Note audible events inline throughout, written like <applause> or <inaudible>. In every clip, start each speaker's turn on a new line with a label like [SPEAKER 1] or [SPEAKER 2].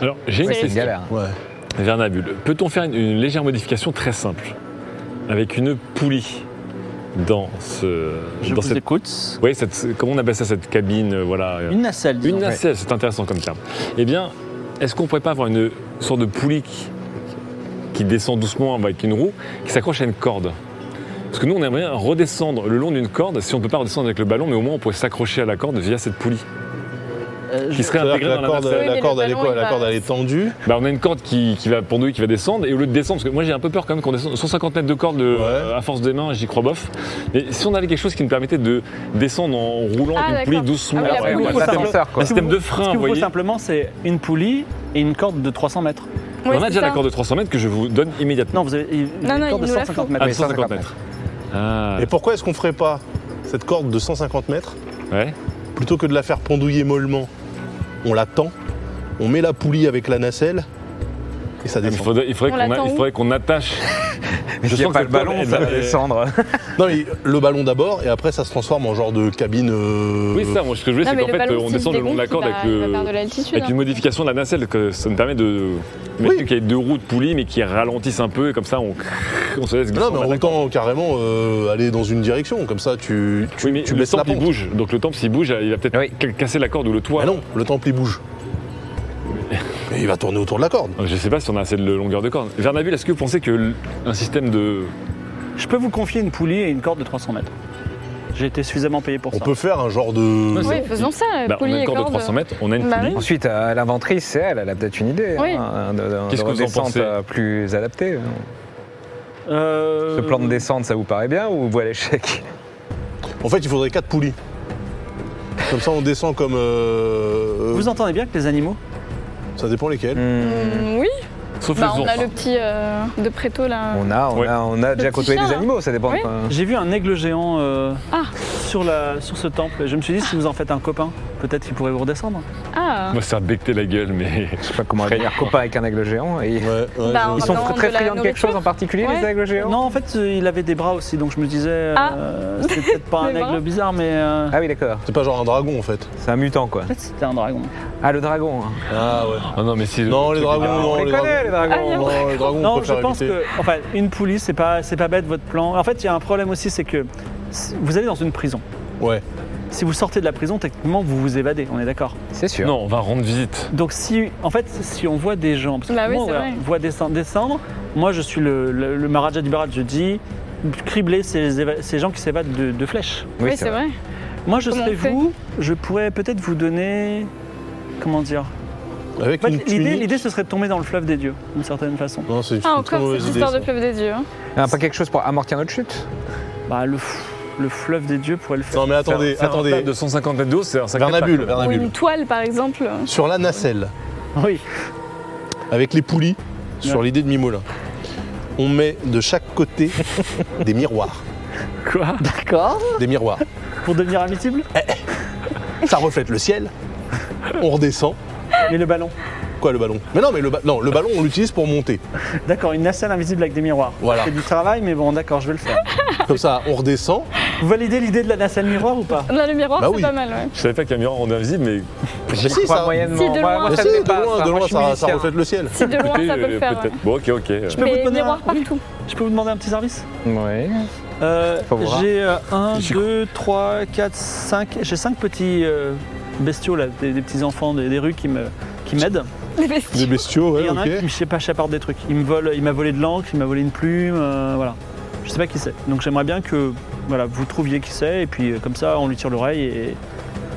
[SPEAKER 1] Alors, j'ai une
[SPEAKER 2] C'est
[SPEAKER 1] question.
[SPEAKER 3] galère.
[SPEAKER 4] Ouais.
[SPEAKER 1] Vernabule, peut-on faire une, une légère modification très simple avec une poulie dans ce,
[SPEAKER 2] Je
[SPEAKER 1] dans
[SPEAKER 2] vous
[SPEAKER 1] cette,
[SPEAKER 2] écoute.
[SPEAKER 1] ouais, cette- comment on appelle ça cette cabine, euh, voilà, euh,
[SPEAKER 2] Une nacelle, disons.
[SPEAKER 1] une nacelle, c'est intéressant comme terme. Eh bien, est-ce qu'on pourrait pas avoir une sorte de poulie qui, qui descend doucement avec une roue, qui s'accroche à une corde Parce que nous, on aimerait bien redescendre le long d'une corde. Si on ne peut pas redescendre avec le ballon, mais au moins on pourrait s'accrocher à la corde via cette poulie
[SPEAKER 2] Euh,
[SPEAKER 1] qui
[SPEAKER 2] je-
[SPEAKER 1] serait intégrée
[SPEAKER 4] C'est-à-dire
[SPEAKER 1] dans la
[SPEAKER 4] que la corde,
[SPEAKER 1] nacelle.
[SPEAKER 2] Oui, mais
[SPEAKER 4] la
[SPEAKER 2] le
[SPEAKER 4] corde, elle est
[SPEAKER 2] ballon,
[SPEAKER 4] quoi
[SPEAKER 2] il
[SPEAKER 4] La
[SPEAKER 2] va-
[SPEAKER 4] corde, elle est tendue.
[SPEAKER 1] Bah, on a une corde qui, qui va pendouille, qui va descendre, et au lieu de descendre, parce que moi j'ai un peu peur quand même qu'on descende 150 mètres de corde de-
[SPEAKER 4] Ouais.
[SPEAKER 1] euh, à force des mains, j'y crois bof. Mais si on avait quelque chose qui nous permettait de descendre en roulant
[SPEAKER 2] Ah,
[SPEAKER 1] avec une poulie
[SPEAKER 2] d'accord.
[SPEAKER 1] doucement,
[SPEAKER 2] Ah oui, la
[SPEAKER 1] Alors,
[SPEAKER 2] poulie,
[SPEAKER 1] ouais,
[SPEAKER 2] faut
[SPEAKER 1] un
[SPEAKER 2] ça.
[SPEAKER 1] système, un système de frein,
[SPEAKER 2] Ce
[SPEAKER 1] vous
[SPEAKER 2] qu'il vous faut
[SPEAKER 1] voyez.
[SPEAKER 2] simplement, c'est une poulie et une corde de 300 mètres.
[SPEAKER 1] On
[SPEAKER 5] Ouais,
[SPEAKER 1] en a
[SPEAKER 5] c'est
[SPEAKER 1] déjà
[SPEAKER 5] ça.
[SPEAKER 1] la corde de 300 mètres que je vous donne immédiatement.
[SPEAKER 2] Non, vous avez une
[SPEAKER 5] Non, non,
[SPEAKER 2] corde de
[SPEAKER 5] il nous la
[SPEAKER 2] 150
[SPEAKER 5] faut.
[SPEAKER 2] mètres.
[SPEAKER 1] Ah,
[SPEAKER 3] oui,
[SPEAKER 1] 150
[SPEAKER 3] 150
[SPEAKER 1] mètres. Ah,
[SPEAKER 4] Et pourquoi est-ce qu'on ferait pas cette corde de 150 mètres
[SPEAKER 1] ouais.
[SPEAKER 4] plutôt que de la faire pendouiller mollement On la tend, on met la poulie avec la nacelle et ça
[SPEAKER 1] Il
[SPEAKER 4] descend.
[SPEAKER 1] faudrait, il faudrait
[SPEAKER 5] On
[SPEAKER 1] qu'on a-
[SPEAKER 5] l'attend
[SPEAKER 1] il
[SPEAKER 5] où
[SPEAKER 1] faudrait qu'on attache.
[SPEAKER 3] <laughs> Mais
[SPEAKER 1] Je
[SPEAKER 3] s'il n'y
[SPEAKER 1] sens
[SPEAKER 3] a pas
[SPEAKER 1] que
[SPEAKER 3] le
[SPEAKER 1] le
[SPEAKER 3] ballon,
[SPEAKER 1] problème,
[SPEAKER 3] ça va
[SPEAKER 1] elle va-
[SPEAKER 3] descendre.
[SPEAKER 4] Non, mais le ballon d'abord et après ça se transforme en genre de cabine. euh,
[SPEAKER 1] Oui, ça, moi, ce que je veux,
[SPEAKER 5] Non,
[SPEAKER 1] c'est
[SPEAKER 5] mais
[SPEAKER 1] qu'en
[SPEAKER 5] le
[SPEAKER 1] fait,
[SPEAKER 5] ballon,
[SPEAKER 1] on
[SPEAKER 5] s'il
[SPEAKER 1] descend le long de la
[SPEAKER 5] dégonfle, il
[SPEAKER 1] corde
[SPEAKER 5] va-
[SPEAKER 1] avec,
[SPEAKER 5] il va
[SPEAKER 1] le-
[SPEAKER 5] perdre de l'altitude,
[SPEAKER 1] avec
[SPEAKER 5] hein.
[SPEAKER 1] une modification de la nacelle, que ça nous permet de. Mais qu'il y ait deux roues de poulie, mais qui ralentissent un peu, et comme ça, on, on se laisse glisser.
[SPEAKER 4] Non, mais
[SPEAKER 1] en
[SPEAKER 4] en
[SPEAKER 1] attaquant.
[SPEAKER 4] autant carrément euh, aller dans une direction, comme ça tu, tu,
[SPEAKER 1] Oui, mais
[SPEAKER 4] tu
[SPEAKER 1] le
[SPEAKER 4] baisses
[SPEAKER 1] temple
[SPEAKER 4] la
[SPEAKER 1] il
[SPEAKER 4] pente.
[SPEAKER 1] bouge, donc le temple s'il bouge, il va peut-être
[SPEAKER 3] Oui.
[SPEAKER 1] ca- casser la corde ou le toit.
[SPEAKER 4] Ah non, le temple il
[SPEAKER 1] <laughs>
[SPEAKER 4] bouge. Mais il va tourner autour de la corde.
[SPEAKER 1] Euh, Je sais pas si on a assez de longueur de corde. Vernabule, est-ce que vous pensez que l- un système de.
[SPEAKER 2] Je peux vous confier une poulie et une corde de 300 mètres. J'ai été suffisamment payé pour
[SPEAKER 4] On
[SPEAKER 2] ça.
[SPEAKER 4] peut faire un genre de.
[SPEAKER 5] Oui, faisons ça,
[SPEAKER 1] Bah, on
[SPEAKER 5] poulie
[SPEAKER 1] a une
[SPEAKER 5] et
[SPEAKER 1] corde de
[SPEAKER 5] corde.
[SPEAKER 1] 300 mètres, on a une
[SPEAKER 5] Bah
[SPEAKER 1] poulie.
[SPEAKER 3] Ensuite, euh, l'inventrice, c'est elle, elle a peut-être une idée.
[SPEAKER 5] Oui.
[SPEAKER 3] hein, de- de-
[SPEAKER 1] Qu'est-ce
[SPEAKER 3] de
[SPEAKER 1] que vous en
[SPEAKER 3] redescente,
[SPEAKER 1] pensez
[SPEAKER 3] euh, plus adaptée.
[SPEAKER 2] Euh,
[SPEAKER 3] Ce plan de descente, ça vous paraît bien ou vous à l'échec
[SPEAKER 4] En fait, il faudrait quatre poulies. Comme ça, on descend comme. euh,
[SPEAKER 2] Vous entendez bien que les animaux
[SPEAKER 4] Ça dépend lesquels.
[SPEAKER 3] Hmm.
[SPEAKER 5] Mm, oui,
[SPEAKER 1] Sauf
[SPEAKER 5] bah,
[SPEAKER 1] les
[SPEAKER 5] on
[SPEAKER 1] ours.
[SPEAKER 5] a
[SPEAKER 1] <laughs>
[SPEAKER 5] le
[SPEAKER 1] hein.
[SPEAKER 5] petit euh, de Préto là.
[SPEAKER 3] On a, on
[SPEAKER 1] Ouais.
[SPEAKER 3] a, on a déjà
[SPEAKER 5] petit
[SPEAKER 3] côtoyé
[SPEAKER 5] chien,
[SPEAKER 3] des
[SPEAKER 5] là.
[SPEAKER 3] animaux, ça dépend.
[SPEAKER 5] Oui.
[SPEAKER 1] Hein
[SPEAKER 3] euh,
[SPEAKER 2] J'ai vu un aigle géant euh,
[SPEAKER 5] Ah.
[SPEAKER 2] sur, la, sur ce temple. Je me suis dit, si vous en faites un copain, peut-être qu'il pourrait vous redescendre.
[SPEAKER 5] Ah,
[SPEAKER 1] On va se faire becter la gueule, mais. <laughs>
[SPEAKER 3] Je sais pas comment devenir copain avec un aigle géant. Et...
[SPEAKER 4] Ouais, ouais,
[SPEAKER 5] Bah,
[SPEAKER 4] je-
[SPEAKER 3] Ils sont
[SPEAKER 5] Parlant
[SPEAKER 3] très
[SPEAKER 5] de la
[SPEAKER 3] friands de quelque chose en particulier,
[SPEAKER 5] Ouais.
[SPEAKER 3] les aigles géants
[SPEAKER 2] Non, en fait, euh, il avait des bras aussi, donc je me disais,
[SPEAKER 5] Ah.
[SPEAKER 2] euh, c'était peut-être
[SPEAKER 5] <laughs>
[SPEAKER 2] pas un
[SPEAKER 5] Les bras.
[SPEAKER 2] aigle bizarre, mais euh,
[SPEAKER 3] Ah oui, d'accord.
[SPEAKER 4] C'est pas genre un dragon en fait.
[SPEAKER 3] C'est un
[SPEAKER 5] <laughs>
[SPEAKER 3] mutant, quoi.
[SPEAKER 2] peut-être c'était un dragon.
[SPEAKER 3] Ah, le dragon. hein.
[SPEAKER 4] Ah ouais.
[SPEAKER 1] Ah non, mais si.
[SPEAKER 4] Non, les dragons,
[SPEAKER 3] Ah,
[SPEAKER 4] non,
[SPEAKER 3] on les
[SPEAKER 4] les
[SPEAKER 3] connaît, les
[SPEAKER 4] dragons.
[SPEAKER 3] dragons.
[SPEAKER 4] Non, les dragons, on
[SPEAKER 2] Non,
[SPEAKER 4] peut
[SPEAKER 2] je
[SPEAKER 4] faire
[SPEAKER 2] pense
[SPEAKER 4] éviter.
[SPEAKER 2] que, enfin, une poulie, c'est pas, c'est pas bête votre plan. En fait, il y a un problème aussi, c'est que si- vous allez dans une prison.
[SPEAKER 4] Ouais.
[SPEAKER 2] Si vous sortez de la prison, techniquement, vous vous évadez, on est d'accord.
[SPEAKER 5] Ah,
[SPEAKER 3] C'est sûr.
[SPEAKER 1] Non, on va rendre visite.
[SPEAKER 2] Donc si, en fait, si on voit des gens, parce que
[SPEAKER 5] Bah oui,
[SPEAKER 2] moi,
[SPEAKER 5] c'est
[SPEAKER 2] on
[SPEAKER 5] vrai.
[SPEAKER 2] voit descendre, descendre, moi je suis le, le, le Maharaja du barrage, je dis, cribler ces, éva- ces gens qui s'évadent de, de flèches.
[SPEAKER 5] oui, c'est vrai.
[SPEAKER 2] Moi je
[SPEAKER 5] Comment
[SPEAKER 2] serais
[SPEAKER 5] on fait
[SPEAKER 2] vous, je pourrais peut-être vous donner, comment dire
[SPEAKER 4] Avec
[SPEAKER 2] En fait,
[SPEAKER 4] une
[SPEAKER 2] l'idée,
[SPEAKER 4] tunique.
[SPEAKER 2] l'idée, ce serait de tomber dans le fleuve des dieux, d'une certaine façon.
[SPEAKER 4] Non, c'est une
[SPEAKER 5] Ah,
[SPEAKER 4] très
[SPEAKER 5] encore
[SPEAKER 4] mauvaise
[SPEAKER 5] cette
[SPEAKER 4] idée.
[SPEAKER 5] histoire
[SPEAKER 4] ça.
[SPEAKER 5] de fleuve des yeux. hein.
[SPEAKER 3] Il n'y a Ah, pas quelque chose pour amortir notre chute
[SPEAKER 2] Bah le, f- le fleuve des dieux pourrait le faire. <laughs>
[SPEAKER 4] Non, mais attendez,
[SPEAKER 1] Faire- faire un tas
[SPEAKER 4] attendez.
[SPEAKER 1] de 150 mètres d'eau, c'est un sacré.
[SPEAKER 4] Vernabule,
[SPEAKER 1] pack, hein.
[SPEAKER 5] Ou
[SPEAKER 4] Vernabule.
[SPEAKER 5] une toile par exemple.
[SPEAKER 4] Sur la nacelle,
[SPEAKER 2] Oui.
[SPEAKER 4] avec les poulies, sur
[SPEAKER 2] Ouais.
[SPEAKER 4] l'idée de Mimolin, on met de chaque côté des miroirs.
[SPEAKER 2] Quoi D'accord.
[SPEAKER 4] Des miroirs.
[SPEAKER 2] Pour devenir invisible
[SPEAKER 4] Ça reflète le ciel. On redescend.
[SPEAKER 2] Et le ballon.
[SPEAKER 4] Quoi le ballon Mais non, mais le, ba- non, le ballon on l'utilise pour monter.
[SPEAKER 2] D'accord, une nacelle invisible avec des miroirs.
[SPEAKER 4] Voilà.
[SPEAKER 2] C'est du travail, mais bon, d'accord, je vais le faire.
[SPEAKER 4] Comme ça, on redescend.
[SPEAKER 2] Vous validez l'idée de la nacelle miroir ou pas
[SPEAKER 5] On a le miroir,
[SPEAKER 4] Bah
[SPEAKER 5] c'est
[SPEAKER 4] oui.
[SPEAKER 5] pas mal, ouais.
[SPEAKER 1] Je savais pas qu'un miroir rendait invisible, mais
[SPEAKER 4] Si,
[SPEAKER 3] Pas
[SPEAKER 4] ça.
[SPEAKER 3] moyennement.
[SPEAKER 5] Si, de
[SPEAKER 3] Moi,
[SPEAKER 5] loin.
[SPEAKER 3] moi,
[SPEAKER 4] Mais
[SPEAKER 3] ça
[SPEAKER 4] si,
[SPEAKER 3] me
[SPEAKER 4] de
[SPEAKER 3] dépasse,
[SPEAKER 4] loin,
[SPEAKER 3] hein.
[SPEAKER 4] de
[SPEAKER 3] Moi,
[SPEAKER 4] loin,
[SPEAKER 3] je suis
[SPEAKER 4] ça, ça
[SPEAKER 3] musicien.
[SPEAKER 4] reflète le ciel.
[SPEAKER 5] Si de loin
[SPEAKER 1] écoutez,
[SPEAKER 5] ça peut
[SPEAKER 1] euh,
[SPEAKER 5] le faire. ouais.
[SPEAKER 1] Bon, ok, ok.
[SPEAKER 2] peux vous
[SPEAKER 5] Mais
[SPEAKER 2] donner
[SPEAKER 5] miroir
[SPEAKER 2] un-
[SPEAKER 5] partout.
[SPEAKER 2] Je peux vous demander un petit service
[SPEAKER 3] Ouais.
[SPEAKER 2] Euh,
[SPEAKER 3] Faut voir.
[SPEAKER 2] J'ai
[SPEAKER 1] Je suis
[SPEAKER 2] 1, 2, 3, 4, 5. J'ai 5 petits euh, bestiaux, là, des, des petits enfants des, des rues qui me- qui m'aident.
[SPEAKER 5] Les vestiges.
[SPEAKER 4] Des bestiaux,
[SPEAKER 2] Et Il
[SPEAKER 4] ouais,
[SPEAKER 2] y en a un
[SPEAKER 4] ok.
[SPEAKER 2] qui, je sais pas, chaparde des trucs. Il me vole, il m'a volé de l'encre, il m'a volé une plume, euh, voilà. Je sais pas qui c'est. Donc j'aimerais bien que voilà, vous trouviez qui c'est, et puis euh, comme ça, on lui tire l'oreille. Et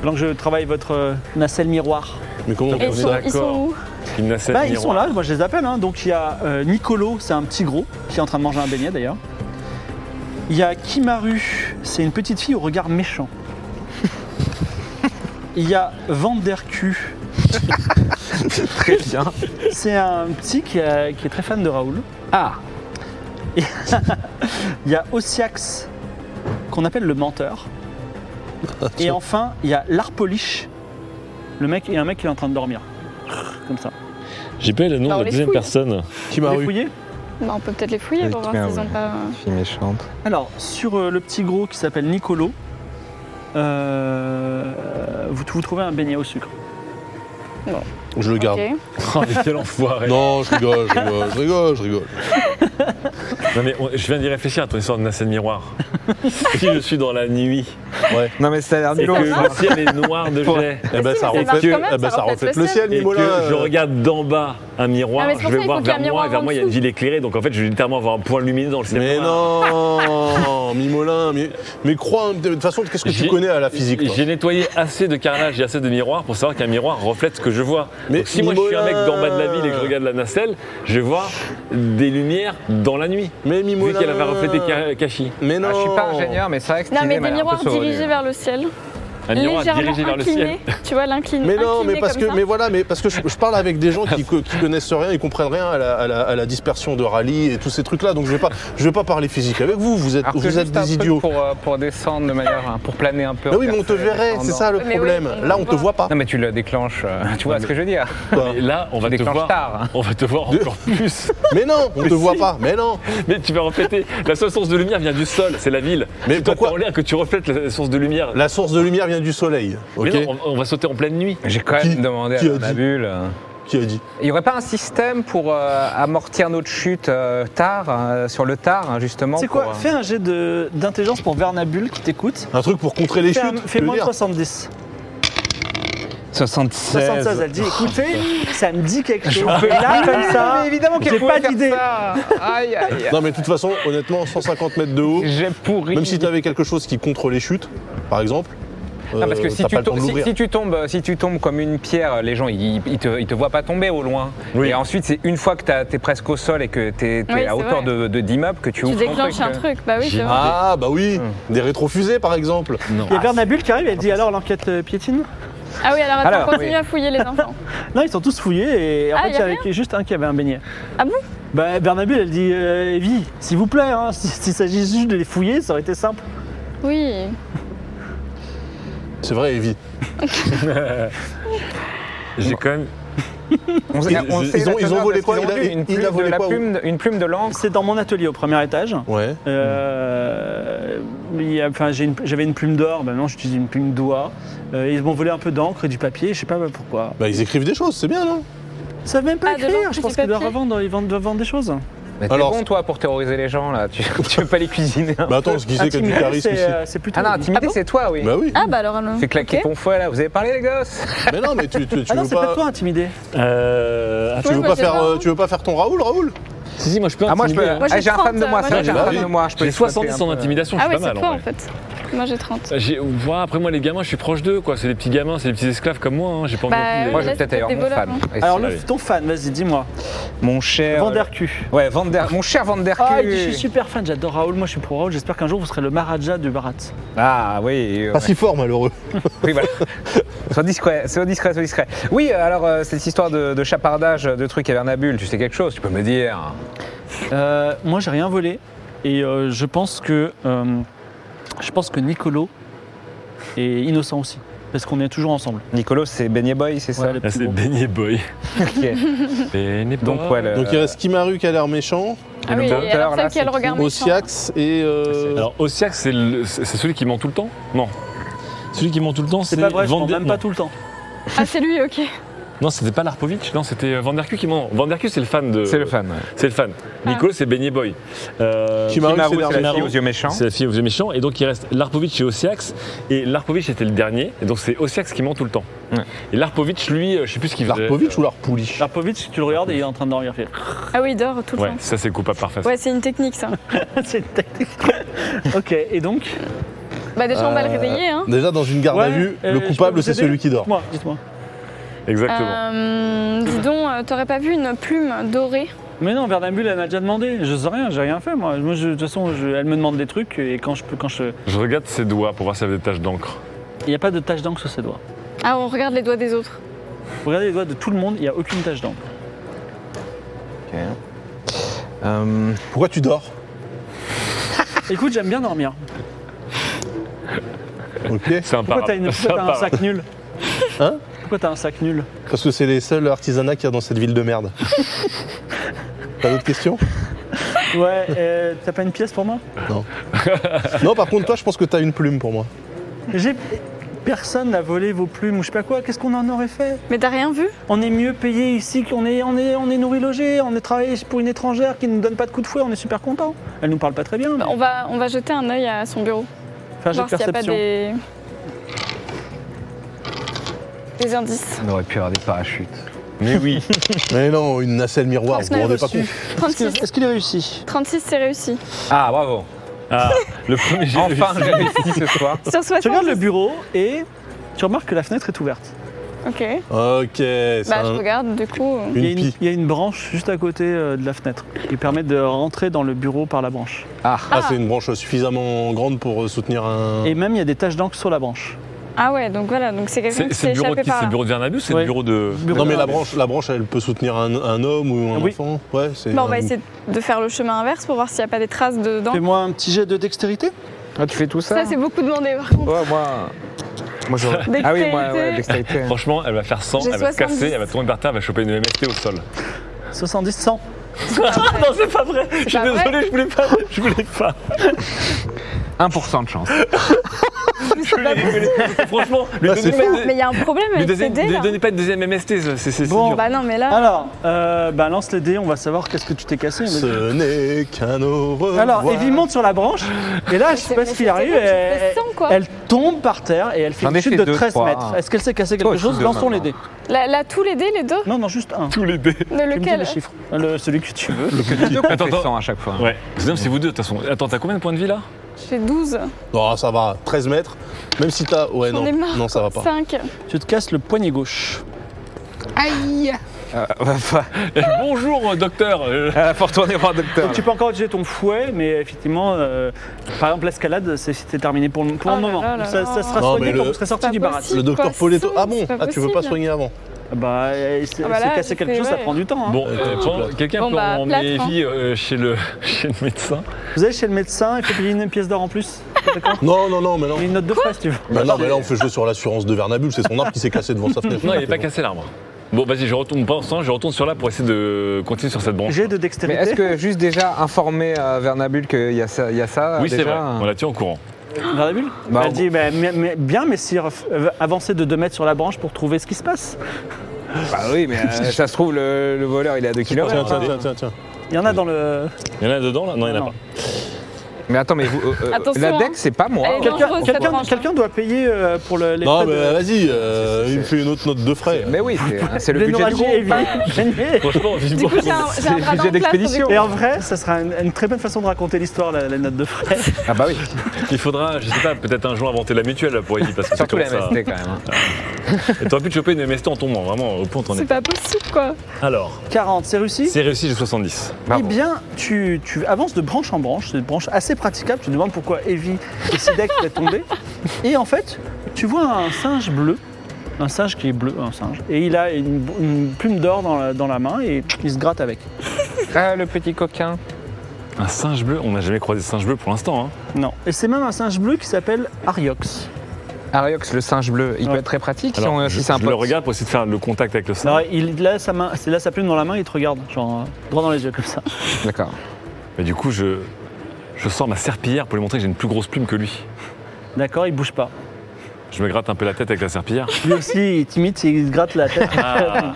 [SPEAKER 2] pendant que je travaille votre euh, nacelle miroir.
[SPEAKER 4] Mais comment on
[SPEAKER 5] Et
[SPEAKER 4] fait
[SPEAKER 5] ils sont,
[SPEAKER 4] ça
[SPEAKER 5] ils sont où
[SPEAKER 1] Une nacelle
[SPEAKER 2] Bah, ils
[SPEAKER 1] miroir.
[SPEAKER 2] sont là, moi je les appelle. hein. Donc il y a euh, Nicolo, c'est un petit gros qui est en train de manger un beignet d'ailleurs. Il y a Kimaru, c'est une petite fille au regard méchant. <laughs> Il y a Vandercu.
[SPEAKER 3] Très bien. <laughs>
[SPEAKER 2] C'est un petit qui, a- qui est très fan de Raoul.
[SPEAKER 3] Ah,
[SPEAKER 2] <laughs> Il y a Osiax, qu'on appelle le menteur. Et enfin, il y a l'Arpoliche. Le mec, il y a un mec qui est en train de dormir. Comme ça.
[SPEAKER 1] J'ai pas eu le nom
[SPEAKER 5] Bah, on
[SPEAKER 1] de la
[SPEAKER 5] les
[SPEAKER 1] deuxième
[SPEAKER 5] fouille. <laughs>
[SPEAKER 1] personne.
[SPEAKER 4] Qui
[SPEAKER 2] Vous
[SPEAKER 4] m'a
[SPEAKER 2] les
[SPEAKER 4] eu
[SPEAKER 2] fouillez
[SPEAKER 5] Bah, on peut peut-être les fouiller pour voir
[SPEAKER 3] Bien,
[SPEAKER 5] s'ils
[SPEAKER 3] ouais.
[SPEAKER 5] ont pas.
[SPEAKER 3] fille méchante.
[SPEAKER 2] Alors, sur euh, le petit gros qui s'appelle Nicolo, euh, vous, vous trouvez un beignet au sucre.
[SPEAKER 4] Je le garde.
[SPEAKER 5] Ok.
[SPEAKER 1] Oh, mais quel enfoiré. Non.
[SPEAKER 4] Non, je rigole, je rigole, je rigole, je rigole.
[SPEAKER 1] mais on- je viens d'y réfléchir à ton histoire de Nassim Miroir. <laughs> si je suis dans la nuit
[SPEAKER 3] Non, mais ça a l'air
[SPEAKER 1] et
[SPEAKER 3] nul. hein.
[SPEAKER 1] que le ciel est noir de jet
[SPEAKER 4] Eh ben, ça
[SPEAKER 5] mais ça
[SPEAKER 4] reflète,
[SPEAKER 5] marche quand même,
[SPEAKER 4] eh ben,
[SPEAKER 5] ça
[SPEAKER 4] ça
[SPEAKER 5] reflète
[SPEAKER 4] reflète
[SPEAKER 5] le
[SPEAKER 4] le ciel,
[SPEAKER 1] et que
[SPEAKER 4] Mimola.
[SPEAKER 1] je regarde d'en bas un miroir,
[SPEAKER 5] euh. Ah, mais c'est
[SPEAKER 1] je
[SPEAKER 5] pour
[SPEAKER 1] vais
[SPEAKER 5] ça, il
[SPEAKER 1] voir
[SPEAKER 5] faut qu'il y
[SPEAKER 1] vers
[SPEAKER 5] ait un
[SPEAKER 1] moi
[SPEAKER 5] miroir
[SPEAKER 1] et vers
[SPEAKER 5] en
[SPEAKER 1] moi il y a une
[SPEAKER 5] dessous.
[SPEAKER 1] ville éclairée donc en fait je vais littéralement avoir un point lumineux dans le ciel.
[SPEAKER 4] Mais
[SPEAKER 1] noir.
[SPEAKER 4] non, Mimolin, mais, mais crois, de toute façon, qu'est-ce que tu
[SPEAKER 1] J'ai-
[SPEAKER 4] connais à la physique toi
[SPEAKER 1] J'ai nettoyé assez de carrelage et assez de miroirs pour savoir qu'un miroir reflète ce que je vois.
[SPEAKER 4] Mais
[SPEAKER 1] Donc, si moi je suis un mec
[SPEAKER 4] Mimolin
[SPEAKER 1] d'en bas de la ville et que je regarde la nacelle, je vais voir des lumières dans la nuit.
[SPEAKER 4] Mais Mimolin.
[SPEAKER 1] Vu qu'elle avait reflété Ka- Kashi.
[SPEAKER 4] Mais non.
[SPEAKER 3] Ah, je suis pas ingénieur, mais c'est vrai que cette
[SPEAKER 5] Non, mais
[SPEAKER 3] idée m'a
[SPEAKER 5] des
[SPEAKER 3] l'air un peu
[SPEAKER 5] miroirs
[SPEAKER 3] saugrenue.
[SPEAKER 5] dirigés vers le ciel.
[SPEAKER 1] Un miroir
[SPEAKER 5] Légèrement
[SPEAKER 1] dirigé vers le ciel.
[SPEAKER 5] incliné. Tu vois, l'incliné.
[SPEAKER 4] Mais non,
[SPEAKER 5] incliné
[SPEAKER 4] mais parce
[SPEAKER 5] comme
[SPEAKER 4] que,
[SPEAKER 5] ça.
[SPEAKER 4] mais voilà, mais parce que je, je parle avec des gens qui, co- qui connaissent rien, ils comprennent rien à la, à la- à la dispersion de rallye et tous ces trucs-là. Donc je vais pas, je vais pas parler physique avec vous. Vous êtes,
[SPEAKER 3] Alors que
[SPEAKER 4] vous
[SPEAKER 3] juste
[SPEAKER 4] êtes
[SPEAKER 3] un
[SPEAKER 4] des
[SPEAKER 3] truc
[SPEAKER 4] idiots.
[SPEAKER 3] Pour, euh, pour descendre de manière. hein, pour planer un peu.
[SPEAKER 4] Mais oui, mais on te
[SPEAKER 3] regarde,
[SPEAKER 4] verrait,
[SPEAKER 3] descendre.
[SPEAKER 4] c'est ça le
[SPEAKER 5] Mais oui,
[SPEAKER 4] problème.
[SPEAKER 5] on
[SPEAKER 4] Là,
[SPEAKER 5] te
[SPEAKER 4] on te
[SPEAKER 5] voit.
[SPEAKER 4] voit pas.
[SPEAKER 3] Non, mais tu le déclenches. euh, tu vois ce que je veux dire
[SPEAKER 4] quoi.
[SPEAKER 1] Et là, on va te
[SPEAKER 3] déclenches
[SPEAKER 1] voir.
[SPEAKER 3] tard, hein.
[SPEAKER 1] On va te voir
[SPEAKER 4] De-
[SPEAKER 1] encore plus.
[SPEAKER 4] Mais non, on te voit
[SPEAKER 1] si.
[SPEAKER 4] pas. Mais non.
[SPEAKER 1] Mais tu vas refléter. La seule source de lumière vient du sol, c'est la ville.
[SPEAKER 4] Mais
[SPEAKER 1] C'est toi,
[SPEAKER 4] pourquoi-
[SPEAKER 1] t'es en l'air que tu reflètes la source de lumière.
[SPEAKER 4] La source de lumière vient du soleil.
[SPEAKER 1] Mais
[SPEAKER 4] Ok.
[SPEAKER 1] non, on, on va sauter en pleine nuit.
[SPEAKER 3] J'ai quand
[SPEAKER 4] Qui-
[SPEAKER 3] même demandé
[SPEAKER 4] qui a
[SPEAKER 3] à la
[SPEAKER 4] dit
[SPEAKER 3] bulle. euh.
[SPEAKER 4] Qui a dit
[SPEAKER 3] Il n'y aurait pas un système pour euh, amortir notre chute euh, tard, euh, sur le tard, hein, justement
[SPEAKER 2] C'est quoi
[SPEAKER 3] pour, euh,
[SPEAKER 2] Fais un jet de- d'intelligence pour Vernabule qui t'écoute.
[SPEAKER 4] Un truc pour contrer les
[SPEAKER 2] Fais, un-
[SPEAKER 4] chutes.
[SPEAKER 2] fais
[SPEAKER 4] je veux
[SPEAKER 2] moins de
[SPEAKER 4] dire.
[SPEAKER 2] 70.
[SPEAKER 3] 76.
[SPEAKER 2] 76, elle dit écoutez, ça me dit quelque chose. Et là, comme ça,
[SPEAKER 3] Mais évidemment
[SPEAKER 2] j'ai
[SPEAKER 3] qu'elle
[SPEAKER 2] pas
[SPEAKER 3] pouvait faire
[SPEAKER 2] d'idée.
[SPEAKER 3] ça. Aïe, aïe, aïe.
[SPEAKER 4] Non, mais de toute façon, honnêtement, 150 mètres de haut.
[SPEAKER 3] J'ai pourri.
[SPEAKER 4] Même si tu avais quelque chose qui contre les chutes, par exemple.
[SPEAKER 3] Non, parce que
[SPEAKER 4] euh,
[SPEAKER 3] si
[SPEAKER 4] t'as
[SPEAKER 3] tu,
[SPEAKER 4] pas le temps
[SPEAKER 3] tombes,
[SPEAKER 4] de
[SPEAKER 3] si,
[SPEAKER 4] l'ouvrir.
[SPEAKER 3] si tu tombes, si tu tombes comme une pierre, les gens ils, ils te, ils te voient pas tomber au loin.
[SPEAKER 1] Oui.
[SPEAKER 3] Et ensuite, c'est une fois que t'as- t'es presque au sol et que t'es t'es
[SPEAKER 5] Oui,
[SPEAKER 3] à
[SPEAKER 5] c'est
[SPEAKER 3] hauteur
[SPEAKER 5] vrai.
[SPEAKER 3] de, de d'immeuble que tu,
[SPEAKER 5] Tu
[SPEAKER 3] ouvres ton
[SPEAKER 5] déclenches un
[SPEAKER 3] euh.
[SPEAKER 5] truc. Bah oui, c'est vrai.
[SPEAKER 4] Ah, bah oui, des rétrofusées par exemple.
[SPEAKER 2] Il y a Vernabule qui arrive, elle dit alors l'enquête euh, piétine
[SPEAKER 5] Ah oui, alors attends,
[SPEAKER 3] Alors,
[SPEAKER 5] continue
[SPEAKER 3] oui.
[SPEAKER 5] à fouiller les enfants.
[SPEAKER 2] Non, ils sont tous fouillés et en
[SPEAKER 5] Ah,
[SPEAKER 2] fait,
[SPEAKER 5] y
[SPEAKER 2] il
[SPEAKER 5] a
[SPEAKER 2] y avait juste un qui avait un beignet.
[SPEAKER 5] Ah bon
[SPEAKER 2] Bah, Bernabule, elle dit euh, Evie, s'il vous plaît, hein, <laughs> si- s'il s'agissait juste de les fouiller, ça aurait été simple.
[SPEAKER 5] <laughs> Oui.
[SPEAKER 4] C'est vrai, Evie.
[SPEAKER 1] J'ai quand même.
[SPEAKER 3] On,
[SPEAKER 4] Ils-
[SPEAKER 3] on
[SPEAKER 4] ils-
[SPEAKER 3] sait
[SPEAKER 4] ils ont-
[SPEAKER 3] la
[SPEAKER 4] ils ont
[SPEAKER 3] teneur
[SPEAKER 4] volé
[SPEAKER 3] de ce
[SPEAKER 4] quoi
[SPEAKER 3] qu'ils
[SPEAKER 4] Il a-
[SPEAKER 3] vendu,
[SPEAKER 4] il-
[SPEAKER 3] une
[SPEAKER 4] il
[SPEAKER 3] plume
[SPEAKER 4] a
[SPEAKER 3] de-
[SPEAKER 4] volé
[SPEAKER 3] la
[SPEAKER 4] quoi,
[SPEAKER 3] plume- Une plume de langue.
[SPEAKER 2] C'est dans mon atelier au premier étage.
[SPEAKER 4] Ouais.
[SPEAKER 2] Euh, il y a- enfin, j'ai une- j'avais une plume d'or, maintenant j'utilise une plume d'oie. Euh, ils m'ont volé un peu d'encre et du papier, je sais pas pourquoi.
[SPEAKER 4] Bah, ils écrivent des choses, c'est bien, non
[SPEAKER 2] Ils savent même pas
[SPEAKER 5] Ah, de
[SPEAKER 2] écrire,
[SPEAKER 5] l'encre
[SPEAKER 2] je
[SPEAKER 5] et
[SPEAKER 2] pense
[SPEAKER 5] du
[SPEAKER 2] qu'ils doivent
[SPEAKER 5] papier.
[SPEAKER 2] vendre, ils vendent- doivent vendre des choses.
[SPEAKER 3] Mais t'es
[SPEAKER 4] Alors-
[SPEAKER 3] bon toi pour terroriser les gens là, tu, tu veux pas les cuisiner. hein.
[SPEAKER 4] Bah, attends, ce qui c'est qu'il y a du
[SPEAKER 2] Intimidé,
[SPEAKER 4] charisme
[SPEAKER 2] Ah, c'est
[SPEAKER 4] ici.
[SPEAKER 2] euh, c'est plutôt.
[SPEAKER 3] Ah non, intimider
[SPEAKER 5] Ah bon
[SPEAKER 3] c'est toi oui.
[SPEAKER 4] Bah oui.
[SPEAKER 5] Ah bah alors.
[SPEAKER 3] Fais claquer
[SPEAKER 5] ok.
[SPEAKER 3] ton fouet là, vous avez parlé les gosses
[SPEAKER 4] Mais non, mais tu, tu, tu
[SPEAKER 2] Ah non,
[SPEAKER 4] veux
[SPEAKER 2] c'est pas
[SPEAKER 4] pas.
[SPEAKER 2] toi intimidé.
[SPEAKER 1] Euh... attends.
[SPEAKER 4] tu,
[SPEAKER 5] Ouais,
[SPEAKER 4] veux
[SPEAKER 5] bah,
[SPEAKER 4] pas
[SPEAKER 5] c'est
[SPEAKER 4] faire,
[SPEAKER 5] pas
[SPEAKER 4] euh,
[SPEAKER 5] moi.
[SPEAKER 4] tu veux pas faire ton Raoul, Raoul
[SPEAKER 1] Si, si, moi je peux
[SPEAKER 3] Ah moi je peux.
[SPEAKER 1] intimider, hein.
[SPEAKER 5] Moi, j'ai
[SPEAKER 3] Ah, j'ai un fan de
[SPEAKER 5] 30,
[SPEAKER 3] moi,
[SPEAKER 5] euh, moi,
[SPEAKER 3] c'est vrai, j'ai un
[SPEAKER 4] j'ai
[SPEAKER 3] fan de
[SPEAKER 4] 30.
[SPEAKER 3] moi, je peux
[SPEAKER 1] J'ai
[SPEAKER 3] exploiter un
[SPEAKER 1] 70 en
[SPEAKER 3] peu.
[SPEAKER 1] intimidation, je
[SPEAKER 5] Ah
[SPEAKER 1] suis
[SPEAKER 5] oui,
[SPEAKER 1] pas
[SPEAKER 5] c'est
[SPEAKER 1] mal.
[SPEAKER 5] toi
[SPEAKER 1] en
[SPEAKER 5] en
[SPEAKER 1] vrai.
[SPEAKER 5] fait. Moi j'ai 30.
[SPEAKER 1] J'ai- voilà, après moi les gamins je suis proche d'eux quoi, c'est des petits gamins, c'est des petits esclaves comme moi, hein. j'ai pas envie
[SPEAKER 5] Bah,
[SPEAKER 1] non plus de-
[SPEAKER 3] Moi je
[SPEAKER 5] Là,
[SPEAKER 3] vais peut-être
[SPEAKER 5] c'est
[SPEAKER 3] d'ailleurs
[SPEAKER 5] des
[SPEAKER 3] mon
[SPEAKER 5] voleurs,
[SPEAKER 3] fan.
[SPEAKER 5] hein.
[SPEAKER 3] Et
[SPEAKER 2] Alors,
[SPEAKER 3] si-
[SPEAKER 2] le, ton fan, vas-y, dis-moi.
[SPEAKER 3] Mon cher.
[SPEAKER 2] Vandercu.
[SPEAKER 3] Ouais, Vander. Mon cher Vander.
[SPEAKER 2] Ah, il dit Je suis super fan, j'adore Raoul, moi je suis pro Raoul, j'espère qu'un jour vous serez le Maharaja du Barat.
[SPEAKER 3] Ah oui. euh,
[SPEAKER 4] Pas si fort, malheureux.
[SPEAKER 3] Oui, voilà. <laughs> sois discret, sois discret, sois discret. Oui, euh, alors euh, cette histoire de, de chapardage de trucs à Vernabule, tu sais quelque chose, tu peux me dire.
[SPEAKER 2] Euh, moi j'ai rien volé et euh, je pense que. euh, je pense que Nicolo est innocent aussi. Parce qu'on est toujours ensemble.
[SPEAKER 3] Nicolas, c'est Beignet Boy, c'est ça
[SPEAKER 2] Ouais, le
[SPEAKER 1] Ah,
[SPEAKER 2] plus
[SPEAKER 1] c'est
[SPEAKER 2] gros.
[SPEAKER 1] Beignet Boy.
[SPEAKER 3] Ok.
[SPEAKER 1] Beignet Boy.
[SPEAKER 3] Donc, ouais, le-
[SPEAKER 4] Donc il reste Kimaru qui a l'air méchant,
[SPEAKER 5] Ah oui, et
[SPEAKER 3] menteur,
[SPEAKER 5] alors
[SPEAKER 3] là,
[SPEAKER 5] celle qui a
[SPEAKER 3] c'est
[SPEAKER 5] le regard méchant.
[SPEAKER 4] Osiax et. euh,
[SPEAKER 1] Alors Osiac c'est le- c'est c'est celui qui ment tout le temps Non. Celui qui ment tout le temps, c'est
[SPEAKER 2] C'est pas vrai, je
[SPEAKER 1] Van
[SPEAKER 2] mens
[SPEAKER 1] Der-
[SPEAKER 2] même pas
[SPEAKER 1] non.
[SPEAKER 2] tout le temps.
[SPEAKER 5] <laughs> Ah c'est lui, ok.
[SPEAKER 1] Non, c'était pas Larpovitch, non, c'était euh, Vandercu qui ment. Vandercu c'est le fan de
[SPEAKER 3] C'est le fan. ouais.
[SPEAKER 1] C'est le fan.
[SPEAKER 5] Ah.
[SPEAKER 1] Nicolas c'est Beignet Boy. Euh,
[SPEAKER 4] Qui m'a- Kimaru,
[SPEAKER 3] Kimaru,
[SPEAKER 4] c'est
[SPEAKER 3] c'est la
[SPEAKER 1] Kimaru.
[SPEAKER 3] fille aux yeux méchants.
[SPEAKER 1] C'est la fille aux yeux méchants. Et donc, il reste Larpovitch et Osiax. Et Larpovitch était le dernier. Et donc, c'est Osiax qui ment tout le temps.
[SPEAKER 3] Ouais.
[SPEAKER 1] Et Larpovitch, lui, euh, je sais plus ce qu'il faisait.
[SPEAKER 4] Larpovitch ou Larpouli
[SPEAKER 2] Larpovitch, tu le regardes et il est en train de dormir. fait.
[SPEAKER 5] Ah oui, il dort tout le
[SPEAKER 1] Ouais,
[SPEAKER 5] temps.
[SPEAKER 1] ça, c'est le coupable parfait.
[SPEAKER 5] Ouais, c'est une technique ça.
[SPEAKER 2] <laughs> C'est une tactique. ok, et donc
[SPEAKER 5] Bah déjà on va le réveiller. hein.
[SPEAKER 4] Déjà, dans une garde à
[SPEAKER 2] Ouais,
[SPEAKER 4] vue,
[SPEAKER 2] euh,
[SPEAKER 4] le
[SPEAKER 2] je peux
[SPEAKER 4] coupable,
[SPEAKER 2] vous
[SPEAKER 4] c'est
[SPEAKER 2] aider
[SPEAKER 4] celui qui dort.
[SPEAKER 2] Dites-moi, dites-moi.
[SPEAKER 1] Exactement.
[SPEAKER 5] Euh, dis donc, euh, t'aurais pas vu une plume dorée
[SPEAKER 2] Mais non, Vernabule, elle m'a déjà demandé. Je sais rien, j'ai rien fait moi. Moi, je- de toute façon, je- elle me demande des trucs et quand je peux, quand je.
[SPEAKER 1] Je regarde ses doigts pour voir s'il y avait des taches d'encre.
[SPEAKER 2] Il n'y a pas de tache d'encre sur ses doigts.
[SPEAKER 5] Ah, on regarde les doigts des autres.
[SPEAKER 2] Regardez les doigts de tout le monde, il n'y a aucune tache d'encre.
[SPEAKER 3] Ok. Euh,
[SPEAKER 4] Pourquoi tu dors
[SPEAKER 2] Écoute, j'aime bien dormir.
[SPEAKER 4] Ok.
[SPEAKER 1] C'est un
[SPEAKER 2] Pourquoi
[SPEAKER 1] para-
[SPEAKER 2] t'as une-
[SPEAKER 1] c'est
[SPEAKER 2] pourquoi t'as un
[SPEAKER 1] para-
[SPEAKER 2] sac nul
[SPEAKER 4] Hein
[SPEAKER 2] Pourquoi t'as un sac nul
[SPEAKER 4] Parce que c'est les seuls artisanats qu'il y a dans cette ville de merde. T'as d'autres questions
[SPEAKER 2] Ouais, euh, t'as pas une pièce pour moi
[SPEAKER 4] Non, par contre, toi, je pense que t'as une plume pour moi.
[SPEAKER 2] J'ai. Personne n'a volé vos plumes ou je sais pas quoi, qu'est-ce qu'on en aurait fait
[SPEAKER 5] Mais t'as rien vu
[SPEAKER 2] On est mieux payé ici qu'on est, on est, on est nourri logé, on est travaillé pour une étrangère qui ne nous donne pas de coup de fouet, on est super content. Elle nous parle pas très bien, mais
[SPEAKER 5] Bah, on va, on va jeter un œil à son bureau.
[SPEAKER 4] Ah,
[SPEAKER 2] enfin, j'ai
[SPEAKER 5] Voir s'il n'y a pas
[SPEAKER 2] perception.
[SPEAKER 5] des. des indices.
[SPEAKER 3] on aurait pu avoir des parachutes.
[SPEAKER 1] Mais oui.
[SPEAKER 4] Mais non, une nacelle miroir, vous vous rendez pas compte.
[SPEAKER 2] Est-ce qu'il
[SPEAKER 5] 36.
[SPEAKER 2] est-ce qu'il a réussi
[SPEAKER 5] 36, c'est réussi.
[SPEAKER 3] <laughs> Ah, bravo.
[SPEAKER 1] Ah, le premier jet
[SPEAKER 3] Enfin,
[SPEAKER 1] réussi.
[SPEAKER 3] j'ai réussi ce soir.
[SPEAKER 5] Sur 60.
[SPEAKER 2] Tu regardes le bureau et tu remarques que la fenêtre est ouverte.
[SPEAKER 5] Ok.
[SPEAKER 4] Ok, c'est
[SPEAKER 5] Bah, je
[SPEAKER 4] un-
[SPEAKER 5] regarde, du coup. euh,
[SPEAKER 2] Il y, a
[SPEAKER 4] une
[SPEAKER 2] une,
[SPEAKER 4] pie.
[SPEAKER 2] il y a une branche juste à côté euh, de la fenêtre qui permet de rentrer dans le bureau par la branche.
[SPEAKER 3] Ah,
[SPEAKER 4] Ah, c'est une branche suffisamment grande pour euh, soutenir un.
[SPEAKER 2] Et même il y a des taches d'encre sur la branche.
[SPEAKER 5] Ah ouais, donc voilà, donc c'est quelqu'un
[SPEAKER 1] C'est
[SPEAKER 5] qui
[SPEAKER 1] c'est
[SPEAKER 5] s'est
[SPEAKER 1] le bureau de
[SPEAKER 5] échappé
[SPEAKER 1] qui C'est
[SPEAKER 5] par
[SPEAKER 1] le
[SPEAKER 5] là.
[SPEAKER 1] bureau de Vernabus C'est
[SPEAKER 2] Ouais.
[SPEAKER 1] le bureau de.
[SPEAKER 4] Non, mais la
[SPEAKER 2] branche.
[SPEAKER 4] branche, la branche, elle peut soutenir un, un homme ou un
[SPEAKER 2] Oui.
[SPEAKER 4] enfant. Ouais, c'est.
[SPEAKER 5] Bah, on va
[SPEAKER 4] un-
[SPEAKER 5] essayer de faire le chemin inverse pour voir s'il n'y a pas des traces dedans.
[SPEAKER 2] Fais-moi un petit jet de dextérité.
[SPEAKER 3] Ah, tu fais tout ça
[SPEAKER 5] Ça, c'est beaucoup demandé, par contre.
[SPEAKER 3] Ouais, moi. Moi, je.
[SPEAKER 5] Dextérité.
[SPEAKER 3] Ah oui, moi, ouais, dextérité. Oh,
[SPEAKER 1] Franchement, elle va faire 100,
[SPEAKER 5] J'ai
[SPEAKER 1] elle va se
[SPEAKER 5] 70.
[SPEAKER 1] casser, elle va tomber par terre, elle va choper une MST au sol.
[SPEAKER 2] 70, 100.
[SPEAKER 1] non, c'est pas vrai. Je suis
[SPEAKER 5] pas vrai.
[SPEAKER 1] désolé, je voulais pas. Je voulais pas.
[SPEAKER 3] 1% de chance.
[SPEAKER 1] Je voulais rigoler. Franchement, lui
[SPEAKER 4] Ah,
[SPEAKER 1] donnez
[SPEAKER 4] c'est
[SPEAKER 1] pas
[SPEAKER 4] fou.
[SPEAKER 1] de-
[SPEAKER 5] Mais il y a un problème
[SPEAKER 1] lui
[SPEAKER 5] avec
[SPEAKER 1] donnez-
[SPEAKER 5] ces dés,
[SPEAKER 1] lui
[SPEAKER 5] là.
[SPEAKER 1] donnez pas de deuxième MST, c'est- c'est c'est
[SPEAKER 2] Bon,
[SPEAKER 1] dur.
[SPEAKER 5] Bah non, mais là,
[SPEAKER 2] Alors, euh, bah, lance les dés, on va savoir qu'est-ce que tu t'es cassé.
[SPEAKER 4] Ce n'est qu'un au
[SPEAKER 3] Euh,
[SPEAKER 4] revoir.
[SPEAKER 2] Alors, Evie monte sur la branche, et là, je sais pas ce qu'il arrive,
[SPEAKER 5] elle,
[SPEAKER 2] elle,
[SPEAKER 5] quoi.
[SPEAKER 2] elle tombe par terre et elle fait
[SPEAKER 3] J'en ai
[SPEAKER 2] une chute
[SPEAKER 3] fait
[SPEAKER 2] de
[SPEAKER 3] deux,
[SPEAKER 2] 13
[SPEAKER 3] trois,
[SPEAKER 2] mètres.
[SPEAKER 3] un.
[SPEAKER 2] Est-ce qu'elle s'est cassée
[SPEAKER 3] Toi
[SPEAKER 2] quelque
[SPEAKER 3] aussi,
[SPEAKER 2] chose
[SPEAKER 3] deux
[SPEAKER 2] Lançons les
[SPEAKER 3] maintenant.
[SPEAKER 2] dés.
[SPEAKER 5] Là, là, tous les dés, les deux
[SPEAKER 2] Non, non, juste un.
[SPEAKER 1] Tous les dés.
[SPEAKER 5] De
[SPEAKER 2] Tu Ah. me dis
[SPEAKER 5] lequel
[SPEAKER 2] les chiffres. Le- celui que tu veux.
[SPEAKER 3] Deux qu'on
[SPEAKER 1] Attends,
[SPEAKER 3] fait
[SPEAKER 1] attends.
[SPEAKER 3] 100 à chaque
[SPEAKER 5] bah.
[SPEAKER 3] fois.
[SPEAKER 1] Ouais. Non, c'est vous deux, de toute façon. Attends, t'as combien de points de vie là
[SPEAKER 5] J'ai 12.
[SPEAKER 1] Oh,
[SPEAKER 4] Non, ça va, 13 mètres. Même si t'as. Ouais,
[SPEAKER 5] J'en
[SPEAKER 4] non.
[SPEAKER 5] ai marre,
[SPEAKER 4] Non, ça va pas.
[SPEAKER 5] 5.
[SPEAKER 2] Tu te casses le poignet gauche.
[SPEAKER 3] Euh, <laughs> va pas-
[SPEAKER 1] Eh, <laughs> Bonjour, euh, docteur. Euh,
[SPEAKER 3] euh, faut retourner voir le docteur.
[SPEAKER 2] Donc, tu peux encore utiliser ton fouet, mais effectivement, euh, par exemple, l'escalade, c'est c'est terminé pour le, pour
[SPEAKER 5] Oh
[SPEAKER 2] le
[SPEAKER 5] là
[SPEAKER 2] moment.
[SPEAKER 5] là là
[SPEAKER 2] ça,
[SPEAKER 5] là.
[SPEAKER 2] ça sera
[SPEAKER 4] Non,
[SPEAKER 2] soigné
[SPEAKER 4] mais
[SPEAKER 2] quand
[SPEAKER 4] le-
[SPEAKER 2] vous serez sorti
[SPEAKER 5] C'est
[SPEAKER 2] du
[SPEAKER 5] pas
[SPEAKER 2] barrage.
[SPEAKER 5] possible.
[SPEAKER 4] Le docteur
[SPEAKER 5] Poisson,
[SPEAKER 4] Poletto. Ah bon
[SPEAKER 5] c'est pas
[SPEAKER 4] Ah, tu veux pas
[SPEAKER 5] possible.
[SPEAKER 4] soigner avant
[SPEAKER 2] Bah, euh, c'est
[SPEAKER 5] Ah bah là,
[SPEAKER 2] c'est casser quelque
[SPEAKER 5] c'est-
[SPEAKER 2] chose, ça
[SPEAKER 5] ouais.
[SPEAKER 2] prend du temps. hein.
[SPEAKER 1] Bon, euh, prends- quelqu'un
[SPEAKER 5] Bon,
[SPEAKER 1] peut
[SPEAKER 5] bah, plâtre,
[SPEAKER 1] emmener
[SPEAKER 5] hein.
[SPEAKER 1] Evie euh, chez le <laughs> chez le médecin.
[SPEAKER 2] Vous allez chez le médecin, il faut payer une pièce d'or en plus.
[SPEAKER 5] Ah.
[SPEAKER 2] D'accord
[SPEAKER 4] Non, non, non, mais non.
[SPEAKER 2] Et Une note de frais, si tu veux.
[SPEAKER 4] Bah non, mais là, on fait jouer sur l'assurance de Vernabule. C'est son arbre qui s'est cassé devant sa fenêtre.
[SPEAKER 1] Non, il est pas cassé l'arbre. Ah, Bon, vas-y, je retourne pas ensemble, je retourne sur là pour essayer de continuer sur cette branche.
[SPEAKER 2] J'ai de
[SPEAKER 3] Mais est-ce
[SPEAKER 2] dextérité.
[SPEAKER 3] que juste déjà informer euh, Vernabule qu'il y a ça, il y a ça
[SPEAKER 1] Oui,
[SPEAKER 3] déjà,
[SPEAKER 1] c'est vrai.
[SPEAKER 3] euh,
[SPEAKER 1] On l'a tué en courant.
[SPEAKER 2] Dans la bulle
[SPEAKER 3] Bah,
[SPEAKER 2] Elle
[SPEAKER 3] on-
[SPEAKER 2] dit bah, mais- mais- bien, messire, f- euh, avancez de 2 mètres sur la branche pour trouver ce qui se passe.
[SPEAKER 3] Bah oui, mais <laughs> euh, ça se trouve, le, le voleur il est à 2 km.
[SPEAKER 4] Tiens, tiens, tiens, tiens, tiens.
[SPEAKER 2] Il y en a dans le.
[SPEAKER 1] Il y en a dedans là Non, il y en a
[SPEAKER 2] Non.
[SPEAKER 1] pas.
[SPEAKER 3] Mais attends, mais vous, euh, euh,
[SPEAKER 5] Attention,
[SPEAKER 3] la
[SPEAKER 5] hein.
[SPEAKER 3] deck, c'est pas moi.
[SPEAKER 5] Elle est
[SPEAKER 3] hein.
[SPEAKER 5] dangereuse,
[SPEAKER 2] Quelqu'un
[SPEAKER 5] cette
[SPEAKER 2] quelqu'un-
[SPEAKER 5] branche.
[SPEAKER 2] quelqu'un doit payer euh, pour le, les
[SPEAKER 4] Non,
[SPEAKER 2] frais
[SPEAKER 4] mais
[SPEAKER 2] de-
[SPEAKER 4] vas-y, euh,
[SPEAKER 3] C'est- c'est-
[SPEAKER 4] il me fait une autre note de frais.
[SPEAKER 3] Mais oui, c'est hein, c'est le budget du
[SPEAKER 2] L'hémorragie
[SPEAKER 3] groupe.
[SPEAKER 2] est gagné.
[SPEAKER 1] Franchement,
[SPEAKER 5] Du
[SPEAKER 1] vivement.
[SPEAKER 5] coup, j'ai un, j'ai
[SPEAKER 3] C'est
[SPEAKER 5] un
[SPEAKER 3] le
[SPEAKER 5] bras dans
[SPEAKER 3] budget
[SPEAKER 5] le plâtre,
[SPEAKER 3] d'expédition.
[SPEAKER 5] du
[SPEAKER 2] Et en vrai, ça sera une, une très bonne façon de raconter l'histoire, la, la note de frais.
[SPEAKER 3] Ah bah oui,
[SPEAKER 1] Il faudra, je sais pas, peut-être un jour inventer la mutuelle pour Evie parce que
[SPEAKER 3] surtout
[SPEAKER 1] c'est
[SPEAKER 3] la
[SPEAKER 1] comme ça.
[SPEAKER 3] MST quand même. hein.
[SPEAKER 1] Et T'aurais pu te choper une MST en tombant, vraiment, au point où t'en
[SPEAKER 5] coup. C'est
[SPEAKER 1] es.
[SPEAKER 5] pas possible, quoi.
[SPEAKER 1] Alors,
[SPEAKER 2] 40, c'est réussi
[SPEAKER 1] c'est réussi, j'ai 70.
[SPEAKER 3] Bravo.
[SPEAKER 2] Eh bien, tu, tu avances de branche en branche, c'est une branche assez praticable. Tu te demandes pourquoi Evie et Sidek est tombé. Et en fait, tu vois un singe bleu, un singe qui est bleu, un singe, et il a une, une plume d'or dans la, dans la main et il se gratte avec.
[SPEAKER 3] Ah, le petit coquin.
[SPEAKER 1] Un singe bleu On n'a jamais croisé de singe bleu pour l'instant. Hein.
[SPEAKER 2] Non. Et c'est même un singe bleu qui s'appelle Ariox.
[SPEAKER 3] Ariox, le singe bleu, il
[SPEAKER 2] Ouais.
[SPEAKER 3] peut être très pratique si
[SPEAKER 1] Alors,
[SPEAKER 3] on- euh,
[SPEAKER 1] je,
[SPEAKER 3] si c'est un
[SPEAKER 1] je le
[SPEAKER 3] pote.
[SPEAKER 1] regarde pour essayer de faire le contact avec le singe.
[SPEAKER 2] Alors, il a sa main, il a sa plume dans la main, il te regarde, genre euh, droit dans les yeux comme ça.
[SPEAKER 3] D'accord.
[SPEAKER 1] Mais du coup, je, je sors ma serpillière pour lui montrer que j'ai une plus grosse plume que lui.
[SPEAKER 2] D'accord, il bouge pas.
[SPEAKER 1] Je me gratte un peu la tête avec la
[SPEAKER 3] <laughs>
[SPEAKER 1] serpillière.
[SPEAKER 2] Lui aussi, il est timide, il se gratte la tête.
[SPEAKER 1] <laughs> Ah,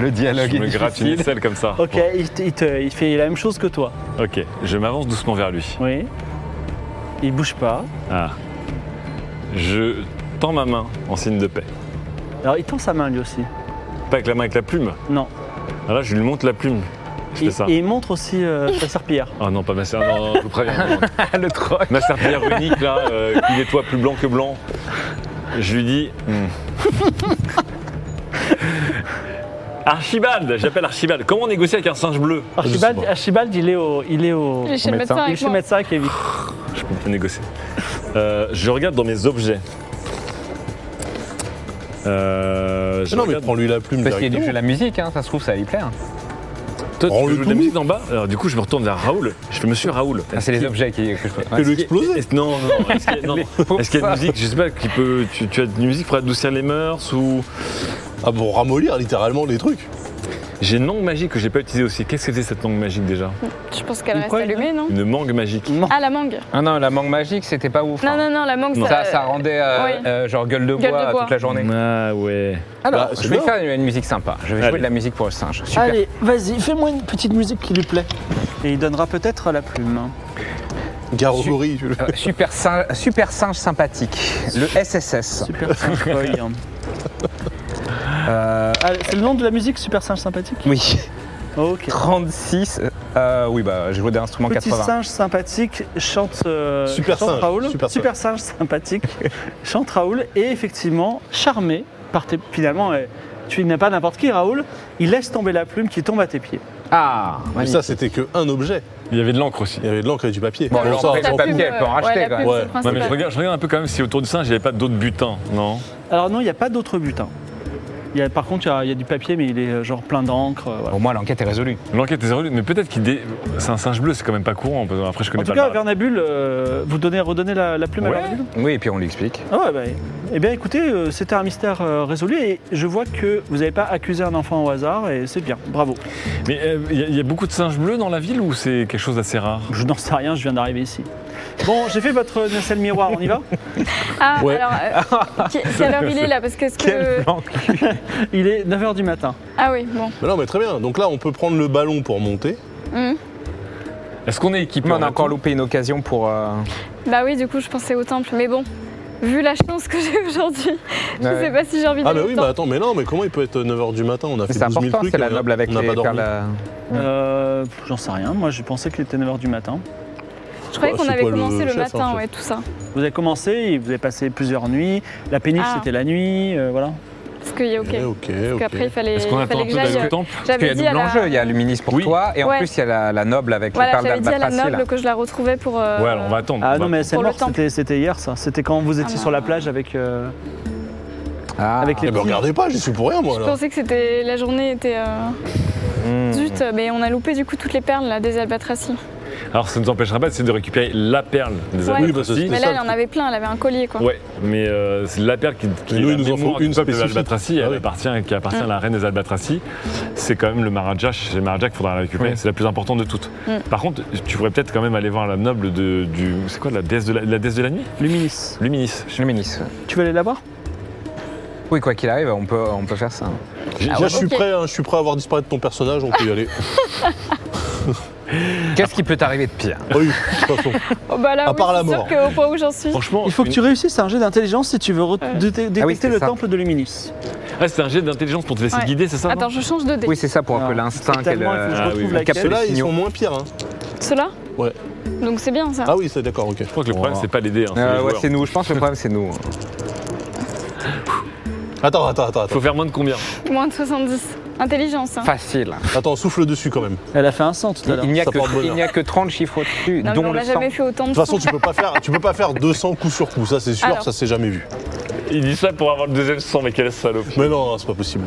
[SPEAKER 3] Le
[SPEAKER 1] je
[SPEAKER 3] dialogue
[SPEAKER 1] me
[SPEAKER 3] est
[SPEAKER 1] gratte une
[SPEAKER 3] difficile.
[SPEAKER 1] aisselle comme ça.
[SPEAKER 2] <laughs> Ok, il, te- il te- il fait la même chose que toi.
[SPEAKER 1] Bon, ok, je m'avance doucement vers lui.
[SPEAKER 2] Oui. Il bouge pas.
[SPEAKER 1] Ah. Je tends ma main en signe de paix.
[SPEAKER 2] Alors il tend sa main lui aussi.
[SPEAKER 1] Pas avec la main, avec la plume.
[SPEAKER 2] Non.
[SPEAKER 1] Ah là, je lui monte la plume. Je fais
[SPEAKER 2] Et,
[SPEAKER 1] ça.
[SPEAKER 2] et il montre aussi euh, sa serpillière.
[SPEAKER 1] Oh non, pas ma serpillière. Non, non, je vous préviens. non.
[SPEAKER 3] <laughs> le troc.
[SPEAKER 1] Ma serpillière unique, là, euh, qui nettoie plus blanc que blanc. Je lui dis. hmm.
[SPEAKER 3] <laughs>
[SPEAKER 1] Archibald, j'appelle Archibald. Comment négocier avec un singe bleu
[SPEAKER 2] Archibald,
[SPEAKER 4] Je sais pas.
[SPEAKER 2] Archibald, il est au, il est au,
[SPEAKER 5] Il est chez le médecin
[SPEAKER 2] il est
[SPEAKER 5] avec
[SPEAKER 2] chez le
[SPEAKER 5] moi.
[SPEAKER 2] médecin avec Evie.
[SPEAKER 1] Je peux pas négocier. Euh, je regarde dans mes objets. Euh, je
[SPEAKER 4] Ah Non, mais
[SPEAKER 1] regarde-
[SPEAKER 4] prends-lui la plume
[SPEAKER 3] Parce qu'il y a du
[SPEAKER 4] directement.
[SPEAKER 3] jeu de la musique, hein, ça se trouve, ça va lui plaire.
[SPEAKER 1] Toi, tu peux
[SPEAKER 4] Rends-le
[SPEAKER 1] jouer de la
[SPEAKER 4] tout.
[SPEAKER 1] musique d'en bas. Alors, du coup, je me retourne vers Raoul. Je fais Monsieur Raoul.
[SPEAKER 3] Ah, c'est
[SPEAKER 1] est-ce
[SPEAKER 3] les
[SPEAKER 1] qu'il-
[SPEAKER 3] objets qui, que je peux.
[SPEAKER 4] Fais-le exploser.
[SPEAKER 1] est-ce- <laughs> Non, non. non. Est-ce qu'il y a, non.
[SPEAKER 3] <laughs>
[SPEAKER 1] Est-ce qu'il y a
[SPEAKER 3] Ah,
[SPEAKER 1] une musique Je sais pas. Qui peut Tu, tu as une musique pour adoucir les mœurs ou
[SPEAKER 4] Ah bon, ramollir littéralement les trucs.
[SPEAKER 1] J'ai une langue magique que j'ai pas utilisée aussi. Qu'est-ce que c'était cette langue magique déjà
[SPEAKER 5] Je pense qu'elle
[SPEAKER 2] Une
[SPEAKER 5] reste
[SPEAKER 2] quoi, une
[SPEAKER 5] allumée, non
[SPEAKER 1] Une mangue magique.
[SPEAKER 5] Ah, la mangue.
[SPEAKER 3] Ah non, la mangue magique, c'était pas ouf.
[SPEAKER 5] Non, non,
[SPEAKER 3] hein.
[SPEAKER 5] non, la mangue,
[SPEAKER 1] Non.
[SPEAKER 3] Ça, ça rendait euh,
[SPEAKER 5] oui.
[SPEAKER 3] euh, genre gueule de bois,
[SPEAKER 5] Gueule de bois.
[SPEAKER 3] toute la journée.
[SPEAKER 1] Ah ouais.
[SPEAKER 3] Alors,
[SPEAKER 4] Bah, c'est
[SPEAKER 3] je vais
[SPEAKER 4] bien.
[SPEAKER 3] faire une, une musique sympa. Je vais
[SPEAKER 1] Allez.
[SPEAKER 3] jouer de la musique pour le singe. Super.
[SPEAKER 2] Allez, vas-y, fais-moi une petite musique qui lui plaît. Et il donnera peut-être la plume.
[SPEAKER 4] Garogori. tu le-
[SPEAKER 3] Euh, super, singe, super singe sympathique. Le SSS.
[SPEAKER 2] Super Singe <laughs> Boy. hein.
[SPEAKER 3] Euh,
[SPEAKER 2] Ah, c'est le nom de la musique, Super Singe Sympathique
[SPEAKER 3] oui.
[SPEAKER 2] Ok.
[SPEAKER 3] 36. euh, euh, oui, bah, j'ai joué des instruments
[SPEAKER 2] Petit
[SPEAKER 3] 80.
[SPEAKER 2] singe sympathique chante, euh,
[SPEAKER 4] Super
[SPEAKER 2] chante
[SPEAKER 4] singe,
[SPEAKER 2] Raoul.
[SPEAKER 4] super
[SPEAKER 2] Super, singe <laughs> sympathique chante Raoul et effectivement charmé par tes. Finalement, euh, tu n'es pas n'importe qui, Raoul. Il laisse tomber la plume qui tombe à tes pieds.
[SPEAKER 3] Ah,
[SPEAKER 4] Mais
[SPEAKER 3] magnifique.
[SPEAKER 4] ça, c'était que un objet.
[SPEAKER 1] Il y avait de l'encre aussi.
[SPEAKER 4] Il y avait de l'encre et du papier.
[SPEAKER 3] Bon, l'encre
[SPEAKER 4] ça,
[SPEAKER 3] et
[SPEAKER 4] on
[SPEAKER 3] du
[SPEAKER 4] s'en
[SPEAKER 3] papier.
[SPEAKER 4] fout.
[SPEAKER 3] elle peut en racheter, quand même.
[SPEAKER 4] Ouais.
[SPEAKER 5] Ouais,
[SPEAKER 1] Ouais, mais je regarde, je regarde un peu quand même si autour du singe, il n'y avait pas d'autres butins, non
[SPEAKER 2] Alors non, il n'y a pas d'autre butin. Il y a, par contre, il y a- il y, a du papier, mais il est euh, genre plein d'encre. euh, voilà.
[SPEAKER 3] Au moins, l'enquête est résolue.
[SPEAKER 1] L'enquête est résolue, mais peut-être qu'il dé... c'est un singe bleu, c'est quand même pas courant. parce que Après, je connais
[SPEAKER 2] En tout
[SPEAKER 1] pas.
[SPEAKER 2] cas,
[SPEAKER 1] le marathon.
[SPEAKER 2] Vernabule, euh, vous donnez, redonnez la, la plume à
[SPEAKER 1] Ouais.
[SPEAKER 2] Vernabule
[SPEAKER 3] Oui, et puis on lui explique.
[SPEAKER 2] Ah ouais, bah, eh bien écoutez, euh, c'était un mystère euh, résolu et je vois que vous n'avez pas accusé un enfant au hasard et c'est bien, bravo.
[SPEAKER 1] Mais euh, il y, a- il y a beaucoup de singes bleus dans la ville ou c'est quelque chose d'assez rare
[SPEAKER 2] Je n'en sais rien, je viens d'arriver ici. Bon, j'ai fait votre nacelle miroir, on y va
[SPEAKER 5] Ah,
[SPEAKER 4] Ouais.
[SPEAKER 5] alors, euh, que- quelle heure il est là Parce que.
[SPEAKER 1] <laughs>
[SPEAKER 5] ce que...
[SPEAKER 2] Il est 9h du matin.
[SPEAKER 5] Ah oui, bon.
[SPEAKER 4] Mais non, mais très bien. Donc là, on peut prendre le ballon pour monter.
[SPEAKER 5] Hum.
[SPEAKER 1] Est-ce qu'on est équipé
[SPEAKER 3] Mais on
[SPEAKER 1] en
[SPEAKER 3] a encore
[SPEAKER 1] atout
[SPEAKER 3] loupé une occasion pour. euh,
[SPEAKER 5] Bah oui, du coup, je pensais au temple. Mais bon, vu la chance que j'ai aujourd'hui, je
[SPEAKER 3] ouais.
[SPEAKER 5] sais pas si j'ai envie
[SPEAKER 4] Ah,
[SPEAKER 5] d'aller
[SPEAKER 4] bah
[SPEAKER 5] au
[SPEAKER 4] oui,
[SPEAKER 5] temple.
[SPEAKER 4] bah attends, mais non, mais comment il peut être 9h du matin On a
[SPEAKER 3] Mais
[SPEAKER 4] fait
[SPEAKER 3] C'est
[SPEAKER 4] 12 000
[SPEAKER 3] important,
[SPEAKER 4] trucs.
[SPEAKER 3] c'est la
[SPEAKER 4] et
[SPEAKER 3] noble avec
[SPEAKER 4] on n'a
[SPEAKER 3] les
[SPEAKER 4] pas dormi.
[SPEAKER 3] perles. euh,
[SPEAKER 2] Euh, J'en sais rien, moi je pensais qu'il était 9h du matin.
[SPEAKER 5] Je croyais
[SPEAKER 4] Bah,
[SPEAKER 5] qu'on
[SPEAKER 4] c'est
[SPEAKER 5] avait
[SPEAKER 4] quoi le
[SPEAKER 5] commencé le
[SPEAKER 4] chef, hein,
[SPEAKER 5] matin,
[SPEAKER 4] chef.
[SPEAKER 5] ouais, tout ça.
[SPEAKER 2] Vous avez commencé, et vous avez passé plusieurs nuits, la péniche
[SPEAKER 5] Ah.
[SPEAKER 2] c'était la nuit, euh, voilà.
[SPEAKER 5] Parce qu'il y a OK.
[SPEAKER 4] Eh,
[SPEAKER 5] Parce
[SPEAKER 4] Ok,
[SPEAKER 5] qu'après, il
[SPEAKER 4] ok.
[SPEAKER 5] fallait,
[SPEAKER 1] Est-ce qu'on
[SPEAKER 5] il
[SPEAKER 1] attend
[SPEAKER 5] fallait
[SPEAKER 1] un
[SPEAKER 5] que
[SPEAKER 1] peu d'aller
[SPEAKER 5] j'aille.
[SPEAKER 3] euh,
[SPEAKER 1] au temple
[SPEAKER 3] Parce qu'il y a
[SPEAKER 5] J'avais dit, à
[SPEAKER 3] double
[SPEAKER 5] la...
[SPEAKER 3] enjeu. Il y a Luminis pour
[SPEAKER 1] Oui.
[SPEAKER 3] toi et en
[SPEAKER 5] Ouais.
[SPEAKER 3] plus, il y a la, la noble avec les
[SPEAKER 5] voilà,
[SPEAKER 3] perles
[SPEAKER 5] j'avais dit à la
[SPEAKER 3] d'Albatracie.
[SPEAKER 5] noble
[SPEAKER 3] là.
[SPEAKER 5] que je la retrouvais pour. euh,
[SPEAKER 1] Ouais, on va attendre.
[SPEAKER 2] Ah
[SPEAKER 1] on va
[SPEAKER 2] non mais c'est
[SPEAKER 5] pour le
[SPEAKER 2] mort,
[SPEAKER 5] temps.
[SPEAKER 2] c'était- c'était hier ça, c'était quand vous étiez
[SPEAKER 5] Ah.
[SPEAKER 2] sur la plage avec... euh,
[SPEAKER 3] Ah.
[SPEAKER 2] avec les-
[SPEAKER 4] Eh ben regardez pas, j'y suis pour rien moi
[SPEAKER 5] Je
[SPEAKER 4] là.
[SPEAKER 5] pensais que c'était la journée était euh,
[SPEAKER 4] Mmh.
[SPEAKER 3] Hmm.
[SPEAKER 5] zut, mais on a loupé du coup toutes les perles là des albatracies.
[SPEAKER 1] Alors, ça ne nous empêchera pas c'est de récupérer la perle des
[SPEAKER 5] Ouais.
[SPEAKER 1] amis.
[SPEAKER 5] Oui,
[SPEAKER 4] bah, ça,
[SPEAKER 5] Mais
[SPEAKER 4] c'est
[SPEAKER 5] là,
[SPEAKER 4] ça,
[SPEAKER 5] elle en
[SPEAKER 4] le
[SPEAKER 5] avait plein, elle avait un collier quoi.
[SPEAKER 1] Ouais, mais euh, c'est la perle qui, qui
[SPEAKER 4] Mais nous, il nous en faut une spécifique.
[SPEAKER 1] l'albatracie,
[SPEAKER 4] Ah
[SPEAKER 1] elle
[SPEAKER 4] oui.
[SPEAKER 1] appartient, qui appartient à la reine des albatracies. C'est quand même le Maharaja, c'est le Maharaja qu'il faudra la récupérer,
[SPEAKER 3] Oui.
[SPEAKER 1] c'est la plus importante de toutes.
[SPEAKER 5] Mm.
[SPEAKER 1] Par contre, tu pourrais peut-être quand même aller voir la noble de, du... C'est quoi, la déesse de la, la déesse de la nuit
[SPEAKER 2] Luminis.
[SPEAKER 1] Luminis.
[SPEAKER 3] Luminis.
[SPEAKER 2] Tu veux aller la voir
[SPEAKER 3] Oui, quoi qu'il arrive, on peut, on peut faire ça.
[SPEAKER 1] J'ai-
[SPEAKER 4] Là,
[SPEAKER 5] ouais,
[SPEAKER 4] je suis
[SPEAKER 5] Ah, ok.
[SPEAKER 4] prêt, hein, je suis prêt à voir disparaître ton personnage, on peut y
[SPEAKER 5] <laughs>
[SPEAKER 4] aller.
[SPEAKER 3] Qu'est-ce qui peut t'arriver de pire
[SPEAKER 4] Ah oui, de toute façon.
[SPEAKER 5] Oh, bah là,
[SPEAKER 4] À
[SPEAKER 5] oui,
[SPEAKER 4] part la
[SPEAKER 5] c'est sûr
[SPEAKER 4] mort.
[SPEAKER 5] qu'au point où j'en suis.
[SPEAKER 1] Franchement,
[SPEAKER 2] Il faut que
[SPEAKER 1] une-
[SPEAKER 2] tu réussisses un jet d'intelligence si tu veux re-
[SPEAKER 5] Ouais.
[SPEAKER 2] déte- détecter
[SPEAKER 3] Ah oui, c'est
[SPEAKER 2] le
[SPEAKER 3] ça.
[SPEAKER 2] temple de Luminis.
[SPEAKER 1] Ah, c'est un jet d'intelligence pour te laisser
[SPEAKER 5] Ouais.
[SPEAKER 1] guider, c'est ça non
[SPEAKER 5] Attends, je change de dé.
[SPEAKER 3] Oui, c'est ça
[SPEAKER 5] Ah.
[SPEAKER 3] pour un peu
[SPEAKER 2] Alors,
[SPEAKER 3] l'instinct
[SPEAKER 2] c'est
[SPEAKER 3] qu'elle.
[SPEAKER 2] tellement, il faut que je
[SPEAKER 3] euh,
[SPEAKER 2] retrouve
[SPEAKER 3] oui.
[SPEAKER 2] laquelle.
[SPEAKER 3] Capte
[SPEAKER 4] Ceux-là,
[SPEAKER 3] les
[SPEAKER 4] ils
[SPEAKER 3] signaux.
[SPEAKER 4] sont moins pires. Hein.
[SPEAKER 5] Cela
[SPEAKER 4] Ouais.
[SPEAKER 5] Donc c'est bien ça.
[SPEAKER 4] Ah oui, c'est d'accord, ok.
[SPEAKER 1] Je crois que le problème,
[SPEAKER 3] Wow.
[SPEAKER 1] c'est pas les dés, hein, c'est
[SPEAKER 3] Euh,
[SPEAKER 1] les
[SPEAKER 3] ouais,
[SPEAKER 1] joueurs.
[SPEAKER 3] c'est nous. Je pense que le problème, c'est nous. hein.
[SPEAKER 4] Attends, attends, attends, attends.
[SPEAKER 1] Faut faire moins de combien
[SPEAKER 5] Moins de 70. Intelligence. hein.
[SPEAKER 3] Facile.
[SPEAKER 4] Attends, souffle dessus quand même. De
[SPEAKER 2] Elle a fait un sang tout à
[SPEAKER 3] Il,
[SPEAKER 2] l'heure.
[SPEAKER 3] il n'y a,
[SPEAKER 4] ça
[SPEAKER 3] que,
[SPEAKER 4] porte bonheur.
[SPEAKER 3] il n'y a que 30 chiffres au-dessus,
[SPEAKER 5] Non, mais
[SPEAKER 3] dont
[SPEAKER 5] on
[SPEAKER 3] le
[SPEAKER 5] n'a
[SPEAKER 3] 100.
[SPEAKER 5] jamais fait autant de
[SPEAKER 4] toute façon,
[SPEAKER 5] sang.
[SPEAKER 4] tu peux pas faire, tu peux pas faire 200 coups sur coup, ça c'est sûr,
[SPEAKER 5] Alors.
[SPEAKER 4] ça c'est jamais vu.
[SPEAKER 1] Il dit ça pour avoir le deuxième sang, mais quelle salope.
[SPEAKER 4] Mais non, c'est pas possible.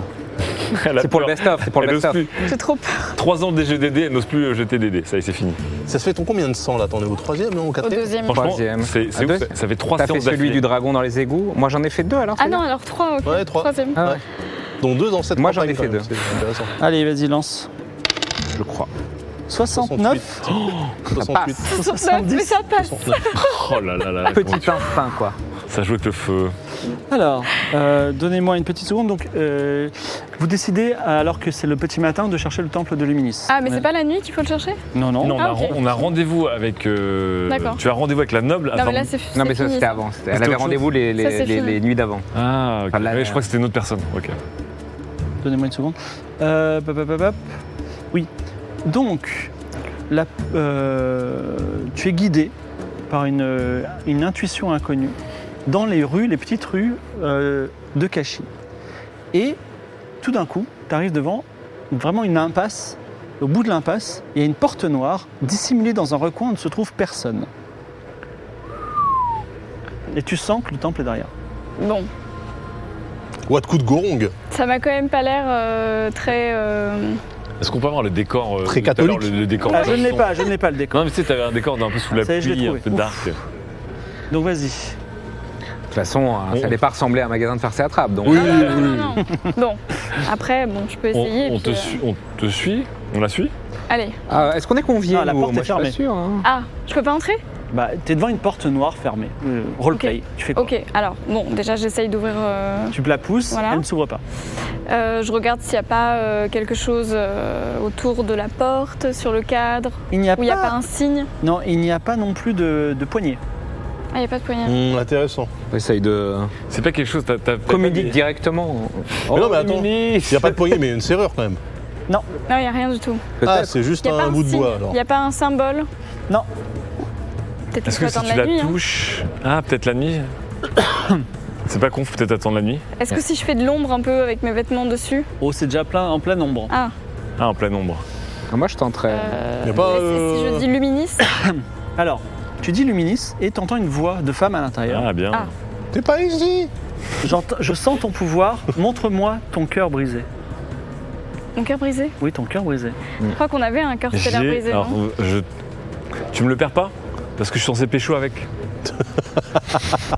[SPEAKER 3] C'est pour le best-of. C'est pour le best-of.
[SPEAKER 5] J'ai trop peur.
[SPEAKER 1] 3 ans de DGDD, elle n'ose plus euh, jeter des dés. Ça y est, c'est fini.
[SPEAKER 4] Ça se fait ton combien de sang là T'en es au troisième, non Au
[SPEAKER 5] Au
[SPEAKER 4] quatrième
[SPEAKER 5] deuxième.
[SPEAKER 1] Franchement,
[SPEAKER 3] Troisième.
[SPEAKER 1] c'est c'est
[SPEAKER 3] Ah,
[SPEAKER 1] ouf,
[SPEAKER 3] deux
[SPEAKER 1] ça, ça fait 3
[SPEAKER 3] T'as fait
[SPEAKER 1] séances d'affilée.
[SPEAKER 3] celui du dragon dans les égouts. Moi, j'en ai fait deux alors.
[SPEAKER 5] Ah
[SPEAKER 3] celui-là.
[SPEAKER 5] non, alors 3, ok.
[SPEAKER 4] Ouais, trois.
[SPEAKER 5] Troisième.
[SPEAKER 3] Ah ouais.
[SPEAKER 4] Dont deux dans cette
[SPEAKER 3] Moi, j'en ai
[SPEAKER 4] campagne,
[SPEAKER 3] fait
[SPEAKER 4] quand même,
[SPEAKER 3] deux.
[SPEAKER 4] C'est intéressant.
[SPEAKER 2] Allez, vas-y, lance.
[SPEAKER 3] je crois.
[SPEAKER 2] 69
[SPEAKER 5] Oh,
[SPEAKER 4] Oh, 68.
[SPEAKER 5] 69, bah, mais ça passe.
[SPEAKER 1] <laughs> Oh là là là. comment
[SPEAKER 3] Petit
[SPEAKER 1] tu-
[SPEAKER 3] instinct, quoi.
[SPEAKER 1] Ça joue avec le feu.
[SPEAKER 2] Alors, euh, donnez-moi une petite seconde. Donc, euh, vous décidez, alors que c'est le petit matin, de chercher le temple de Luminis.
[SPEAKER 5] Ah, mais
[SPEAKER 2] Ouais.
[SPEAKER 5] c'est pas la nuit qu'il faut le chercher
[SPEAKER 2] Non, non.
[SPEAKER 1] Non, on
[SPEAKER 5] Ah,
[SPEAKER 1] a,
[SPEAKER 5] ok.
[SPEAKER 1] ren- on a rendez-vous avec. euh,
[SPEAKER 5] D'accord.
[SPEAKER 1] tu as rendez-vous avec la noble.
[SPEAKER 5] Non,
[SPEAKER 1] avant-
[SPEAKER 5] mais là, c'est
[SPEAKER 3] Non,
[SPEAKER 5] c'est
[SPEAKER 3] mais ça,
[SPEAKER 5] fini,
[SPEAKER 3] c'était avant. c'était- Elle
[SPEAKER 1] C'était
[SPEAKER 3] avait
[SPEAKER 1] autre
[SPEAKER 3] rendez-vous les, les-
[SPEAKER 5] Ça, c'est
[SPEAKER 3] les-
[SPEAKER 5] fini.
[SPEAKER 3] les nuits d'avant.
[SPEAKER 1] Ah, ok.
[SPEAKER 3] Enfin, là,
[SPEAKER 1] Ouais,
[SPEAKER 3] là.
[SPEAKER 1] je crois que c'était une autre personne. Ok.
[SPEAKER 2] Donnez-moi une seconde. Euh, pop, pop, pop, pop. Oui. Donc, la- euh, tu es guidé par une, euh, une intuition inconnue dans les rues, les petites rues euh, de Kashi. Et tout d'un coup, tu arrives devant vraiment une impasse. Au bout de l'impasse, il y a une porte noire dissimulée dans un recoin où ne se trouve personne. Et tu sens que le temple est derrière.
[SPEAKER 5] Bon.
[SPEAKER 4] What coup de gorong
[SPEAKER 5] Ça m'a quand même pas l'air euh, très. euh,
[SPEAKER 1] Est-ce qu'on peut avoir le décor euh,
[SPEAKER 4] Très
[SPEAKER 1] de tout à l'heure,
[SPEAKER 4] catholique.
[SPEAKER 1] Le, le décor
[SPEAKER 2] Ah, je ne l'ai
[SPEAKER 1] blanc.
[SPEAKER 2] pas, je ne l'ai pas le décor.
[SPEAKER 1] Non, mais tu sais, t'avais un décor d'un peu sous la
[SPEAKER 2] Ça y est, je l'ai
[SPEAKER 1] pluie, un
[SPEAKER 2] trouvé.
[SPEAKER 1] peu dark.
[SPEAKER 2] Donc vas-y.
[SPEAKER 3] De toute façon, hein,
[SPEAKER 1] On-
[SPEAKER 3] ça n'allait pas ressembler à un magasin de farce et attrape. Donc,
[SPEAKER 1] Oui,
[SPEAKER 5] Non, non, non, non, non. Bon, après, bon, je peux
[SPEAKER 1] On,
[SPEAKER 5] essayer.
[SPEAKER 1] on
[SPEAKER 5] puis,
[SPEAKER 1] te
[SPEAKER 5] euh,
[SPEAKER 1] suit, on te suit On la suit
[SPEAKER 5] Allez.
[SPEAKER 3] Ah, est-ce qu'on est conviés
[SPEAKER 2] Ah, la
[SPEAKER 3] nous
[SPEAKER 2] porte
[SPEAKER 3] Moi,
[SPEAKER 2] est
[SPEAKER 3] je suis pas
[SPEAKER 2] fermée.
[SPEAKER 3] sûr, hein.
[SPEAKER 5] Ah, je peux pas entrer
[SPEAKER 2] Bah, t'es devant une porte noire fermée. Euh, roleplay. Tu fais quoi
[SPEAKER 5] Ok, alors, bon, déjà, j'essaye d'ouvrir. euh,
[SPEAKER 2] Tu la pousses,
[SPEAKER 5] Voilà.
[SPEAKER 2] elle ne s'ouvre pas.
[SPEAKER 5] euh, je regarde s'il n'y a pas euh, quelque chose euh, autour de la porte, sur le cadre,
[SPEAKER 2] Il n'y a,
[SPEAKER 5] où il n'y a pas un signe.
[SPEAKER 2] Non, il n'y a pas non plus de, de poignée.
[SPEAKER 5] Ah, il n'y a pas de poignard.
[SPEAKER 4] Hum, Intéressant.
[SPEAKER 3] Essaye de
[SPEAKER 1] C'est pas quelque chose. T'as, t'as- t'as
[SPEAKER 3] communiquer
[SPEAKER 1] pas dit-
[SPEAKER 3] directement. Oh,
[SPEAKER 4] non, mais attends,
[SPEAKER 3] Mimi
[SPEAKER 4] Il n'y a pas de poignée, mais il y a une serrure quand même.
[SPEAKER 5] Non, il n'y a rien du tout.
[SPEAKER 4] Ah,
[SPEAKER 3] Peut-être.
[SPEAKER 4] c'est juste
[SPEAKER 5] Il n'y a pas
[SPEAKER 4] un
[SPEAKER 5] un
[SPEAKER 4] bout de
[SPEAKER 5] signe.
[SPEAKER 4] bois alors.
[SPEAKER 5] Il n'y a pas un symbole.
[SPEAKER 2] Non.
[SPEAKER 5] Peut-être qu'il
[SPEAKER 1] Est-ce
[SPEAKER 5] faut
[SPEAKER 1] que si
[SPEAKER 5] attendre
[SPEAKER 1] tu
[SPEAKER 5] la nuit.
[SPEAKER 1] la
[SPEAKER 5] hein.
[SPEAKER 1] touches. Ah, peut-être la nuit <coughs> C'est pas con, faut peut-être attendre la nuit.
[SPEAKER 5] Est-ce que si je fais de l'ombre un peu avec mes vêtements dessus
[SPEAKER 2] Oh, c'est déjà plein, en plein ombre.
[SPEAKER 5] Ah,
[SPEAKER 1] Ah, en plein ombre.
[SPEAKER 3] Ah, Moi, je tenterais.
[SPEAKER 5] euh,
[SPEAKER 4] Il y a pas,
[SPEAKER 5] mais c'est- si
[SPEAKER 4] euh,
[SPEAKER 5] je
[SPEAKER 4] <coughs>
[SPEAKER 5] dis luminis,
[SPEAKER 2] Alors, tu dis Luminis et t'entends une voix de femme à l'intérieur.
[SPEAKER 1] Ah, bien.
[SPEAKER 5] Ah.
[SPEAKER 4] T'es pas ici
[SPEAKER 2] J'entends- Je sens ton pouvoir, montre-moi ton cœur brisé.
[SPEAKER 5] mon cœur brisé.
[SPEAKER 2] Oui, ton cœur brisé.
[SPEAKER 5] Je crois qu'on avait un cœur stellaire
[SPEAKER 1] J'ai.
[SPEAKER 5] brisé.
[SPEAKER 1] Alors,
[SPEAKER 5] non
[SPEAKER 1] je... Tu me le perds pas Parce que je suis censé pécho
[SPEAKER 5] <laughs>
[SPEAKER 1] avec.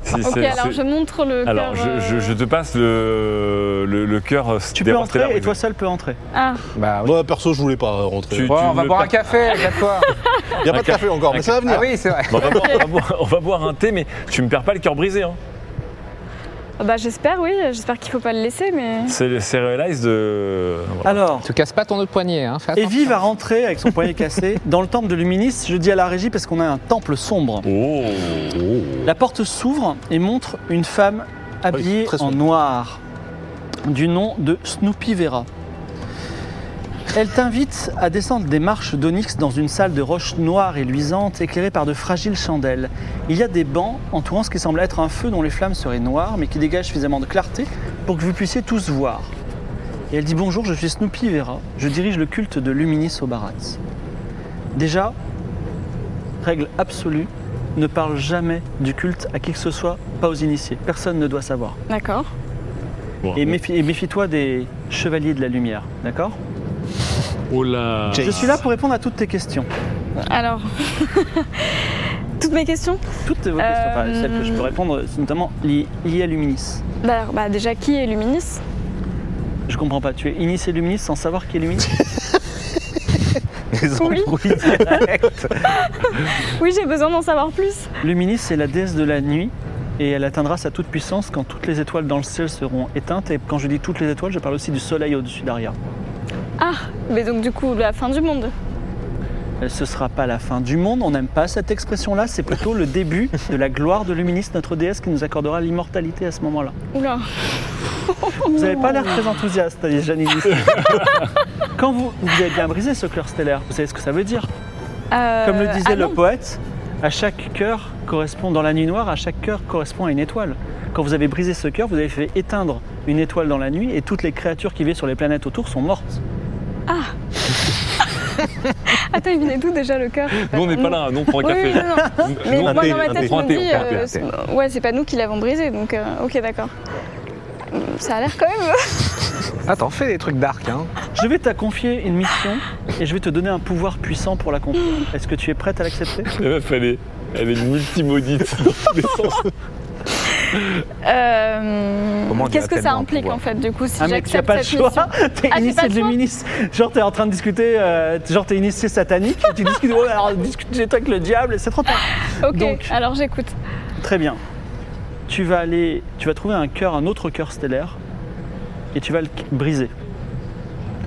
[SPEAKER 1] Si,
[SPEAKER 5] Ok,
[SPEAKER 1] c'est-
[SPEAKER 5] alors
[SPEAKER 1] c'est-
[SPEAKER 5] je montre le cœur.
[SPEAKER 1] Alors, je, je-
[SPEAKER 5] euh,
[SPEAKER 1] je te passe le, le, le cœur. euh,
[SPEAKER 2] Tu
[SPEAKER 1] des
[SPEAKER 2] peux
[SPEAKER 1] rois stellaires,
[SPEAKER 2] entrer et
[SPEAKER 1] oui.
[SPEAKER 2] toi seul peux entrer.
[SPEAKER 5] Ah,
[SPEAKER 3] Bah oui.
[SPEAKER 4] Moi perso, je voulais pas
[SPEAKER 1] Tu-
[SPEAKER 4] rentrer.
[SPEAKER 3] Bon, on va
[SPEAKER 1] me
[SPEAKER 3] boire un
[SPEAKER 1] perds.
[SPEAKER 3] café, calme-toi.
[SPEAKER 4] Il n'y a
[SPEAKER 1] Un
[SPEAKER 4] pas de café encore, mais ça va
[SPEAKER 3] ah
[SPEAKER 4] venir.
[SPEAKER 3] oui, c'est vrai.
[SPEAKER 5] <laughs>
[SPEAKER 1] Bon, on, va boire, on va boire- on va boire un thé, mais tu me perds pas le cœur brisé. Hein.
[SPEAKER 5] bah j'espère, oui. J'espère qu'il faut pas le laisser, mais.
[SPEAKER 1] C'est le Serialized. euh, voilà.
[SPEAKER 2] Alors,
[SPEAKER 3] Tu casses pas ton autre poignet, hein. fais
[SPEAKER 2] Evie va rentrer avec son poignet
[SPEAKER 4] <laughs>
[SPEAKER 2] cassé dans le temple de Luminis. Je dis à la régie parce qu'on a un temple sombre.
[SPEAKER 1] Oh,
[SPEAKER 2] La porte s'ouvre et montre une femme habillée
[SPEAKER 4] très
[SPEAKER 2] en
[SPEAKER 4] sombre.
[SPEAKER 2] noir, du nom de Snoopy Vera. Elle t'invite à descendre des marches d'onyx dans une salle de roches noires et luisantes éclairée par de fragiles chandelles. Il y a des bancs entourant ce qui semble être un feu dont les flammes seraient noires mais qui dégage suffisamment de clarté pour que vous puissiez tous voir. Et elle dit bonjour, je suis Snoopy Vera, je dirige le culte de Luminis au Barat. Déjà, règle absolue, ne parle jamais du culte à qui que ce soit, pas aux initiés. Personne ne doit savoir.
[SPEAKER 5] D'accord.
[SPEAKER 1] Bon.
[SPEAKER 2] Et méfie- et méfie-toi des chevaliers de la lumière, d'accord
[SPEAKER 1] Oh là.
[SPEAKER 2] Je suis là pour répondre à toutes tes questions.
[SPEAKER 5] Alors. <laughs> Toutes mes questions
[SPEAKER 2] Toutes vos questions, enfin,
[SPEAKER 5] Euh,
[SPEAKER 2] celles que je peux répondre, c'est notamment li- liées à Luminis.
[SPEAKER 5] bah, alors, bah déjà, qui est Luminis
[SPEAKER 2] Je comprends pas, tu es initié Luminis sans savoir qui est Luminis
[SPEAKER 3] Les <laughs> embrouilles directes.
[SPEAKER 5] Oui, j'ai besoin d'en savoir plus.
[SPEAKER 2] Luminis est la déesse de la nuit et elle atteindra sa toute puissance quand toutes les étoiles dans le ciel seront éteintes. Et quand je dis toutes les étoiles, je parle aussi du soleil au-dessus d'Aria.
[SPEAKER 5] Ah, mais donc du coup, la fin du monde.
[SPEAKER 2] Euh, Ce sera pas la fin du monde, on n'aime pas cette expression-là, c'est plutôt le début de la gloire de Luminis, notre déesse qui nous accordera l'immortalité à ce moment-là.
[SPEAKER 5] Oula.
[SPEAKER 2] Vous n'avez pas l'air très enthousiaste, les Janinis. Quand vous, vous avez bien brisé ce cœur stellaire, vous savez ce que ça veut dire
[SPEAKER 5] Euh,
[SPEAKER 2] Comme le disait
[SPEAKER 5] ah
[SPEAKER 2] le
[SPEAKER 5] non.
[SPEAKER 2] poète, à chaque cœur correspond, dans la nuit noire, à chaque cœur correspond à une étoile. Quand vous avez brisé ce cœur, vous avez fait éteindre une étoile dans la nuit et toutes les créatures qui vivent sur les planètes autour sont mortes.
[SPEAKER 5] Attends, il venait d'où déjà le cœur
[SPEAKER 1] Nous, on n'est pas là, non, pour un
[SPEAKER 5] Oui,
[SPEAKER 1] café.
[SPEAKER 5] oui, non, non. Mais
[SPEAKER 1] Nous, on
[SPEAKER 5] moi,
[SPEAKER 1] thé,
[SPEAKER 5] dans ma
[SPEAKER 1] un
[SPEAKER 5] tête,
[SPEAKER 1] thé.
[SPEAKER 5] je
[SPEAKER 1] Un
[SPEAKER 5] me
[SPEAKER 1] thé,
[SPEAKER 5] dis,
[SPEAKER 1] on fait un
[SPEAKER 5] euh,
[SPEAKER 1] thé.
[SPEAKER 5] c'est- ouais, c'est pas nous qui l'avons brisé, donc euh, ok, d'accord. Euh, Ça a l'air quand même.
[SPEAKER 3] Attends, fais des trucs dark, hein.
[SPEAKER 2] Je vais te confier une mission et je vais te donner un pouvoir puissant pour l'accomplir. Est-ce que tu es prête à l'accepter
[SPEAKER 1] La meuf, elle est, elle est multi-maudite dans tous les sens.
[SPEAKER 5] Euh,
[SPEAKER 3] Comment on
[SPEAKER 5] Qu'est-ce
[SPEAKER 3] dirait
[SPEAKER 5] que ça
[SPEAKER 3] tellement
[SPEAKER 5] implique
[SPEAKER 3] pouvoir
[SPEAKER 5] en fait du coup si
[SPEAKER 2] Ah mec, tu as
[SPEAKER 5] j'accepte
[SPEAKER 2] pas le
[SPEAKER 5] cette
[SPEAKER 2] choix.
[SPEAKER 5] mission
[SPEAKER 2] <laughs> T'es
[SPEAKER 5] Ah, j'ai pas
[SPEAKER 2] initié
[SPEAKER 5] le
[SPEAKER 2] de
[SPEAKER 5] choix.
[SPEAKER 2] ministre. Genre t'es en train de discuter, euh, genre t'es initié satanique. tu discutes. Ouais, alors discute des trucs avec le diable. et C'est trop tard.
[SPEAKER 5] Ok,
[SPEAKER 2] Donc-
[SPEAKER 5] alors j'écoute.
[SPEAKER 2] Très bien. Tu vas aller, tu vas trouver un cœur, un autre cœur stellaire, et tu vas le briser.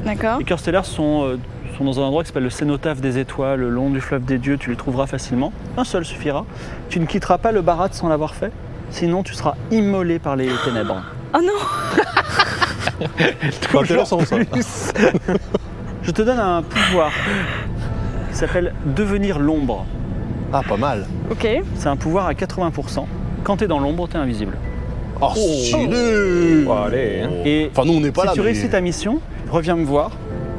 [SPEAKER 5] D'accord.
[SPEAKER 2] Les cœurs stellaires sont, euh, sont dans un endroit qui s'appelle le cénotaphe des étoiles, le long du fleuve des dieux. Tu les trouveras facilement. Un seul suffira. Tu ne quitteras pas le barat sans l'avoir fait. Sinon, tu seras immolé par les ténèbres.
[SPEAKER 5] Oh non
[SPEAKER 4] C'est intéressant ça.
[SPEAKER 2] <laughs> Je te donne un pouvoir qui s'appelle devenir l'ombre.
[SPEAKER 4] Ah, pas mal.
[SPEAKER 5] Ok.
[SPEAKER 2] C'est un pouvoir à 80%. Quand t'es dans l'ombre, t'es invisible.
[SPEAKER 4] Oh, stylé
[SPEAKER 3] Bon, allez. hein.
[SPEAKER 2] Et
[SPEAKER 4] Enfin, nous, on n'est pas
[SPEAKER 2] si
[SPEAKER 4] là.
[SPEAKER 2] tu
[SPEAKER 4] mais-
[SPEAKER 2] réussis ta mission, reviens me voir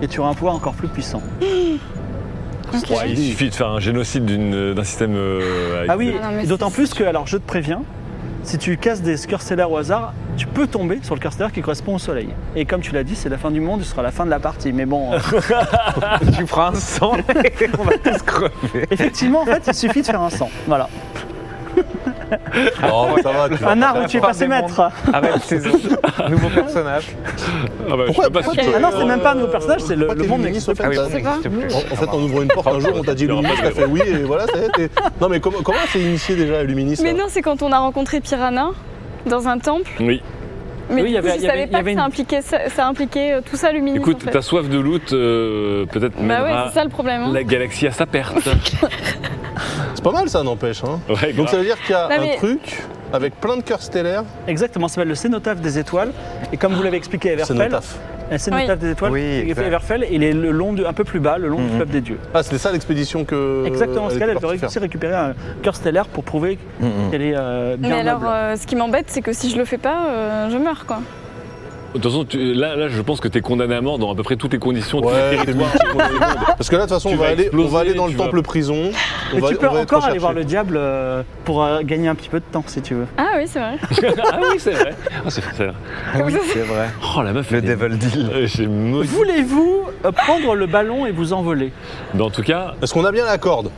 [SPEAKER 2] et tu auras un pouvoir encore plus puissant.
[SPEAKER 1] Ouais, il suffit de faire un génocide d'une- d'un système. euh, avec
[SPEAKER 2] Ah oui,
[SPEAKER 1] des-
[SPEAKER 5] Ah non, mais
[SPEAKER 2] d'autant
[SPEAKER 5] c'est-
[SPEAKER 2] plus que, alors je te préviens, si tu casses des cœurs stellaires au hasard, tu peux tomber sur le cœur stellaire qui correspond au Soleil. Et comme tu l'as dit, c'est la fin du monde, ce sera la fin de la partie. Mais bon, euh,
[SPEAKER 3] tu feras un sang et on va tous crever.
[SPEAKER 2] effectivement, en fait, il suffit de faire un sang. Voilà.
[SPEAKER 4] Non, mais ça va, tu vas-
[SPEAKER 2] Un arbre où tu es
[SPEAKER 3] fin
[SPEAKER 2] passé
[SPEAKER 3] des
[SPEAKER 2] maître.
[SPEAKER 3] Arrête de <laughs> saison. Nouveau personnage.
[SPEAKER 1] Ah bah,
[SPEAKER 4] Pourquoi-
[SPEAKER 1] je sais pas si
[SPEAKER 4] pourquoi
[SPEAKER 1] tu
[SPEAKER 5] tu-
[SPEAKER 1] peux-
[SPEAKER 2] Ah non, c'est même pas un nouveau personnage, c'est le,
[SPEAKER 4] Pourquoi
[SPEAKER 2] le
[SPEAKER 4] t'es
[SPEAKER 2] monde
[SPEAKER 4] féministe,
[SPEAKER 2] n'existe pas.
[SPEAKER 4] au fait,
[SPEAKER 3] Ah oui,
[SPEAKER 4] ça
[SPEAKER 3] non,
[SPEAKER 5] sais
[SPEAKER 3] n'existe
[SPEAKER 5] pas.
[SPEAKER 3] plus.
[SPEAKER 4] En en fait, on ouvre une porte un jour, on t'a dit
[SPEAKER 1] Il y aura
[SPEAKER 4] illuministe,
[SPEAKER 1] pas
[SPEAKER 4] t'as
[SPEAKER 1] de-
[SPEAKER 4] fait oui, et voilà, ça y est. t'es- Non, mais comment, comment c'est initié déjà l'illuminisme
[SPEAKER 5] Mais non, c'est quand on a rencontré Piranha dans un temple.
[SPEAKER 1] Oui.
[SPEAKER 5] Mais
[SPEAKER 2] Oui, il y
[SPEAKER 5] du coup,
[SPEAKER 2] avait-
[SPEAKER 5] je
[SPEAKER 2] il y avait-
[SPEAKER 5] savais
[SPEAKER 2] il y
[SPEAKER 5] pas
[SPEAKER 2] avait
[SPEAKER 5] que ça impliquait, ça, ça impliquait euh, tout ça, le
[SPEAKER 1] Écoute,
[SPEAKER 5] en fait.
[SPEAKER 1] ta soif de loot euh, peut-être
[SPEAKER 5] Bah ouais,
[SPEAKER 1] mènera
[SPEAKER 5] c'est ça le problème. hein.
[SPEAKER 1] la galaxie à sa <laughs> perte.
[SPEAKER 4] C'est pas mal ça, n'empêche. Hein.
[SPEAKER 1] ouais,
[SPEAKER 4] Donc ça veut dire qu'il y a
[SPEAKER 5] Non,
[SPEAKER 4] un
[SPEAKER 5] mais-
[SPEAKER 4] truc avec plein de cœurs stellaires,
[SPEAKER 2] Exactement, ça s'appelle le cénotaphe des étoiles. Et comme vous l'avez expliqué à
[SPEAKER 4] c'est
[SPEAKER 2] Everfell,
[SPEAKER 4] Notaf.
[SPEAKER 2] le cénotaphe des étoiles,
[SPEAKER 3] Oui,
[SPEAKER 2] et
[SPEAKER 3] exact.
[SPEAKER 2] Everfell, il est le long de, un peu plus bas, le long du
[SPEAKER 3] Mhm.
[SPEAKER 2] peuple des dieux.
[SPEAKER 4] Ah, c'est ça l'expédition que.
[SPEAKER 2] Exactement, ce qu'elle elle
[SPEAKER 4] était
[SPEAKER 2] peut
[SPEAKER 4] partie faire. Hmm.
[SPEAKER 2] réussir à récupérer un cœur stellaire pour prouver qu'elle est euh, bien
[SPEAKER 5] Mais alors,
[SPEAKER 2] noble.
[SPEAKER 5] euh, ce qui m'embête, c'est que si je le fais pas, euh, je meurs quoi.
[SPEAKER 1] De toute façon, tu- là, là, je pense que t'es condamné à mort dans à peu près toutes les conditions. tous les
[SPEAKER 4] Ouais,
[SPEAKER 1] territoires.
[SPEAKER 4] t'es multi-contre les mondes. Parce que là, de toute façon,
[SPEAKER 1] Tu
[SPEAKER 4] on va,
[SPEAKER 1] vas
[SPEAKER 4] aller, on va aller dans
[SPEAKER 1] exploser,
[SPEAKER 4] le
[SPEAKER 1] tu
[SPEAKER 4] temple prison. On
[SPEAKER 2] Mais
[SPEAKER 4] va,
[SPEAKER 2] tu
[SPEAKER 4] on
[SPEAKER 2] peux
[SPEAKER 4] va être
[SPEAKER 2] encore aller voir le
[SPEAKER 4] recherché.
[SPEAKER 2] diable euh, pour euh, gagner un petit peu de temps si tu veux.
[SPEAKER 5] Ah oui, c'est vrai.
[SPEAKER 1] <laughs> ah oui, c'est vrai. Ah, c'est c'est vrai.
[SPEAKER 3] Oui, c'est vrai.
[SPEAKER 1] Oh, la meuf.
[SPEAKER 3] Le
[SPEAKER 1] elle est-
[SPEAKER 3] Devil Deal.
[SPEAKER 1] Euh, J'ai maudit.
[SPEAKER 2] Voulez-vous euh, prendre le ballon et vous envoler
[SPEAKER 1] Mais en tout cas,
[SPEAKER 4] Est-ce qu'on a bien la corde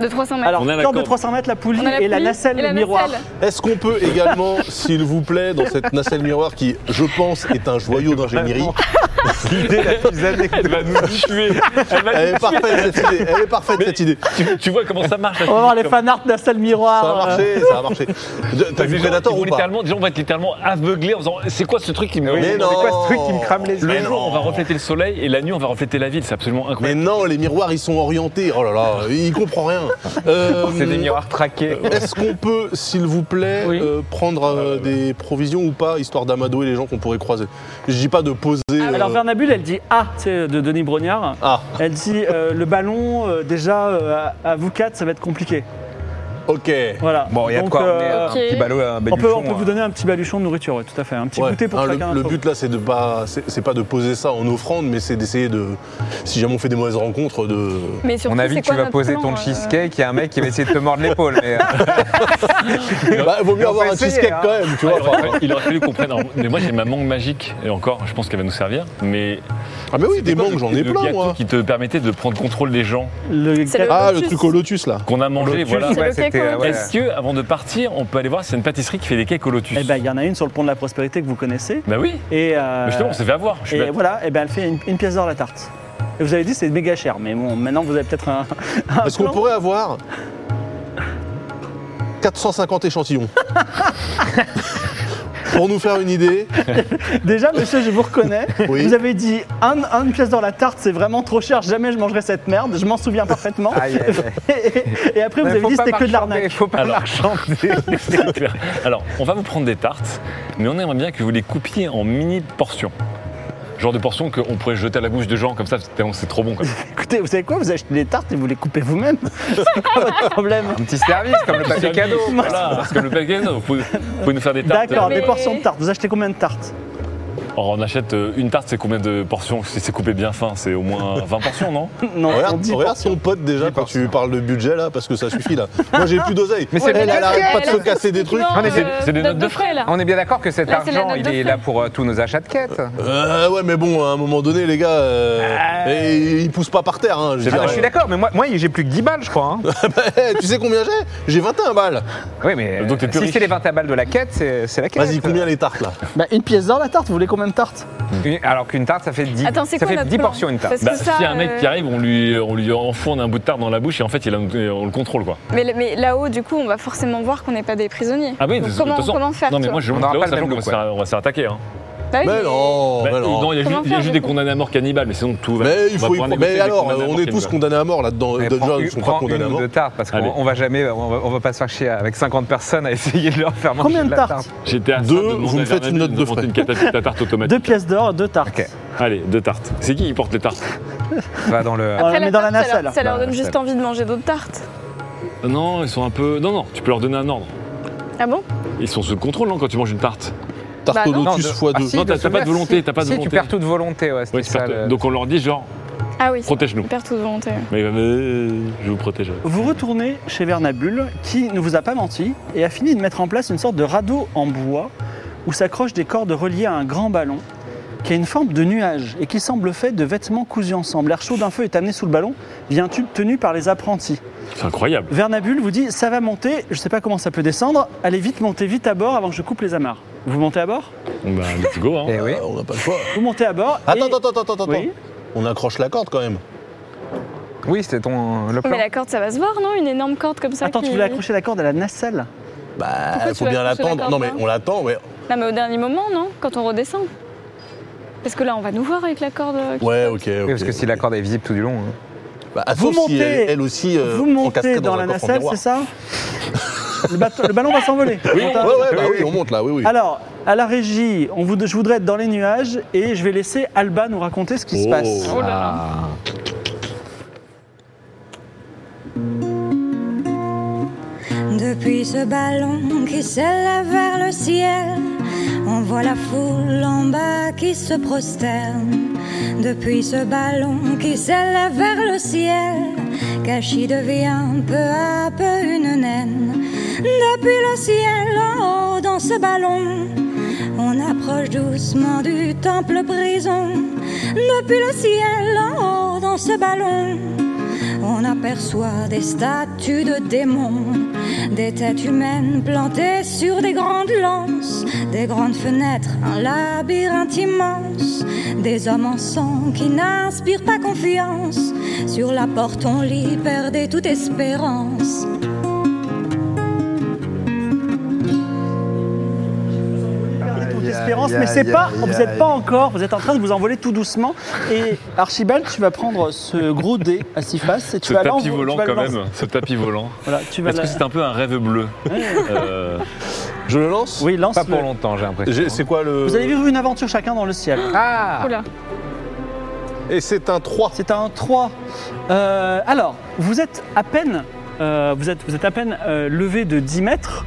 [SPEAKER 5] De 300 mètres.
[SPEAKER 2] Alors,
[SPEAKER 1] On a la
[SPEAKER 2] cœur de
[SPEAKER 1] corde.
[SPEAKER 2] 300 mètres, la poulie
[SPEAKER 5] On a la
[SPEAKER 2] et la
[SPEAKER 5] poulie
[SPEAKER 2] nacelle
[SPEAKER 5] et la
[SPEAKER 2] miroir.
[SPEAKER 5] nacelle.
[SPEAKER 4] Est-ce qu'on peut également, s'il vous plaît, dans cette nacelle miroir qui, je pense, est un joyau d'ingénierie,
[SPEAKER 3] L'idée la plus
[SPEAKER 1] elle va
[SPEAKER 3] anecdotique.
[SPEAKER 1] nous <laughs> tuer. Elle va
[SPEAKER 4] elle
[SPEAKER 1] nous
[SPEAKER 4] est parfaite cette idée. Elle est parfaite cette idée.
[SPEAKER 1] tuer. Tu, tu vois comment ça marche la
[SPEAKER 2] On va voir les
[SPEAKER 1] physique, comme-
[SPEAKER 2] fanarts nacelle
[SPEAKER 4] Ça va
[SPEAKER 2] miroir. euh,
[SPEAKER 4] marcher, ça va marcher. De- T'as
[SPEAKER 1] Des
[SPEAKER 4] vu
[SPEAKER 1] gens qui
[SPEAKER 4] Predator
[SPEAKER 1] vont
[SPEAKER 4] ou pas
[SPEAKER 1] littéralement, des gens vont être littéralement aveuglés en faisant C'est quoi ce truc qui me.
[SPEAKER 3] Oui,
[SPEAKER 4] Mais
[SPEAKER 3] c'est
[SPEAKER 4] non
[SPEAKER 3] quoi ce truc qui me crame les yeux
[SPEAKER 1] Le
[SPEAKER 4] Mais
[SPEAKER 1] jour,
[SPEAKER 4] Ben non.
[SPEAKER 1] on va refléter le soleil et la nuit, on va refléter la ville. C'est absolument
[SPEAKER 4] Mais
[SPEAKER 1] incroyable.
[SPEAKER 4] non, les miroirs ils sont orientés. Oh là là, il comprend <laughs> rien. Euh,
[SPEAKER 3] <laughs> C'est des miroirs traqués.
[SPEAKER 4] Est-ce qu'on peut, s'il vous plaît,
[SPEAKER 2] Oui.
[SPEAKER 4] euh, prendre euh, des provisions ou pas, histoire d'amadouer les gens qu'on pourrait croiser Je dis pas de poser. euh,
[SPEAKER 2] Ah, Alors Vernabule, elle dit Ah, tu sais, de Denis Brognard.
[SPEAKER 4] Ah,
[SPEAKER 2] Elle dit euh, Le ballon, euh, déjà, euh, à, à vous quatre, ça va être compliqué.
[SPEAKER 4] ok.
[SPEAKER 2] Voilà.
[SPEAKER 3] Bon, il y a de
[SPEAKER 2] Donc,
[SPEAKER 3] quoi
[SPEAKER 2] euh,
[SPEAKER 3] emmener un
[SPEAKER 5] ok.
[SPEAKER 3] petit ballot, un euh.
[SPEAKER 2] on, peut,
[SPEAKER 3] baluchon.
[SPEAKER 2] on peut vous donner un petit baluchon de nourriture, ouais, tout à fait. Un petit
[SPEAKER 4] euh. Ouais.
[SPEAKER 2] goûter pour
[SPEAKER 4] Hein, le-
[SPEAKER 2] chacun.
[SPEAKER 4] le,
[SPEAKER 2] d'entre
[SPEAKER 4] but là, c'est de pas, c'est c'est pas de poser ça en offrande, mais c'est d'essayer de, si jamais on fait des mauvaises rencontres, de.
[SPEAKER 5] Mais surtout,
[SPEAKER 3] On a vu
[SPEAKER 5] c'est
[SPEAKER 3] que tu
[SPEAKER 5] quoi
[SPEAKER 3] vas
[SPEAKER 5] notre
[SPEAKER 3] poser
[SPEAKER 5] plan,
[SPEAKER 3] ton
[SPEAKER 5] euh,
[SPEAKER 3] cheesecake, il y a un mec qui va essayer de te mordre l'épaule. Mais euh,
[SPEAKER 4] Bah, vaut mieux
[SPEAKER 3] on
[SPEAKER 4] avoir
[SPEAKER 3] peut
[SPEAKER 4] un
[SPEAKER 3] essayer,
[SPEAKER 4] cheesecake
[SPEAKER 3] hein.
[SPEAKER 4] quand même, tu
[SPEAKER 1] Ah, Il
[SPEAKER 4] vois.
[SPEAKER 1] aurait,
[SPEAKER 4] enfin.
[SPEAKER 1] fallu- il aurait fallu qu'on prenne. en- Mais moi j'ai ma mangue magique et encore, je pense qu'elle va nous servir. Mais
[SPEAKER 4] Ah mais oui,
[SPEAKER 1] C'était
[SPEAKER 4] des
[SPEAKER 1] quoi
[SPEAKER 4] mangues,
[SPEAKER 1] le-
[SPEAKER 4] j'en ai
[SPEAKER 1] le
[SPEAKER 4] plein
[SPEAKER 1] gâteau
[SPEAKER 4] moi.
[SPEAKER 1] qui te permettait de prendre contrôle des gens
[SPEAKER 2] vous. Le
[SPEAKER 5] C'est le-
[SPEAKER 2] gâteau-
[SPEAKER 4] Ah, le
[SPEAKER 5] Lotus.
[SPEAKER 4] truc au lotus là.
[SPEAKER 1] qu'on a mangé.
[SPEAKER 3] Lotus,
[SPEAKER 1] Voilà.
[SPEAKER 5] C'est
[SPEAKER 3] ouais,
[SPEAKER 5] le cake
[SPEAKER 3] c'était, euh,
[SPEAKER 5] au
[SPEAKER 3] ouais.
[SPEAKER 5] lotus.
[SPEAKER 1] Est-ce que avant de partir, on peut aller voir si c'est une pâtisserie qui fait des cakes au lotus
[SPEAKER 2] Eh ben, il y en a une sur le pont de la prospérité que vous connaissez.
[SPEAKER 1] Bah oui.
[SPEAKER 2] Et, euh,
[SPEAKER 1] Mais justement, on s'est fait avoir. Je suis
[SPEAKER 2] et
[SPEAKER 1] bête.
[SPEAKER 2] voilà, et ben, elle fait une, une pièce d'or la tarte. Et vous avez dit c'est méga cher, mais bon, maintenant vous avez peut-être un. un
[SPEAKER 4] Est-ce qu'on
[SPEAKER 2] plan.
[SPEAKER 4] pourrait avoir 450 échantillons Pour nous faire une idée,
[SPEAKER 2] Déjà, monsieur, je vous <laughs> reconnais.
[SPEAKER 4] Oui.
[SPEAKER 2] Vous avez dit un, un- une pièce d'or la tarte, c'est vraiment trop cher, jamais je mangerai cette merde, je m'en souviens parfaitement.
[SPEAKER 3] aïe, aïe, aïe.
[SPEAKER 2] <laughs> et, et après, vous
[SPEAKER 3] Mais
[SPEAKER 2] avez
[SPEAKER 3] faut
[SPEAKER 2] dit
[SPEAKER 3] pas
[SPEAKER 2] c'était que de
[SPEAKER 3] marchander,
[SPEAKER 2] l'arnaque.
[SPEAKER 3] Faut pas
[SPEAKER 1] Alors.
[SPEAKER 3] marchander.
[SPEAKER 1] <laughs> C'est clair. Alors, on va vous prendre des tartes, mais on aimerait bien que vous les coupiez en mini portions. Genre de portions qu'on pourrait jeter à la bouche de gens comme ça, tellement c'est trop bon. Comme ça.
[SPEAKER 2] Écoutez, vous savez quoi Vous achetez des tartes et vous les coupez vous-même. <laughs> C'est quoi <laughs> votre problème
[SPEAKER 3] Un petit service comme <laughs>
[SPEAKER 2] Bah,
[SPEAKER 3] le papier cadeau.
[SPEAKER 1] Voilà, parce que le paquet, non, vous pouvez, vous pouvez nous faire des tartes.
[SPEAKER 2] D'accord,
[SPEAKER 5] Mais-
[SPEAKER 2] des portions de tartes. Vous achetez combien de tartes
[SPEAKER 1] Or, on achète euh, une tarte, c'est combien de portions Si c'est coupé bien fin, c'est au moins 20 portions, non
[SPEAKER 2] Non, on
[SPEAKER 4] regarde,
[SPEAKER 2] dit
[SPEAKER 4] regarde son pote déjà
[SPEAKER 3] Dix
[SPEAKER 4] quand tu parles de budget là, parce que ça suffit là. Moi j'ai plus d'oseille.
[SPEAKER 3] Mais c'est
[SPEAKER 4] elle, elle
[SPEAKER 3] bien
[SPEAKER 4] arrête
[SPEAKER 5] fait,
[SPEAKER 4] pas de
[SPEAKER 5] elle
[SPEAKER 4] se
[SPEAKER 5] a-
[SPEAKER 4] casser des trucs.
[SPEAKER 5] Non,
[SPEAKER 1] mais c'est-
[SPEAKER 5] euh,
[SPEAKER 1] c'est des notes de frais,
[SPEAKER 5] là.
[SPEAKER 3] On est bien d'accord que cet
[SPEAKER 5] Là, c'est la
[SPEAKER 3] argent,
[SPEAKER 5] note
[SPEAKER 3] il
[SPEAKER 5] de frais.
[SPEAKER 3] est là pour euh, tous nos achats de quêtes.
[SPEAKER 4] Euh, ouais, mais bon, à un moment donné, les gars, euh, et ils poussent pas par terre. Hein, je, veux
[SPEAKER 3] Ah,
[SPEAKER 4] dire.
[SPEAKER 3] je suis d'accord, mais moi, moi j'ai plus que 10 balles, je crois. hein.
[SPEAKER 4] Eh, tu sais combien j'ai J'ai 21 balles.
[SPEAKER 3] Oui, mais euh,
[SPEAKER 1] Donc, t'es plus
[SPEAKER 3] si
[SPEAKER 1] riche.
[SPEAKER 3] c'est les 20 balles de la quête, c'est c'est la quête.
[SPEAKER 4] Vas-y, combien les tartes là
[SPEAKER 2] Bah, une pièce d'or la tarte, vous voulez combien de tartes
[SPEAKER 3] Une- Alors qu'une tarte, ça fait 10,
[SPEAKER 5] Attends, c'est
[SPEAKER 3] ça
[SPEAKER 5] quoi
[SPEAKER 3] fait
[SPEAKER 5] notre
[SPEAKER 3] 10
[SPEAKER 5] plan
[SPEAKER 3] portions une tarte.
[SPEAKER 5] Parce que
[SPEAKER 1] Bah,
[SPEAKER 5] ça,
[SPEAKER 1] si y a un mec
[SPEAKER 5] euh,
[SPEAKER 1] qui arrive, on lui, on lui enfourne un bout de tarte dans la bouche et en fait, il a- euh, on le contrôle, quoi.
[SPEAKER 5] Mais, mais là-haut, du coup, on va forcément voir qu'on n'est pas des prisonniers.
[SPEAKER 1] Ah oui,
[SPEAKER 5] Donc
[SPEAKER 1] de- de
[SPEAKER 5] comment,
[SPEAKER 1] toute façon-
[SPEAKER 5] comment faire
[SPEAKER 1] Non, mais
[SPEAKER 5] tu
[SPEAKER 1] moi, je
[SPEAKER 3] On
[SPEAKER 1] monte
[SPEAKER 3] aura
[SPEAKER 1] là-haut,
[SPEAKER 3] pas le
[SPEAKER 1] sachant
[SPEAKER 3] même
[SPEAKER 1] qu'on va
[SPEAKER 3] look,
[SPEAKER 1] se faire- on va se faire attaquer. hein.
[SPEAKER 5] vois Bah oui,
[SPEAKER 4] Mais non,
[SPEAKER 1] Bah,
[SPEAKER 4] mais Oh, non.
[SPEAKER 1] non, il y a
[SPEAKER 5] Comment
[SPEAKER 1] juste, il y a
[SPEAKER 5] faire,
[SPEAKER 1] juste des
[SPEAKER 5] du coup
[SPEAKER 1] condamnés à mort cannibales, mais sinon tout va.
[SPEAKER 4] Mais
[SPEAKER 1] on
[SPEAKER 4] il
[SPEAKER 1] va
[SPEAKER 4] faut y
[SPEAKER 1] pouvoir
[SPEAKER 4] prendre-
[SPEAKER 1] négocier
[SPEAKER 4] Mais
[SPEAKER 1] avec les
[SPEAKER 4] alors,
[SPEAKER 1] condamnés à mort
[SPEAKER 4] on est tous
[SPEAKER 1] cannibales.
[SPEAKER 4] condamnés à mort là-dedans.
[SPEAKER 3] Mais
[SPEAKER 4] Déjà,
[SPEAKER 3] prends
[SPEAKER 4] ils
[SPEAKER 3] une,
[SPEAKER 4] sont
[SPEAKER 3] prends
[SPEAKER 4] pas condamnés à
[SPEAKER 3] une ou
[SPEAKER 4] mort.
[SPEAKER 3] deux tartes parce
[SPEAKER 1] Allez.
[SPEAKER 3] qu'on on va jamais, on va, on va pas se faire chier avec 50 personnes à essayer de leur faire manger
[SPEAKER 2] Combien de
[SPEAKER 3] la tarte.
[SPEAKER 2] tartes
[SPEAKER 1] J'étais à
[SPEAKER 4] Deux,
[SPEAKER 1] ça de demander
[SPEAKER 4] vous me
[SPEAKER 1] à
[SPEAKER 4] faites
[SPEAKER 1] Bernabé
[SPEAKER 4] une note de
[SPEAKER 1] nous inventer
[SPEAKER 4] frais.
[SPEAKER 1] une catapulte à tarte automatique.
[SPEAKER 2] Deux pièces d'or, deux tartes.
[SPEAKER 3] Ok.
[SPEAKER 1] Allez, deux tartes. C'est qui qui porte les tartes
[SPEAKER 3] Va dans le.
[SPEAKER 2] Ah.
[SPEAKER 5] Après,
[SPEAKER 2] mais dans la
[SPEAKER 5] tarte, ça leur-
[SPEAKER 2] nacelle.
[SPEAKER 5] Ça leur
[SPEAKER 3] Bah,
[SPEAKER 5] donne
[SPEAKER 3] la
[SPEAKER 5] juste
[SPEAKER 3] nacelle.
[SPEAKER 5] envie de manger d'autres tartes.
[SPEAKER 1] Non, ils sont un peu. Non, non, tu peux leur donner un ordre.
[SPEAKER 5] Ah bon
[SPEAKER 1] Ils sont sous contrôle non, quand tu manges une tarte.
[SPEAKER 5] Bah,
[SPEAKER 4] Tarte au
[SPEAKER 5] non.
[SPEAKER 3] Non,
[SPEAKER 4] lotus
[SPEAKER 3] de-
[SPEAKER 4] x2.
[SPEAKER 3] Ah, si,
[SPEAKER 1] Non, t'as-
[SPEAKER 3] de
[SPEAKER 1] t'as pas de
[SPEAKER 3] souvenir,
[SPEAKER 1] volonté,
[SPEAKER 3] si.
[SPEAKER 1] t'as pas de
[SPEAKER 3] Si,
[SPEAKER 1] volonté.
[SPEAKER 3] tu perds toute volonté, ouais.
[SPEAKER 1] Ouais,
[SPEAKER 3] c'était
[SPEAKER 1] tu
[SPEAKER 3] ça,
[SPEAKER 1] perds-
[SPEAKER 3] le-
[SPEAKER 1] Donc on leur dit genre,
[SPEAKER 5] Ah oui.
[SPEAKER 1] Protège-nous.
[SPEAKER 5] On perd toute volonté.
[SPEAKER 1] Mais il va, euh, je vous protégerai.
[SPEAKER 2] Vous retournez chez Vernabule, qui ne vous a pas menti et a fini de mettre en place une sorte de radeau en bois où s'accrochent des cordes reliées à un grand ballon qui a une forme de nuage et qui semble fait de vêtements cousus ensemble. L'air chaud d'un feu est amené sous le ballon via un tube tenu par les apprentis.
[SPEAKER 1] C'est incroyable.
[SPEAKER 2] Vernabule vous dit ça va monter, je sais pas comment ça peut descendre, allez vite montez vite à bord avant que je coupe les amarres. Vous montez à bord
[SPEAKER 1] Bah, <laughs> let's go. Hein.
[SPEAKER 3] Eh oui.
[SPEAKER 4] Euh, on n'a pas le choix.
[SPEAKER 2] Vous montez à bord.
[SPEAKER 4] Attends,
[SPEAKER 2] et-
[SPEAKER 4] attends, attends, attends, attends.
[SPEAKER 2] Oui.
[SPEAKER 4] On accroche la corde quand même.
[SPEAKER 3] Oui, c'était ton le plan.
[SPEAKER 5] Mais la corde, ça va se voir, non Une énorme corde comme ça.
[SPEAKER 2] Attends,
[SPEAKER 5] qui-
[SPEAKER 2] tu voulais accrocher la corde à la nacelle
[SPEAKER 4] Bah,
[SPEAKER 5] Pourquoi tu
[SPEAKER 4] faut
[SPEAKER 5] vas
[SPEAKER 4] bien
[SPEAKER 5] accrocher la
[SPEAKER 4] l'attendre.
[SPEAKER 5] corde,
[SPEAKER 4] Non, mais
[SPEAKER 5] hein
[SPEAKER 4] on l'attend, mais.
[SPEAKER 5] Non, mais au dernier moment, non Quand on redescend. Parce que là, on va nous voir avec la corde. euh, qui-
[SPEAKER 4] Ouais, ok. ok,
[SPEAKER 3] Oui, parce que si la corde est visible tout du long. hein.
[SPEAKER 4] Bah, à
[SPEAKER 2] Vous
[SPEAKER 4] sauf si
[SPEAKER 2] montez-
[SPEAKER 4] elle, elle aussi euh,
[SPEAKER 2] Vous montez
[SPEAKER 4] encastrée
[SPEAKER 2] dans,
[SPEAKER 4] dans,
[SPEAKER 2] la
[SPEAKER 4] un coffre en
[SPEAKER 2] nacelle,
[SPEAKER 4] miroir.
[SPEAKER 2] c'est ça le, bateau- le ballon va s'envoler.
[SPEAKER 4] Ouais, ouais, bah oui, on monte là, oui, oui.
[SPEAKER 2] Alors, à la régie, on vous, je voudrais être dans les nuages et je vais laisser Alba nous raconter ce qui se
[SPEAKER 1] Oh.
[SPEAKER 2] passe.
[SPEAKER 5] Oh là
[SPEAKER 4] Ah,
[SPEAKER 5] là.
[SPEAKER 6] Depuis ce ballon qui s'élève vers le ciel, on voit la foule en bas qui se prosterne. Depuis ce ballon qui s'élève vers le ciel, Cachi devient peu à peu une naine. Depuis le ciel en haut dans ce ballon, on approche doucement du temple prison. Depuis le ciel en haut dans ce ballon, on aperçoit des statues de démons, des têtes humaines plantées sur des grandes lances, des grandes fenêtres, un labyrinthe immense, des hommes en sang qui n'inspirent pas confiance. Sur la porte, on lit, perdez toute espérance.
[SPEAKER 2] toute espérance, mais c'est pas, vous n'êtes pas encore, vous êtes en train de vous envoler tout doucement. Et Archibald, tu vas prendre ce gros dé à six faces et tu
[SPEAKER 1] Ce
[SPEAKER 2] vas
[SPEAKER 1] tapis
[SPEAKER 2] l'envo-
[SPEAKER 1] volant
[SPEAKER 2] tu vas le
[SPEAKER 1] quand
[SPEAKER 2] lancer.
[SPEAKER 1] même, ce tapis
[SPEAKER 2] <laughs>
[SPEAKER 1] volant.
[SPEAKER 2] Voilà, tu vas
[SPEAKER 1] Est-ce
[SPEAKER 2] la-
[SPEAKER 1] que c'est un peu un rêve bleu Euh,
[SPEAKER 4] Je le lance
[SPEAKER 2] Oui, lance.
[SPEAKER 3] Pas pour
[SPEAKER 2] le-
[SPEAKER 3] longtemps, j'ai
[SPEAKER 4] J'ai-
[SPEAKER 3] l'impression.
[SPEAKER 4] C'est quoi le.
[SPEAKER 2] Vous allez vivre une aventure chacun dans le ciel.
[SPEAKER 3] Ah
[SPEAKER 5] Oula.
[SPEAKER 4] Et c'est un 3.
[SPEAKER 2] C'est un 3. Euh, alors, vous êtes à peine, euh, vous êtes, vous êtes à peine euh, levé de 10 mètres.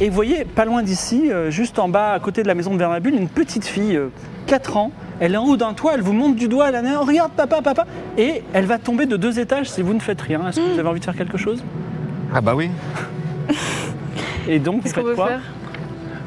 [SPEAKER 2] Et vous voyez, pas loin d'ici, euh, juste en bas, à côté de la maison de Vernabule, une petite fille, euh, 4 ans. Elle est en haut d'un toit, elle vous monte du doigt, elle a Oh, regarde papa, papa. Et elle va tomber de deux étages si vous ne faites rien. Est-ce que
[SPEAKER 5] Hmm.
[SPEAKER 2] vous avez envie de faire quelque chose
[SPEAKER 3] Ah bah oui.
[SPEAKER 2] Et donc, vous
[SPEAKER 5] Qu'est-ce qu'on
[SPEAKER 2] faites
[SPEAKER 5] peut
[SPEAKER 2] quoi
[SPEAKER 5] faire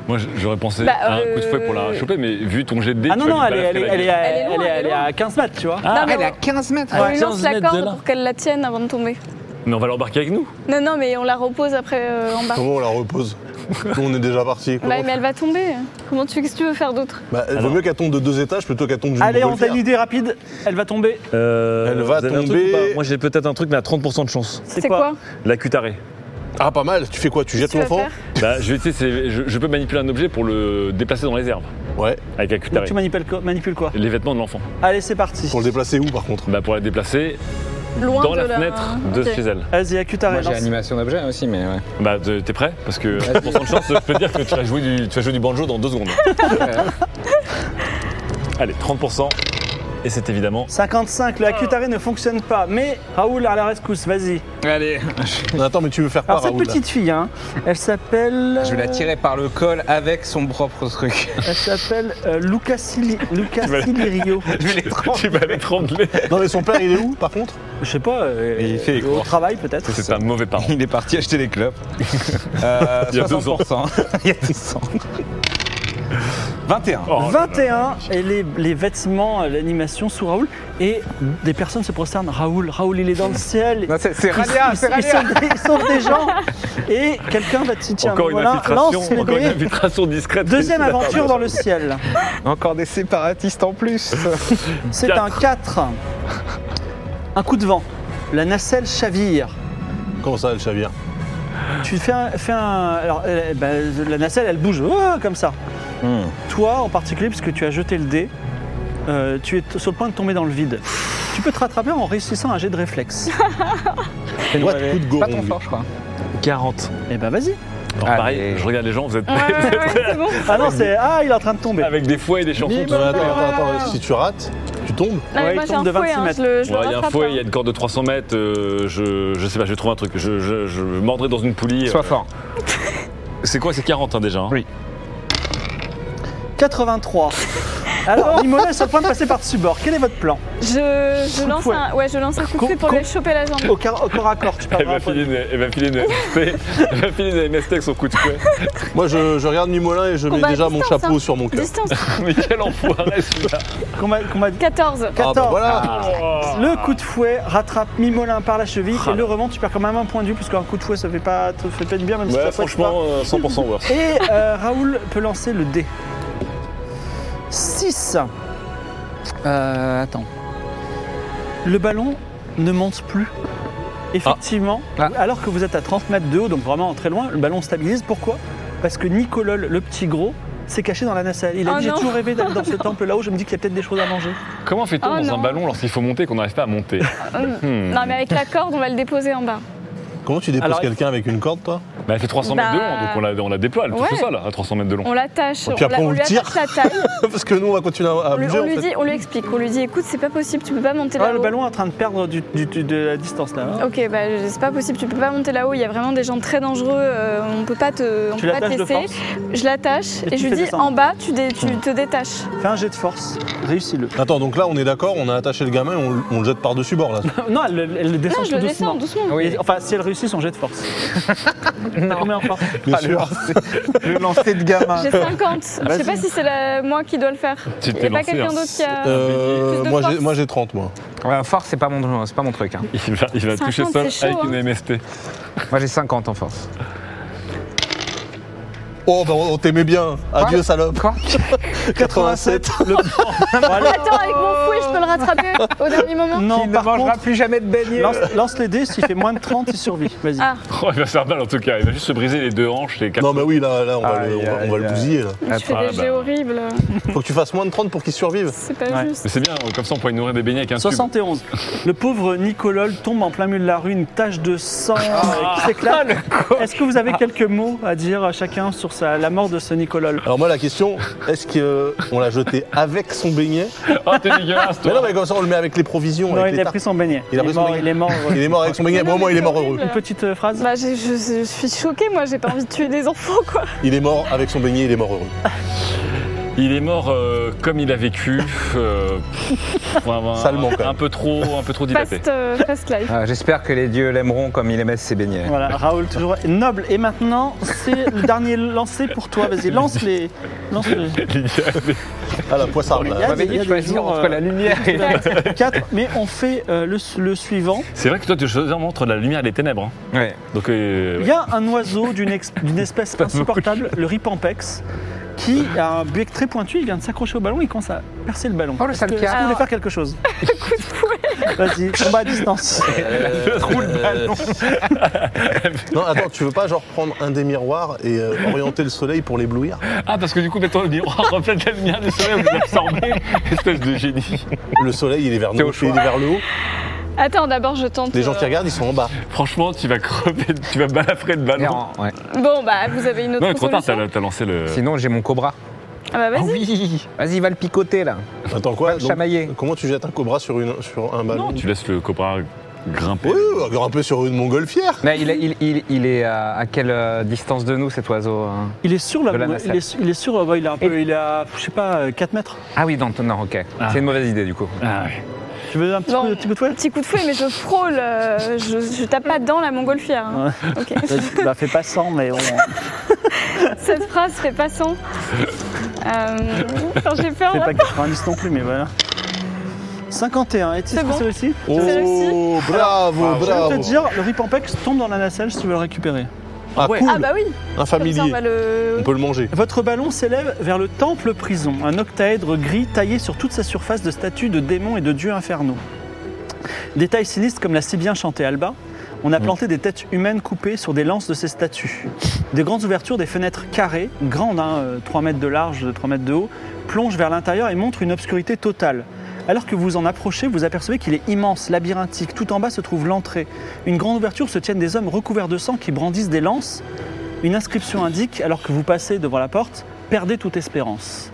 [SPEAKER 1] moi, j- j'aurais pensé
[SPEAKER 5] Bah,
[SPEAKER 1] à un coup de fouet pour la
[SPEAKER 5] euh,
[SPEAKER 1] choper, mais vu ton jet de dés,
[SPEAKER 2] Ah
[SPEAKER 1] tu
[SPEAKER 2] non,
[SPEAKER 1] vas
[SPEAKER 2] non,
[SPEAKER 1] lui
[SPEAKER 2] elle est, elle,
[SPEAKER 1] balafrer
[SPEAKER 2] est,
[SPEAKER 1] la
[SPEAKER 2] elle, est,
[SPEAKER 1] gueule.
[SPEAKER 2] à-
[SPEAKER 5] Elle est loin,
[SPEAKER 2] elle est à-
[SPEAKER 5] elle est loin.
[SPEAKER 2] elle est à 15 mètres, tu vois.
[SPEAKER 1] Ah,
[SPEAKER 5] Non, mais on-
[SPEAKER 3] 15 mètres.
[SPEAKER 5] on lui lance
[SPEAKER 1] 15
[SPEAKER 5] la
[SPEAKER 1] mètres de
[SPEAKER 5] corde
[SPEAKER 1] là.
[SPEAKER 5] pour qu'elle la tienne avant de tomber.
[SPEAKER 1] Mais on va l'embarquer avec nous.
[SPEAKER 5] Non, non, mais on la repose après euh, en bas.
[SPEAKER 4] Comment on la repose Nous, on est déjà parti.
[SPEAKER 5] Ouais, Bah, mais elle va tomber. Comment tu, qu'est-ce que tu veux faire d'autre
[SPEAKER 4] Bah, il vaut
[SPEAKER 1] Alors.
[SPEAKER 4] mieux qu'elle tombe de deux étages plutôt qu'elle tombe du
[SPEAKER 2] Allez,
[SPEAKER 4] on
[SPEAKER 2] on
[SPEAKER 4] peut
[SPEAKER 2] t'a
[SPEAKER 4] le
[SPEAKER 2] une
[SPEAKER 4] faire.
[SPEAKER 2] idée rapide, elle va tomber.
[SPEAKER 4] Elle va
[SPEAKER 1] Euh, vous avez un truc
[SPEAKER 4] tomber.
[SPEAKER 1] ou pas Moi, j'ai peut-être un truc, mais à 30% de chance.
[SPEAKER 5] C'est quoi,
[SPEAKER 1] La cutarée.
[SPEAKER 4] Ah, pas mal. Tu fais quoi Tu jettes
[SPEAKER 5] tu vas
[SPEAKER 4] l'enfant
[SPEAKER 5] faire
[SPEAKER 1] Bah, je, vais- tu sais, c'est- je, je peux manipuler un objet pour le déplacer dans les herbes
[SPEAKER 4] Ouais.
[SPEAKER 1] avec la
[SPEAKER 2] Donc
[SPEAKER 1] cutarée.
[SPEAKER 2] tu manipules quoi, manipules quoi
[SPEAKER 1] Les vêtements de l'enfant.
[SPEAKER 2] Allez, c'est parti.
[SPEAKER 4] Pour le déplacer où, par contre
[SPEAKER 1] Bah, pour la déplacer
[SPEAKER 5] Loin
[SPEAKER 1] dans
[SPEAKER 5] de
[SPEAKER 1] la
[SPEAKER 5] <laughs>
[SPEAKER 1] fenêtre de
[SPEAKER 5] Ok.
[SPEAKER 1] chez elle.
[SPEAKER 2] Vas-y, Akutare,
[SPEAKER 3] Moi j'ai
[SPEAKER 2] lance.
[SPEAKER 3] animation d'objet aussi, mais ouais.
[SPEAKER 1] Bah, t'es t'es prêt Parce que 30% de chance, je peux te dire que tu vas jouer du, tu vas jouer du banjo dans deux secondes. Allez, 30%. Et c'est évidemment
[SPEAKER 2] 55, le Akutare ne fonctionne pas. Mais Raoul à la rescousse, vas-y.
[SPEAKER 3] <laughs> Allez.
[SPEAKER 4] Non, Attends, mais tu veux faire quoi,
[SPEAKER 2] Alors, cette
[SPEAKER 4] Raoul là
[SPEAKER 2] petite fille, hein, elle s'appelle.
[SPEAKER 3] <laughs> Je vais la tirer par le col avec son propre truc.
[SPEAKER 2] Elle s'appelle euh, Luca
[SPEAKER 3] <laughs>
[SPEAKER 2] Sili- Luca
[SPEAKER 1] vas-
[SPEAKER 2] Silirio.
[SPEAKER 3] Je vais
[SPEAKER 2] Oh.
[SPEAKER 1] Tu vas l'étrangler.
[SPEAKER 4] Non, mais son père, il est où, par contre
[SPEAKER 2] Je sais pas, euh,
[SPEAKER 3] Il fait
[SPEAKER 2] au
[SPEAKER 3] quoi
[SPEAKER 2] travail peut-être.
[SPEAKER 1] C'est un mauvais parent.
[SPEAKER 3] Il est parti acheter les clopes. Euh,
[SPEAKER 1] <laughs> Il y a deux
[SPEAKER 3] 60%. <laughs> Il y a 200. 21.
[SPEAKER 1] Oh là là.
[SPEAKER 2] 21 et les, les vêtements, euh, l'animation sous Raoul et des personnes se prosternent. Raoul, Raoul, il est
[SPEAKER 3] <laughs>
[SPEAKER 2] dans le ciel.
[SPEAKER 3] Non, c'est- C'est
[SPEAKER 2] Ils-
[SPEAKER 3] Radia,
[SPEAKER 2] ils-
[SPEAKER 3] c'est
[SPEAKER 2] ils
[SPEAKER 3] Radia.
[SPEAKER 2] sauve des- il sauve des
[SPEAKER 3] <laughs>
[SPEAKER 2] gens et quelqu'un va te tiens,
[SPEAKER 1] Encore une
[SPEAKER 2] voilà,
[SPEAKER 1] infiltration,
[SPEAKER 2] lance les
[SPEAKER 1] encore une
[SPEAKER 2] dés.
[SPEAKER 1] infiltration discrète.
[SPEAKER 3] <laughs>
[SPEAKER 2] Deuxième aventure dans le ciel.
[SPEAKER 3] Encore des séparatistes
[SPEAKER 1] <laughs>
[SPEAKER 3] en plus.
[SPEAKER 2] C'est
[SPEAKER 1] Quatre.
[SPEAKER 2] un 4. Un coup de vent. La nacelle chavire.
[SPEAKER 4] Comment ça, le chavire
[SPEAKER 2] Tu fais un. fais un- alors, euh, bah, la nacelle, elle bouge oh, comme ça.
[SPEAKER 3] Hmm.
[SPEAKER 2] Toi, en particulier, puisque tu as jeté le dé, euh, tu es t- sur le point de tomber dans le vide. Tu peux te rattraper en réussissant un jet de réflexe.
[SPEAKER 4] What coup de
[SPEAKER 3] Pas ton
[SPEAKER 4] goron
[SPEAKER 3] fort, je crois.
[SPEAKER 1] 40.
[SPEAKER 2] Eh ben, vas-y.
[SPEAKER 1] Alors,
[SPEAKER 3] Allez.
[SPEAKER 1] pareil, je regarde les gens, vous êtes
[SPEAKER 5] Ouais, ouais, ouais, c'est bon.
[SPEAKER 2] Ah non, c'est. Ah, il est en train de tomber.
[SPEAKER 1] <laughs> avec des fouets et des chansons.
[SPEAKER 4] Non, mais attends, attends, attends. Si tu rates, tu tombes
[SPEAKER 5] Non, mais
[SPEAKER 2] Ouais,
[SPEAKER 5] moi,
[SPEAKER 2] il
[SPEAKER 5] j'ai
[SPEAKER 2] tombe
[SPEAKER 5] un
[SPEAKER 2] de
[SPEAKER 5] fouet,
[SPEAKER 2] 26
[SPEAKER 5] hein,
[SPEAKER 2] mètres.
[SPEAKER 5] je le, je
[SPEAKER 1] Ouais, il
[SPEAKER 5] le
[SPEAKER 1] y a un
[SPEAKER 5] rattrape,
[SPEAKER 1] fouet,
[SPEAKER 5] hein.
[SPEAKER 1] il y a une corde de 300 mètres, euh, je, je sais pas, je vais trouver un truc, je, je, je mordrai dans une poulie. euh.
[SPEAKER 3] Sois fort.
[SPEAKER 1] C'est quoi, c'est 40 hein, déjà hein
[SPEAKER 3] Oui.
[SPEAKER 2] 83. Alors, Imola est sur le point de passer par-dessus bord. Quel est votre plan
[SPEAKER 5] Je, je
[SPEAKER 2] Coup de
[SPEAKER 5] lance
[SPEAKER 2] fouet.
[SPEAKER 5] un, ouais, je lance un coup de
[SPEAKER 2] Co-
[SPEAKER 5] fouet pour
[SPEAKER 2] co-
[SPEAKER 5] lui choper la jambe.
[SPEAKER 2] au, car- au corps à corps, tu
[SPEAKER 1] Elle
[SPEAKER 2] perdras
[SPEAKER 1] va
[SPEAKER 2] un point de
[SPEAKER 1] filer une, elle va filer une MST, <laughs> elle va filer une MST avec son coup de fouet.
[SPEAKER 4] Moi, je, je regarde Mimolin et je mets
[SPEAKER 5] Combat à
[SPEAKER 4] déjà mon
[SPEAKER 5] distance,
[SPEAKER 4] chapeau
[SPEAKER 5] hein.
[SPEAKER 4] sur mon cœur. Ah,
[SPEAKER 5] Distance
[SPEAKER 1] <laughs> Mais quel enfoiré celui-là
[SPEAKER 2] Combat- combat-
[SPEAKER 5] 14.
[SPEAKER 4] Ah, bah
[SPEAKER 2] 14.
[SPEAKER 4] voilà
[SPEAKER 2] Le coup de fouet rattrape Mimolin par la cheville
[SPEAKER 1] Ah.
[SPEAKER 2] et le remonte. Tu perds quand même un point de vue parce qu'un coup de fouet ça fait pas, te fait pas du bien même si
[SPEAKER 1] Ouais,
[SPEAKER 2] ça
[SPEAKER 1] franchement, euh, 100% worse.
[SPEAKER 2] Et euh, Raoul peut lancer le dé. 6. Euh, attends. Le ballon ne monte plus. Effectivement,
[SPEAKER 3] Ah.
[SPEAKER 2] alors que vous êtes à 30 mètres de haut, donc vraiment très loin, le ballon stabilise. Pourquoi Parce que Nicolol, le petit gros, s'est caché dans la nacelle. Il a
[SPEAKER 5] Oh
[SPEAKER 2] dit J'ai
[SPEAKER 5] non.
[SPEAKER 2] toujours rêvé d'aller dans
[SPEAKER 5] <laughs>
[SPEAKER 2] ce temple là-haut, je me dis qu'il y a peut-être des choses à manger.
[SPEAKER 1] Comment fait-on
[SPEAKER 5] Oh
[SPEAKER 1] dans un
[SPEAKER 5] non.
[SPEAKER 1] ballon lorsqu'il faut monter et qu'on n'arrive pas à
[SPEAKER 5] <laughs>
[SPEAKER 1] monter
[SPEAKER 5] Hum.
[SPEAKER 1] Hmm.
[SPEAKER 5] Non, mais avec la corde, on va le déposer en bas.
[SPEAKER 4] Comment tu déposes
[SPEAKER 2] Alors,
[SPEAKER 4] quelqu'un avec une corde, <laughs> toi
[SPEAKER 1] Bah, elle fait 300 mètres de
[SPEAKER 5] Bah.
[SPEAKER 1] long, donc on la, on la déploie, elle touche
[SPEAKER 5] Ouais.
[SPEAKER 1] tout ça là, à 300 mètres de long.
[SPEAKER 5] On l'attache,
[SPEAKER 4] Et puis
[SPEAKER 5] on,
[SPEAKER 4] après,
[SPEAKER 5] la-
[SPEAKER 4] on
[SPEAKER 5] on lui
[SPEAKER 4] le tire.
[SPEAKER 5] attache la taille.
[SPEAKER 4] Parce que nous, on va continuer à, à
[SPEAKER 5] On lui,
[SPEAKER 4] bouger,
[SPEAKER 5] on
[SPEAKER 4] en
[SPEAKER 5] lui
[SPEAKER 4] fait.
[SPEAKER 5] dit, on lui explique, on lui dit écoute, c'est pas possible, tu peux pas monter
[SPEAKER 2] Ah,
[SPEAKER 5] là-haut.
[SPEAKER 2] le ballon est en train de perdre du- du- du- de la distance là. hein.
[SPEAKER 5] Ok, bah, je- c'est pas possible, tu peux pas monter là-haut, il y a vraiment des gens très dangereux, euh, on peut pas te, on
[SPEAKER 2] Tu
[SPEAKER 5] peut pas
[SPEAKER 2] l'attaches
[SPEAKER 5] te
[SPEAKER 2] de
[SPEAKER 5] laisser.
[SPEAKER 2] force.
[SPEAKER 5] Je l'attache
[SPEAKER 2] Et
[SPEAKER 5] et,
[SPEAKER 2] tu
[SPEAKER 5] je
[SPEAKER 2] fais
[SPEAKER 5] lui dis
[SPEAKER 2] descendre.
[SPEAKER 5] en bas, tu, dé- tu te détaches.
[SPEAKER 2] Fais un jet de force, réussis-le.
[SPEAKER 4] Attends, donc là, on est d'accord, on a attaché le gamin et on, le- on le jette par-dessus bord, là.
[SPEAKER 2] Non, elle, le- elle le descend
[SPEAKER 5] Non, je
[SPEAKER 2] tout
[SPEAKER 5] le
[SPEAKER 2] doucement.
[SPEAKER 5] descends doucement.
[SPEAKER 2] Oui, enfin, si elle réussit son jet de force. T'as combien en force
[SPEAKER 4] Bien sûr.
[SPEAKER 3] Le lancer de
[SPEAKER 2] Ah
[SPEAKER 3] gamin.
[SPEAKER 2] <laughs>
[SPEAKER 5] J'ai 50. Je sais pas si c'est la- moi qui dois le faire.
[SPEAKER 1] Tu
[SPEAKER 5] Il
[SPEAKER 1] t'es
[SPEAKER 5] a pas
[SPEAKER 1] lancé,
[SPEAKER 5] quelqu'un
[SPEAKER 1] hein.
[SPEAKER 5] d'autre qui a.
[SPEAKER 4] Euh,
[SPEAKER 5] Plus de
[SPEAKER 4] moi,
[SPEAKER 5] force.
[SPEAKER 4] j'ai- moi, j'ai 30, moi.
[SPEAKER 3] Ouais, force, c'est pas mon, c'est pas mon truc. hein.
[SPEAKER 1] Il va, il va
[SPEAKER 5] Ça
[SPEAKER 1] toucher ça
[SPEAKER 5] raconte, c'est
[SPEAKER 1] avec
[SPEAKER 5] chaud, hein.
[SPEAKER 1] une MST.
[SPEAKER 3] Moi, j'ai 50 en force.
[SPEAKER 4] Oh, bah, on t'aimait bien. Adieu, salope. <laughs>
[SPEAKER 3] Quoi
[SPEAKER 4] 87.
[SPEAKER 5] Attends, avec mon fouet, je peux le rattraper au
[SPEAKER 2] <laughs>
[SPEAKER 5] dernier moment
[SPEAKER 2] Non,
[SPEAKER 3] Il ne
[SPEAKER 2] par
[SPEAKER 3] mangera
[SPEAKER 2] contre,
[SPEAKER 3] plus jamais de beignets.
[SPEAKER 2] lance, lance les dés, s'il fait moins de 30, il survit. Vas-y.
[SPEAKER 5] Ah.
[SPEAKER 1] Oh, il va se faire mal en tout cas, il va juste se briser les deux hanches et quatre.
[SPEAKER 4] Non, mais oui, là, là on, va
[SPEAKER 3] Aïe,
[SPEAKER 4] le, on va- on va
[SPEAKER 3] aïe,
[SPEAKER 4] le
[SPEAKER 3] aïe.
[SPEAKER 4] bousiller, là.
[SPEAKER 5] Je fais
[SPEAKER 1] Ah,
[SPEAKER 5] des
[SPEAKER 1] bah.
[SPEAKER 5] jets horribles,
[SPEAKER 4] Faut que tu fasses moins de 30 pour qu'il survive.
[SPEAKER 5] c'est pas
[SPEAKER 2] Ouais.
[SPEAKER 5] juste.
[SPEAKER 1] Mais c'est bien, euh, comme ça on pourrait nourrir des beignets avec un tube.
[SPEAKER 2] 71. Le pauvre Nicolol tombe en plein milieu de la rue, une tache de sang
[SPEAKER 4] Ah.
[SPEAKER 2] euh, qui s'éclate. Est-ce que vous avez quelques mots à dire à chacun sur sa- la mort de ce Nicolol
[SPEAKER 4] Alors, moi, la question, est-ce qu'on l'a jeté avec son beignet
[SPEAKER 1] Oh, t'es dégueulasse
[SPEAKER 4] Mais
[SPEAKER 1] toi
[SPEAKER 4] non, mais comme ça, on le met avec les provisions.
[SPEAKER 2] Non,
[SPEAKER 4] avec
[SPEAKER 2] il
[SPEAKER 4] les
[SPEAKER 2] a pris
[SPEAKER 4] tartes.
[SPEAKER 2] son beignet.
[SPEAKER 4] Il a
[SPEAKER 2] est
[SPEAKER 4] pris son
[SPEAKER 2] mort,
[SPEAKER 4] beignet.
[SPEAKER 2] il est mort.
[SPEAKER 4] Il est mort avec son beignet.
[SPEAKER 5] Mais non,
[SPEAKER 4] Bon, moi,
[SPEAKER 5] mais
[SPEAKER 4] il est
[SPEAKER 5] c'est
[SPEAKER 4] mort heureux.
[SPEAKER 5] horrible.
[SPEAKER 2] Une petite euh, phrase
[SPEAKER 5] Bah, j'ai- je, je suis choquée, moi, j'ai pas envie de tuer des enfants, quoi.
[SPEAKER 4] Il est mort avec son beignet, il est mort heureux.
[SPEAKER 1] Il est mort euh, comme il a vécu, euh, <laughs> vraiment,
[SPEAKER 4] Salement, quand même.
[SPEAKER 1] un peu trop, un peu trop dilaté.
[SPEAKER 5] Fast, euh, fast
[SPEAKER 3] <laughs>
[SPEAKER 5] life.
[SPEAKER 3] Ah, J'espère que les dieux l'aimeront comme il aimait ses beignets.
[SPEAKER 2] Voilà, Raoul, toujours noble. Et maintenant, c'est le dernier lancé pour toi. Vas-y, lance les. Lance les...
[SPEAKER 1] <laughs>
[SPEAKER 4] Ah, la poissarde,
[SPEAKER 2] Il y a
[SPEAKER 4] là.
[SPEAKER 3] On m'avait
[SPEAKER 2] des-
[SPEAKER 3] dit
[SPEAKER 2] il y
[SPEAKER 3] de
[SPEAKER 2] a des
[SPEAKER 3] choisir
[SPEAKER 2] jours,
[SPEAKER 3] entre
[SPEAKER 2] euh,
[SPEAKER 3] la lumière et...
[SPEAKER 2] <laughs> Quatre, mais on fait euh, le, le suivant.
[SPEAKER 1] C'est vrai que toi tu choisis vraiment entre la lumière et les ténèbres. hein.
[SPEAKER 3] Ouais.
[SPEAKER 1] Donc, euh,
[SPEAKER 2] Il y a un oiseau d'une ex- d'une
[SPEAKER 3] <laughs>
[SPEAKER 2] espèce insupportable, le ripampex, qui a un bec très pointu, il vient de s'accrocher au ballon, il commence à percer le ballon.
[SPEAKER 3] Oh, le
[SPEAKER 2] Est-ce que-
[SPEAKER 3] sale
[SPEAKER 2] est-ce que vous
[SPEAKER 5] Alors-
[SPEAKER 2] voulez faire quelque
[SPEAKER 3] <laughs>
[SPEAKER 2] chose Vas-y, combat à distance.
[SPEAKER 4] Non, attends, tu veux pas, genre, prendre un des miroirs et euh, orienter le soleil pour l'éblouir
[SPEAKER 1] Ah, parce que du coup, maintenant le miroir reflète la lumière du soleil, vous l'absorbez, <laughs> espèce de génie.
[SPEAKER 4] Le soleil, il est vers
[SPEAKER 3] T'es
[SPEAKER 4] nous,
[SPEAKER 3] au
[SPEAKER 4] il est vers le haut.
[SPEAKER 5] Attends, d'abord, je tente.
[SPEAKER 4] Les gens
[SPEAKER 5] euh,
[SPEAKER 4] qui regardent, ils sont en bas.
[SPEAKER 1] Franchement, tu vas crever, tu vas balafrer le ballon.
[SPEAKER 3] Errant, ouais.
[SPEAKER 5] Bon, bah, vous avez une autre
[SPEAKER 1] Non, mais trop tard,
[SPEAKER 5] solution
[SPEAKER 1] t'as t'as lancé le.
[SPEAKER 3] Sinon, j'ai mon cobra.
[SPEAKER 5] Ah, bah, vas-y.
[SPEAKER 3] oui Vas-y, va le picoter, là.
[SPEAKER 4] Attends, quoi
[SPEAKER 3] le
[SPEAKER 4] donc,
[SPEAKER 3] chamailler.
[SPEAKER 4] Comment tu jettes un cobra sur, une, sur un ballon
[SPEAKER 1] Non, tu laisses le cobra grimper.
[SPEAKER 4] Oui, oui, grimper sur une montgolfière.
[SPEAKER 3] Mais il, est- il- il- il est à, à quelle euh, distance de nous, cet oiseau hein
[SPEAKER 2] Il est sur la,
[SPEAKER 3] De la
[SPEAKER 2] il,
[SPEAKER 3] nacelle.
[SPEAKER 2] est, il est sur, euh, bah, il est un peu, il est à, je sais pas, euh, 4 mètres.
[SPEAKER 3] Ah oui, dans ton... Non, ok.
[SPEAKER 1] Ah.
[SPEAKER 3] C'est une mauvaise idée, du coup.
[SPEAKER 1] Ah ouais.
[SPEAKER 2] Tu veux un petit,
[SPEAKER 5] Bon.
[SPEAKER 2] coup, de- petit coup de fouet
[SPEAKER 5] Petit coup de fouet, mais je frôle, euh, je, je tape pas dans la montgolfière. hein. Ok.
[SPEAKER 2] <laughs> Vas-y, bah fais pas 100, mais on...
[SPEAKER 5] Cette phrase fait passant. Euh, attends, j'ai peur
[SPEAKER 2] fais
[SPEAKER 5] là.
[SPEAKER 2] pas 90 non plus, mais voilà. 51, et tu
[SPEAKER 5] C'est
[SPEAKER 2] sais
[SPEAKER 5] bon.
[SPEAKER 2] celui-ci
[SPEAKER 4] Oh, bravo,
[SPEAKER 2] Je vais te
[SPEAKER 4] bravo.
[SPEAKER 2] dire, le ripampex tombe dans la nacelle si tu veux le récupérer.
[SPEAKER 4] Ah,
[SPEAKER 2] Ouais.
[SPEAKER 4] cool,
[SPEAKER 5] Ah bah oui,
[SPEAKER 4] un
[SPEAKER 5] comme ça on
[SPEAKER 4] familier.
[SPEAKER 5] va le...
[SPEAKER 4] On peut le manger.
[SPEAKER 2] Votre ballon s'élève vers le temple prison, un octaèdre gris taillé sur toute sa surface de statues de démons et de dieux infernaux. Détail sinistre comme l'a si bien chanté Alba, on a planté des têtes humaines coupées sur des lances de ces statues. Des grandes ouvertures des fenêtres carrées, grandes, hein, euh, 3 mètres de large, de 3 mètres de haut, plongent vers l'intérieur et montrent une obscurité totale. Alors que vous en approchez, vous apercevez qu'il est immense, labyrinthique. Tout en bas se trouve l'entrée. Une grande ouverture se tiennent des hommes recouverts de sang qui brandissent des lances. Une inscription indique, alors que vous passez devant la porte, Perdez toute espérance.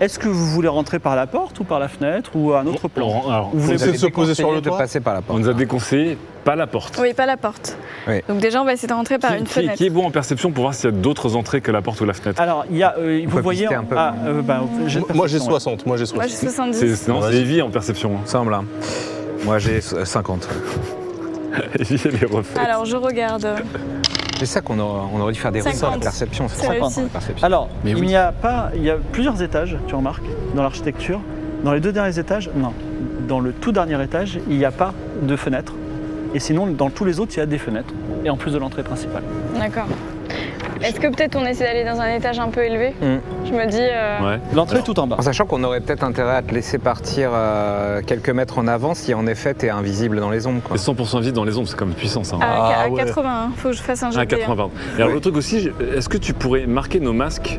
[SPEAKER 2] Est-ce que vous voulez rentrer par la porte ou par la fenêtre ou à un autre plan
[SPEAKER 1] Alors, alors,
[SPEAKER 2] Vous voulez-
[SPEAKER 4] Essayez de se poser sur le
[SPEAKER 3] de
[SPEAKER 4] toit.
[SPEAKER 3] passer par la porte.
[SPEAKER 1] on nous a déconseillé pas la porte.
[SPEAKER 5] Oui, pas la porte.
[SPEAKER 3] Oui.
[SPEAKER 5] Donc déjà, on va essayer de rentrer par
[SPEAKER 1] Qui-
[SPEAKER 5] une
[SPEAKER 1] qui,
[SPEAKER 5] fenêtre.
[SPEAKER 1] qui est bon en perception pour voir s'il y a d'autres entrées que la porte ou la fenêtre
[SPEAKER 2] Alors, il y a, euh, vous
[SPEAKER 3] peut
[SPEAKER 2] voyez.
[SPEAKER 3] pister un peu.
[SPEAKER 2] ah, euh, bah, j'ai de
[SPEAKER 4] Moi j'ai
[SPEAKER 2] perception, ouais.
[SPEAKER 4] 60, moi j'ai 60.
[SPEAKER 5] Moi, j'ai 70.
[SPEAKER 1] C'est c'est- non,
[SPEAKER 4] Vas-y.
[SPEAKER 1] c'est Evie en perception. hein.
[SPEAKER 3] Semble, hein. Moi j'ai euh, 50.
[SPEAKER 1] Evie, elle est refaite.
[SPEAKER 5] Alors, je regarde.
[SPEAKER 3] C'est ça qu'on aurait, on aurait dû faire des rues à la
[SPEAKER 5] 50.
[SPEAKER 3] perception.
[SPEAKER 5] C'est
[SPEAKER 3] 50,
[SPEAKER 5] réussi.
[SPEAKER 3] la perception.
[SPEAKER 2] Alors,
[SPEAKER 3] Mais
[SPEAKER 2] il
[SPEAKER 3] oui.
[SPEAKER 2] n'y a pas. Il y a plusieurs étages, tu remarques, dans l'architecture. Dans les deux derniers étages, non. Dans le tout dernier étage, il n'y a pas de fenêtre. Et sinon, dans tous les autres, il y a des fenêtres. Et en plus de l'entrée principale.
[SPEAKER 5] D'accord. Est-ce que peut-être on essaie d'aller dans un étage un peu élevé
[SPEAKER 3] Mm.
[SPEAKER 5] Je me dis. euh,
[SPEAKER 1] Hmm. Ouais.
[SPEAKER 2] L'entrée est tout en bas.
[SPEAKER 3] En sachant qu'on aurait peut-être intérêt à te laisser partir euh, quelques mètres en avant si en effet t'es invisible dans les ombres. Quoi.
[SPEAKER 1] Et 100% vide dans les ombres, c'est quand même puissant ça. hein.
[SPEAKER 5] À,
[SPEAKER 4] Ah
[SPEAKER 5] à
[SPEAKER 4] ouais.
[SPEAKER 5] 80, faut que je fasse un jet.
[SPEAKER 1] Ah,
[SPEAKER 5] de dés,
[SPEAKER 1] 80, pardon. Et alors,
[SPEAKER 3] Oui.
[SPEAKER 1] le truc aussi, je- est-ce que tu pourrais marquer nos masques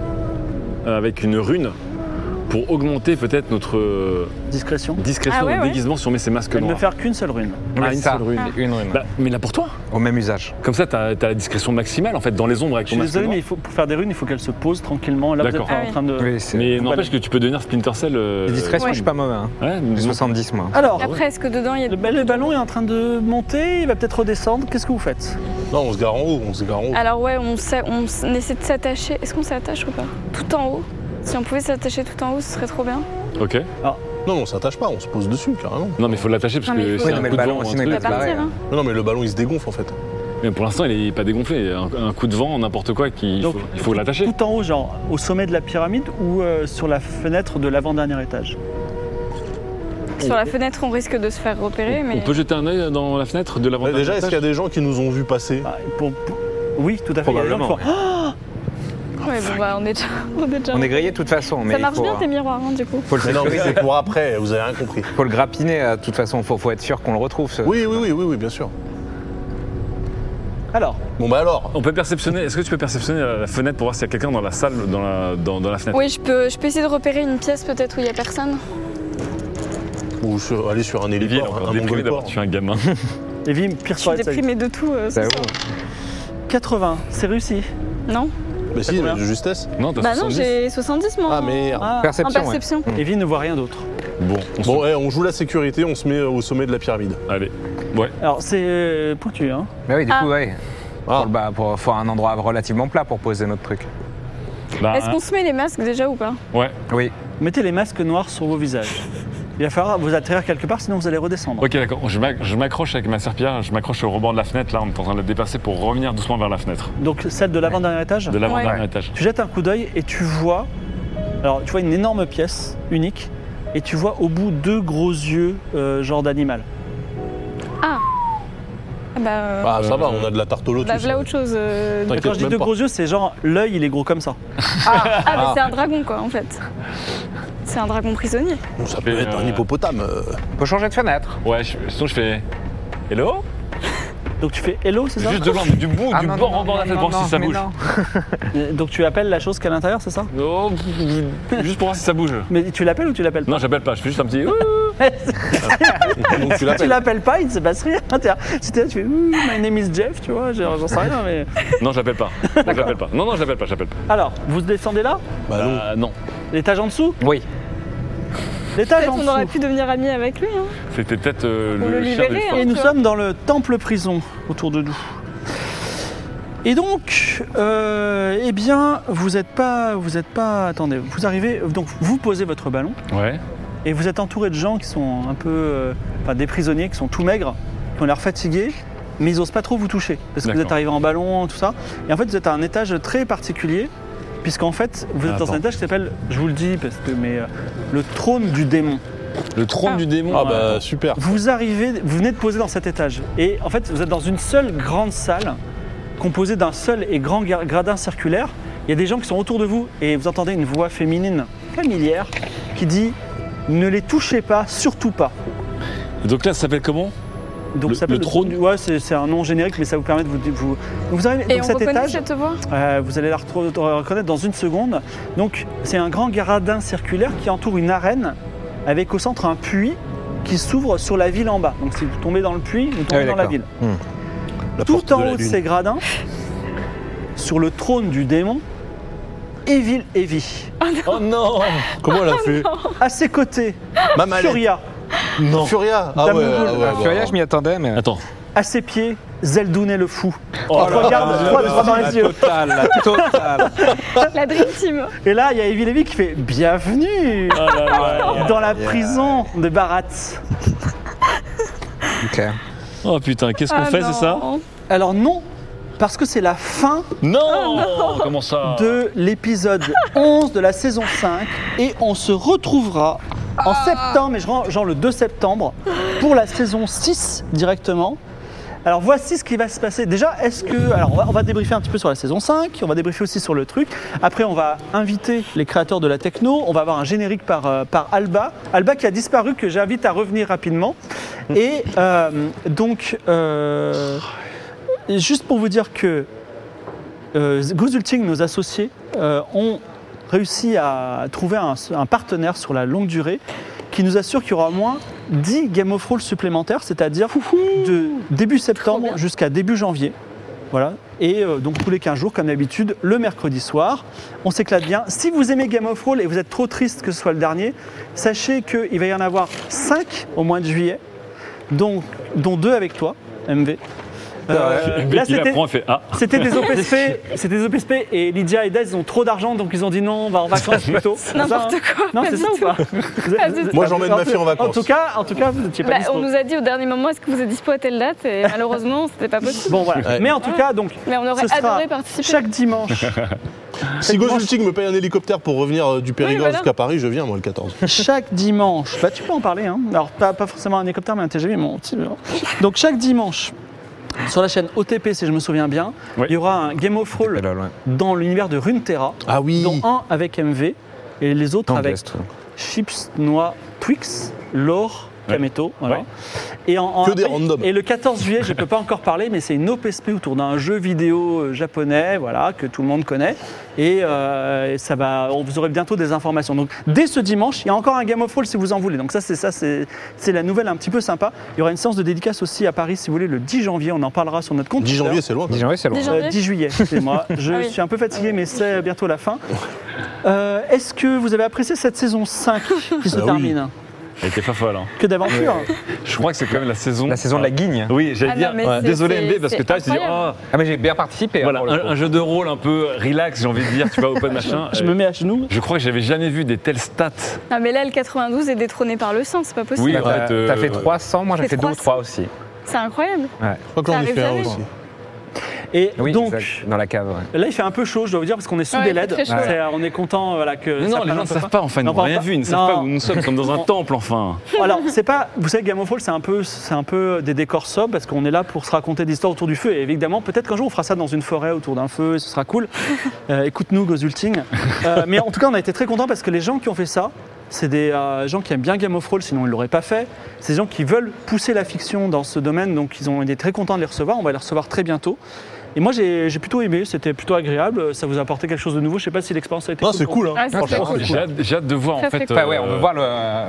[SPEAKER 1] euh, avec une rune pour augmenter peut-être notre euh,
[SPEAKER 2] Discrétion.
[SPEAKER 1] discrétion,
[SPEAKER 5] Ah ouais,
[SPEAKER 1] notre
[SPEAKER 5] ouais.
[SPEAKER 1] déguisement si on met ces masques
[SPEAKER 2] Et ne
[SPEAKER 1] noirs
[SPEAKER 2] faire qu'une seule rune.
[SPEAKER 1] Ah,
[SPEAKER 3] Oui,
[SPEAKER 1] une
[SPEAKER 3] ça,
[SPEAKER 1] seule rune.
[SPEAKER 3] Une rune.
[SPEAKER 1] Bah, mais là pour toi
[SPEAKER 3] Au même usage.
[SPEAKER 1] Comme ça, t'as as la discrétion maximale en fait dans les ombres avec
[SPEAKER 2] Je
[SPEAKER 1] ton
[SPEAKER 2] suis
[SPEAKER 1] masque.
[SPEAKER 2] désolé,
[SPEAKER 1] noir.
[SPEAKER 2] mais il faut, pour faire des runes, il faut qu'elles se posent tranquillement. Là, vous êtes
[SPEAKER 1] D'accord.
[SPEAKER 2] pas
[SPEAKER 5] Ah
[SPEAKER 2] en
[SPEAKER 5] oui.
[SPEAKER 2] train de.
[SPEAKER 3] Oui, c'est.
[SPEAKER 1] Mais
[SPEAKER 2] Faut
[SPEAKER 1] n'empêche que tu peux devenir Splinter Cell. euh,
[SPEAKER 3] Les discrétions,
[SPEAKER 5] Ouais.
[SPEAKER 3] je suis pas mauvais. Hein.
[SPEAKER 1] Ouais, mais
[SPEAKER 3] J'ai
[SPEAKER 1] bon.
[SPEAKER 3] 70 moi.
[SPEAKER 2] Alors,
[SPEAKER 5] Là, presque dedans, il y a
[SPEAKER 2] le, ba- le ballon est en train de monter, il va peut-être redescendre. Qu'est-ce que vous faites
[SPEAKER 4] Non, on se gare en haut, on se gare en haut.
[SPEAKER 5] Alors ouais, on, s'a- on s- on essaie de s'attacher. Est-ce qu'on s'attache ou pas Tout en haut. Si on pouvait s'attacher tout en haut, ce serait trop bien.
[SPEAKER 1] Ok.
[SPEAKER 4] Non, on s'attache pas, on se pose dessus carrément.
[SPEAKER 1] Non, mais faut l'attacher parce
[SPEAKER 5] Non, mais
[SPEAKER 1] que
[SPEAKER 5] il faut-
[SPEAKER 1] c'est
[SPEAKER 5] Oui,
[SPEAKER 1] un
[SPEAKER 5] non,
[SPEAKER 3] mais
[SPEAKER 1] coup de
[SPEAKER 3] le ballon
[SPEAKER 1] vent. ou un
[SPEAKER 3] aussi, mais
[SPEAKER 5] On
[SPEAKER 3] Oui,
[SPEAKER 5] va
[SPEAKER 3] c'est
[SPEAKER 1] truc.
[SPEAKER 3] pareil,
[SPEAKER 5] partir, hein
[SPEAKER 4] Non, non, mais le ballon il se dégonfle en fait.
[SPEAKER 1] Mais pour l'instant, il est pas dégonflé. Un, un coup de vent, n'importe quoi, qui, il
[SPEAKER 2] Donc,
[SPEAKER 1] faut, il faut l'attacher.
[SPEAKER 2] Tout en haut, genre au sommet de la pyramide ou euh, sur la fenêtre de l'avant-dernier étage
[SPEAKER 5] Sur la fenêtre, on risque de se faire repérer, mais...
[SPEAKER 1] On peut jeter un œil dans la fenêtre de l'avant.
[SPEAKER 4] Ouais, Bah, déjà, est-ce qu'il y a des gens qui nous ont vu passer
[SPEAKER 2] Bah, pour- pour- Oui, tout à fait. il y a des gens qui
[SPEAKER 1] Probablement,
[SPEAKER 2] font-
[SPEAKER 5] Ouais, bon, bah, on est déjà... <laughs> On est déjà-
[SPEAKER 3] On est grillé de toute façon. mais
[SPEAKER 5] Ça
[SPEAKER 3] il
[SPEAKER 5] marche
[SPEAKER 3] faut,
[SPEAKER 5] bien
[SPEAKER 3] euh,
[SPEAKER 5] tes miroirs, hein, du coup.
[SPEAKER 3] Faut le <laughs>
[SPEAKER 4] Mais non, mais
[SPEAKER 3] sécuriser.
[SPEAKER 4] c'est pour après, vous avez rien compris.
[SPEAKER 3] Faut le grappiner, euh, de toute façon, faut, faut être sûr qu'on le retrouve. ce-
[SPEAKER 4] Oui, oui, oui, oui, oui, bien sûr.
[SPEAKER 2] "Ah!" Alors,
[SPEAKER 4] Bon, bah alors,
[SPEAKER 1] On peut perceptionner. Est-ce que tu peux perceptionner la la fenêtre pour voir s'il y a quelqu'un dans la salle, dans la, dans, dans la fenêtre
[SPEAKER 5] Oui, je peux, je peux essayer de repérer une pièce peut-être où il n'y a personne.
[SPEAKER 4] ou sur- aller sur un
[SPEAKER 1] Olivier, elle est
[SPEAKER 4] héliport, hein,
[SPEAKER 1] encore
[SPEAKER 4] un
[SPEAKER 1] déprimé
[SPEAKER 4] mongolport.
[SPEAKER 1] d'avoir tué un gamin. <laughs>
[SPEAKER 2] Evie pire
[SPEAKER 5] Je suis
[SPEAKER 2] soirée de sa vie.
[SPEAKER 5] déprimée de tout. euh, ce
[SPEAKER 3] Bah
[SPEAKER 5] soir.
[SPEAKER 3] oui.
[SPEAKER 2] 80, c'est réussi.
[SPEAKER 5] Non
[SPEAKER 4] Mais Bah, si,
[SPEAKER 2] combien
[SPEAKER 4] de justesse.
[SPEAKER 1] Non, t'as
[SPEAKER 5] Bah non,
[SPEAKER 1] 70.
[SPEAKER 5] j'ai 70, moi.
[SPEAKER 4] Ah merde.
[SPEAKER 2] Ah,
[SPEAKER 5] En
[SPEAKER 3] Perception. ouais.
[SPEAKER 5] perception.
[SPEAKER 2] Evie ne voit rien d'autre.
[SPEAKER 1] Bon, on
[SPEAKER 4] Bon, eh, on joue la sécurité, on se met au sommet de la pyramide.
[SPEAKER 1] se... allez.
[SPEAKER 2] Alors, c'est euh, pointu, hein
[SPEAKER 3] Mais oui, du
[SPEAKER 5] Ah.
[SPEAKER 3] coup, ouais.
[SPEAKER 4] Ah.
[SPEAKER 3] Pour, le- bah, pour faire un endroit relativement plat pour poser notre truc.
[SPEAKER 1] Bah,
[SPEAKER 5] Est-ce qu'on se met les masques déjà ou pas
[SPEAKER 1] Ouais.
[SPEAKER 3] Oui.
[SPEAKER 2] Mettez les masques noirs sur vos visages. Il va falloir vous atterrir quelque part, sinon vous allez redescendre.
[SPEAKER 1] Ok, d'accord. Je m'ac- Je m'accroche avec ma serpillère, je m'accroche au rebord de la fenêtre. Là, on est en train de la dépasser pour revenir doucement vers la fenêtre
[SPEAKER 2] Donc, celle de l'avant-dernier étage
[SPEAKER 1] de l'avant-dernier
[SPEAKER 3] Ouais.
[SPEAKER 1] étage.
[SPEAKER 2] Tu jettes un coup d'œil et tu vois. Alors, tu vois une énorme pièce unique et tu vois au bout deux gros yeux, euh, genre d'animal.
[SPEAKER 5] Ah Bah, euh,
[SPEAKER 4] Ah, ça
[SPEAKER 1] Euh,
[SPEAKER 4] va, on a de la tarte au lotus.
[SPEAKER 5] bah voilà autre chose. euh,
[SPEAKER 4] T'inquiète
[SPEAKER 2] Quand je dis
[SPEAKER 4] même
[SPEAKER 2] deux
[SPEAKER 4] pas.
[SPEAKER 2] gros yeux, c'est genre l'œil, il est gros comme ça.
[SPEAKER 5] Ah, mais c'est un dragon quoi en fait. C'est un dragon prisonnier.
[SPEAKER 4] Bon, ça peut
[SPEAKER 1] Mais,
[SPEAKER 4] être un
[SPEAKER 1] euh,
[SPEAKER 4] hippopotame. euh.
[SPEAKER 3] Faut changer de fenêtre.
[SPEAKER 1] Ouais, je- sinon je fais. Hello
[SPEAKER 2] Donc tu fais hello, c'est ça
[SPEAKER 1] Juste de l'angle, du bout,
[SPEAKER 3] Ah,
[SPEAKER 1] du
[SPEAKER 3] non,
[SPEAKER 1] bord
[SPEAKER 3] non,
[SPEAKER 1] en bord de la fenêtre
[SPEAKER 3] non,
[SPEAKER 1] pour voir
[SPEAKER 3] non,
[SPEAKER 1] si ça
[SPEAKER 3] mais
[SPEAKER 1] bouge.
[SPEAKER 3] non.
[SPEAKER 2] Euh, Donc tu appelles la chose qui est à l'intérieur, c'est ça
[SPEAKER 1] Non, juste pour voir si ça bouge.
[SPEAKER 2] Mais tu l'appelles ou tu l'appelles pas
[SPEAKER 1] Non, j'appelle pas, je fais juste un
[SPEAKER 3] <laughs>
[SPEAKER 1] petit.
[SPEAKER 4] Donc tu
[SPEAKER 2] Tu
[SPEAKER 4] l'appelles.
[SPEAKER 2] l'appelles pas, il ne se passe rien. <laughs> T'es là- Tu t'es là, tu fais Ouh, My name is Jeff, tu vois, genre, j'en sais rien. Mais...
[SPEAKER 1] non, j'appelle pas. Non, j'appelle pas. Non, non, j'appelle pas, j'appelle pas.
[SPEAKER 2] Alors, vous descendez là
[SPEAKER 4] Bah non.
[SPEAKER 1] Euh, non,
[SPEAKER 2] L'étage en dessous
[SPEAKER 3] Oui.
[SPEAKER 2] L'étage
[SPEAKER 5] Peut-être
[SPEAKER 2] en
[SPEAKER 5] on aurait
[SPEAKER 2] dessous.
[SPEAKER 5] pu devenir amis avec lui. Hein.
[SPEAKER 1] c'était peut-être euh,
[SPEAKER 5] On
[SPEAKER 1] le,
[SPEAKER 5] le
[SPEAKER 1] chien
[SPEAKER 5] libérait,
[SPEAKER 1] de
[SPEAKER 5] hein.
[SPEAKER 2] Et nous
[SPEAKER 5] Tu vois.
[SPEAKER 2] sommes dans le temple prison autour de nous. Et donc, euh, eh bien, vous n'êtes pas, vous êtes pas, attendez, vous arrivez, donc vous posez votre ballon
[SPEAKER 5] hein.
[SPEAKER 1] Ouais.
[SPEAKER 2] et vous êtes entouré de gens qui sont un peu, euh, enfin des prisonniers qui sont tout maigres, qui ont l'air fatigués, mais ils osent pas trop vous toucher parce que vous
[SPEAKER 1] D'accord.
[SPEAKER 2] êtes arrivé en ballon, tout ça. Et en fait, vous êtes à un étage très particulier puisqu'en fait, vous êtes dans un
[SPEAKER 1] Ah, Attends.
[SPEAKER 2] étage qui s'appelle, je vous le dis parce que, mais euh, le trône du démon.
[SPEAKER 1] Le trône du démon.
[SPEAKER 4] Ah bah super.
[SPEAKER 2] Vous arrivez, vous venez de poser dans cet étage. Et en fait, vous êtes dans une seule grande salle, composée d'un seul et grand gar- gradin circulaire. Il y a des gens qui sont autour de vous et vous entendez une voix féminine familière qui dit Ne les touchez pas, surtout pas.
[SPEAKER 1] Et Donc là, ça s'appelle comment
[SPEAKER 2] Donc
[SPEAKER 1] Le-
[SPEAKER 2] ça s'appelle
[SPEAKER 1] le trône
[SPEAKER 2] du- Ouais, c'est c'est un nom générique, mais ça vous permet de vous. de vous... Donc, vous arrivez
[SPEAKER 5] Et
[SPEAKER 2] donc
[SPEAKER 5] on
[SPEAKER 2] cet
[SPEAKER 5] reconnaît
[SPEAKER 2] étage.
[SPEAKER 5] cette voix
[SPEAKER 2] Euh, vous allez la retro- reconnaître dans une seconde. Donc, c'est un grand gradin circulaire qui entoure une arène avec au centre un puits qui s'ouvre sur la ville en bas. Donc, si vous tombez dans le puits, vous tombez
[SPEAKER 3] Ah oui,
[SPEAKER 2] dans la
[SPEAKER 3] d'accord.
[SPEAKER 2] ville.
[SPEAKER 4] La
[SPEAKER 2] Tout
[SPEAKER 4] porte
[SPEAKER 2] en
[SPEAKER 4] la
[SPEAKER 2] haut de
[SPEAKER 4] lune.
[SPEAKER 2] ces gradins, sur le trône du démon, Evil Evie.
[SPEAKER 1] Oh non
[SPEAKER 4] Comment elle a fait
[SPEAKER 2] À ses côtés,
[SPEAKER 4] Ma mallette.
[SPEAKER 2] Furia.
[SPEAKER 4] Non. Furia Ah
[SPEAKER 2] Dame
[SPEAKER 4] ouais,
[SPEAKER 2] Mongole.
[SPEAKER 4] ah ouais,
[SPEAKER 3] Ah,
[SPEAKER 4] bah,
[SPEAKER 3] Furia, je m'y attendais, mais.
[SPEAKER 1] Attends.
[SPEAKER 2] À ses pieds, Zeldounet le fou.
[SPEAKER 1] Oh
[SPEAKER 2] Trois gardes, trois trois dans les yeux.
[SPEAKER 3] Total, la totale.
[SPEAKER 2] Ah.
[SPEAKER 5] La Dream Team.
[SPEAKER 2] Et là, il y a Evil Evie qui fait Bienvenue
[SPEAKER 1] Ah là là.
[SPEAKER 2] dans la prison de Barat.
[SPEAKER 3] <laughs> Ok.
[SPEAKER 1] Oh putain, qu'est-ce qu'on
[SPEAKER 5] Ah
[SPEAKER 1] fait, c'est ça
[SPEAKER 5] non.
[SPEAKER 2] Alors non, parce que c'est la fin
[SPEAKER 1] non,
[SPEAKER 5] Ah
[SPEAKER 1] Oh, Comment ça
[SPEAKER 2] de l'épisode 11 de la saison 5 et on se retrouvera en septembre, et je rends- genre le 2 septembre, pour la saison 6 directement. Alors voici ce qui va se passer. Déjà, est-ce que... Alors on va, on va débriefer un petit peu sur la saison 5, on va débriefer aussi sur le truc. Après, on va inviter les créateurs de la techno, on va avoir un générique par, euh, par Alba. Alba qui a disparu, que j'invite à revenir rapidement. Et euh, donc, euh, juste pour vous dire que euh, Gozulting, nos associés, euh, ont réussi à trouver un, un partenaire sur la longue durée qui nous assure qu'il y aura au moins 10 Game of Thrones supplémentaires, c'est-à-dire de début septembre jusqu'à début janvier. Voilà. Et euh, donc tous les 15 jours, comme d'habitude, le mercredi soir, on s'éclate bien. Si vous aimez Game of Thrones et vous êtes trop triste que ce soit le dernier, sachez qu'il va y en avoir 5 au mois de juillet, dont, dont 2 avec toi, MV. Euh,
[SPEAKER 1] Le
[SPEAKER 2] là,
[SPEAKER 1] mec, il
[SPEAKER 2] c'était-
[SPEAKER 1] apprend, il fait Ah
[SPEAKER 2] c'était des OPSP, c'était des OPSP et Lydia et Daz, ils ont trop d'argent donc ils ont dit non, on va en
[SPEAKER 5] <laughs>
[SPEAKER 2] vacances plutôt. C'est
[SPEAKER 5] N'importe
[SPEAKER 2] ça, hein
[SPEAKER 5] quoi.
[SPEAKER 2] Non,
[SPEAKER 5] pas
[SPEAKER 2] c'est
[SPEAKER 5] du
[SPEAKER 2] ça ou
[SPEAKER 5] tout.
[SPEAKER 2] pas Vous êtes-
[SPEAKER 5] Pas
[SPEAKER 2] vous
[SPEAKER 5] du
[SPEAKER 2] êtes-
[SPEAKER 5] tout.
[SPEAKER 4] Moi, j'emmène
[SPEAKER 2] en
[SPEAKER 4] ma
[SPEAKER 2] tout-
[SPEAKER 4] fille en vacances.
[SPEAKER 2] En tout cas, en tout cas, vous n'étiez pas
[SPEAKER 5] Bah,
[SPEAKER 2] dispo.
[SPEAKER 5] on nous a dit au dernier moment est-ce que vous êtes dispo à telle date et malheureusement <laughs> c'était pas possible.
[SPEAKER 2] Bon voilà.
[SPEAKER 4] Ouais.
[SPEAKER 2] Mais en tout cas, donc
[SPEAKER 5] Mais on aurait
[SPEAKER 2] ce sera
[SPEAKER 5] adoré participer.
[SPEAKER 2] chaque
[SPEAKER 5] <laughs>
[SPEAKER 2] dimanche,
[SPEAKER 4] Si Gozulting me paye un hélicoptère pour revenir euh, du Périgord
[SPEAKER 5] voilà.
[SPEAKER 4] jusqu'à Paris, je viens moi le 14.
[SPEAKER 2] chaque dimanche. Bah tu peux en parler. Hein. Alors pas, pas forcément un hélicoptère, mais un TGV. Mon petit. Donc chaque dimanche. Sur la chaîne OTP, si je me souviens bien,
[SPEAKER 1] Ouais.
[SPEAKER 2] il y aura un Game of Roll
[SPEAKER 3] Là, loin.
[SPEAKER 2] dans l'univers de Runeterra,
[SPEAKER 4] Ah oui.
[SPEAKER 2] dont un avec MV et les autres
[SPEAKER 3] Dans le
[SPEAKER 2] avec
[SPEAKER 3] reste, ouais.
[SPEAKER 2] Chips, Noix, Twix, L'Or, Kameto. Voilà.
[SPEAKER 1] Ouais.
[SPEAKER 2] Et, en- en-
[SPEAKER 4] Que des randoms.
[SPEAKER 2] et le 14 juillet, je ne peux pas encore parler, mais c'est une OPSP autour d'un jeu vidéo euh, japonais voilà, que tout le monde connaît. Et euh, ça va, on vous aurez bientôt des informations. Donc dès ce dimanche, il y a encore un Game of Thrones si vous en voulez. Donc ça, c'est ça, c'est c'est la nouvelle un petit peu sympa. Il y aura une séance de dédicace aussi à Paris si vous voulez le 10 janvier. On en parlera sur notre compte.
[SPEAKER 4] 10
[SPEAKER 2] Twitter.
[SPEAKER 4] janvier, c'est loin.
[SPEAKER 3] 10 janvier, c'est loin.
[SPEAKER 5] Des gens-
[SPEAKER 2] Euh, 10 juillet, c'est
[SPEAKER 5] <laughs>
[SPEAKER 2] moi. Je
[SPEAKER 5] Ah oui.
[SPEAKER 2] suis un peu fatigué, mais c'est bientôt la fin. Euh, Est-ce que vous avez apprécié cette saison 5 qui se
[SPEAKER 4] Ah oui.
[SPEAKER 2] termine
[SPEAKER 1] Elle était pas folle. hein.
[SPEAKER 2] Que d'aventure
[SPEAKER 1] Je crois que c'est quand même la saison.
[SPEAKER 3] La saison de la guigne.
[SPEAKER 1] Oui,
[SPEAKER 5] Ah
[SPEAKER 1] j'allais
[SPEAKER 5] non,
[SPEAKER 1] dire.
[SPEAKER 5] mais c'est-
[SPEAKER 1] Désolé,
[SPEAKER 5] c'est-
[SPEAKER 1] MB, parce que
[SPEAKER 5] c'est
[SPEAKER 1] t'as, tu dis Oh,
[SPEAKER 5] incroyable.
[SPEAKER 3] Ah, mais j'ai bien participé. hein,
[SPEAKER 1] voilà,
[SPEAKER 3] pour le
[SPEAKER 1] un,
[SPEAKER 3] coup.
[SPEAKER 1] un jeu de rôle un peu relax, j'ai envie de dire, tu
[SPEAKER 5] <laughs>
[SPEAKER 1] vois, open machin.
[SPEAKER 2] Je me mets à genoux.
[SPEAKER 1] Je crois que j'avais jamais vu des telles stats.
[SPEAKER 5] Ah, mais là le 92 est détrôné par le 100, c'est pas possible.
[SPEAKER 1] Oui,
[SPEAKER 3] T'as-
[SPEAKER 1] en fait, euh,
[SPEAKER 3] T'as fait 300, moi j'ai
[SPEAKER 5] c'est
[SPEAKER 3] fait 2 ou
[SPEAKER 5] 300.
[SPEAKER 3] 3 aussi.
[SPEAKER 5] C'est incroyable.
[SPEAKER 4] Je crois que là,
[SPEAKER 5] Ça
[SPEAKER 4] on est
[SPEAKER 5] arrive
[SPEAKER 4] fait un
[SPEAKER 5] jamais.
[SPEAKER 4] aussi.
[SPEAKER 2] Et
[SPEAKER 3] Oui,
[SPEAKER 2] donc,
[SPEAKER 3] exact, dans la cave. ouais.
[SPEAKER 2] là, il fait un peu chaud, je dois vous dire, parce qu'on est sous
[SPEAKER 5] Ouais,
[SPEAKER 2] des
[SPEAKER 5] il fait
[SPEAKER 2] LED.
[SPEAKER 5] très chaud,
[SPEAKER 2] C'est- On est content euh, voilà, que.
[SPEAKER 1] Non,
[SPEAKER 2] ça
[SPEAKER 1] non, les
[SPEAKER 2] parle
[SPEAKER 1] gens
[SPEAKER 2] un
[SPEAKER 1] ne
[SPEAKER 2] peu
[SPEAKER 1] savent
[SPEAKER 2] fort.
[SPEAKER 1] pas, enfin, ils
[SPEAKER 2] Non,
[SPEAKER 1] n'ont
[SPEAKER 2] parle
[SPEAKER 1] rien
[SPEAKER 2] pas.
[SPEAKER 1] vu, ils ne savent
[SPEAKER 2] Non.
[SPEAKER 1] pas où nous sommes, comme dans
[SPEAKER 5] <laughs>
[SPEAKER 1] un
[SPEAKER 2] Non.
[SPEAKER 1] temple, enfin.
[SPEAKER 2] Alors, c'est pas. Vous savez, Game of Thrones, c'est un peu, c'est un peu des décors sobres parce qu'on est là pour se raconter des histoires autour du feu. Et évidemment, peut-être qu'un jour on fera ça dans une forêt autour d'un feu, et ce sera cool. Euh, Écoute-nous, Gozulting. Euh, mais en tout cas, on a été très contents parce que les gens qui ont fait ça, c'est des euh, gens qui aiment bien Game of Thrones, sinon ils l'auraient pas fait. C'est des gens qui veulent pousser la fiction dans ce domaine, donc ils ont été très contents de les recevoir. On va les recevoir très bientôt. Et moi, j'ai j'ai plutôt aimé. C'était plutôt agréable. Ça vous a apporté quelque chose de nouveau. Je sais pas si l'expérience a été.
[SPEAKER 4] Non, c'est
[SPEAKER 2] pour vous.
[SPEAKER 4] cool. Hein.
[SPEAKER 5] Ah, c'est
[SPEAKER 4] Franchement,
[SPEAKER 5] très cool.
[SPEAKER 4] c'est
[SPEAKER 1] J'ai
[SPEAKER 4] cool.
[SPEAKER 1] hâte, j'ai hâte de voir, en
[SPEAKER 5] Très,
[SPEAKER 1] fait.
[SPEAKER 5] très
[SPEAKER 3] Enfin, Bah ouais, on
[SPEAKER 1] euh,
[SPEAKER 3] veut voir le.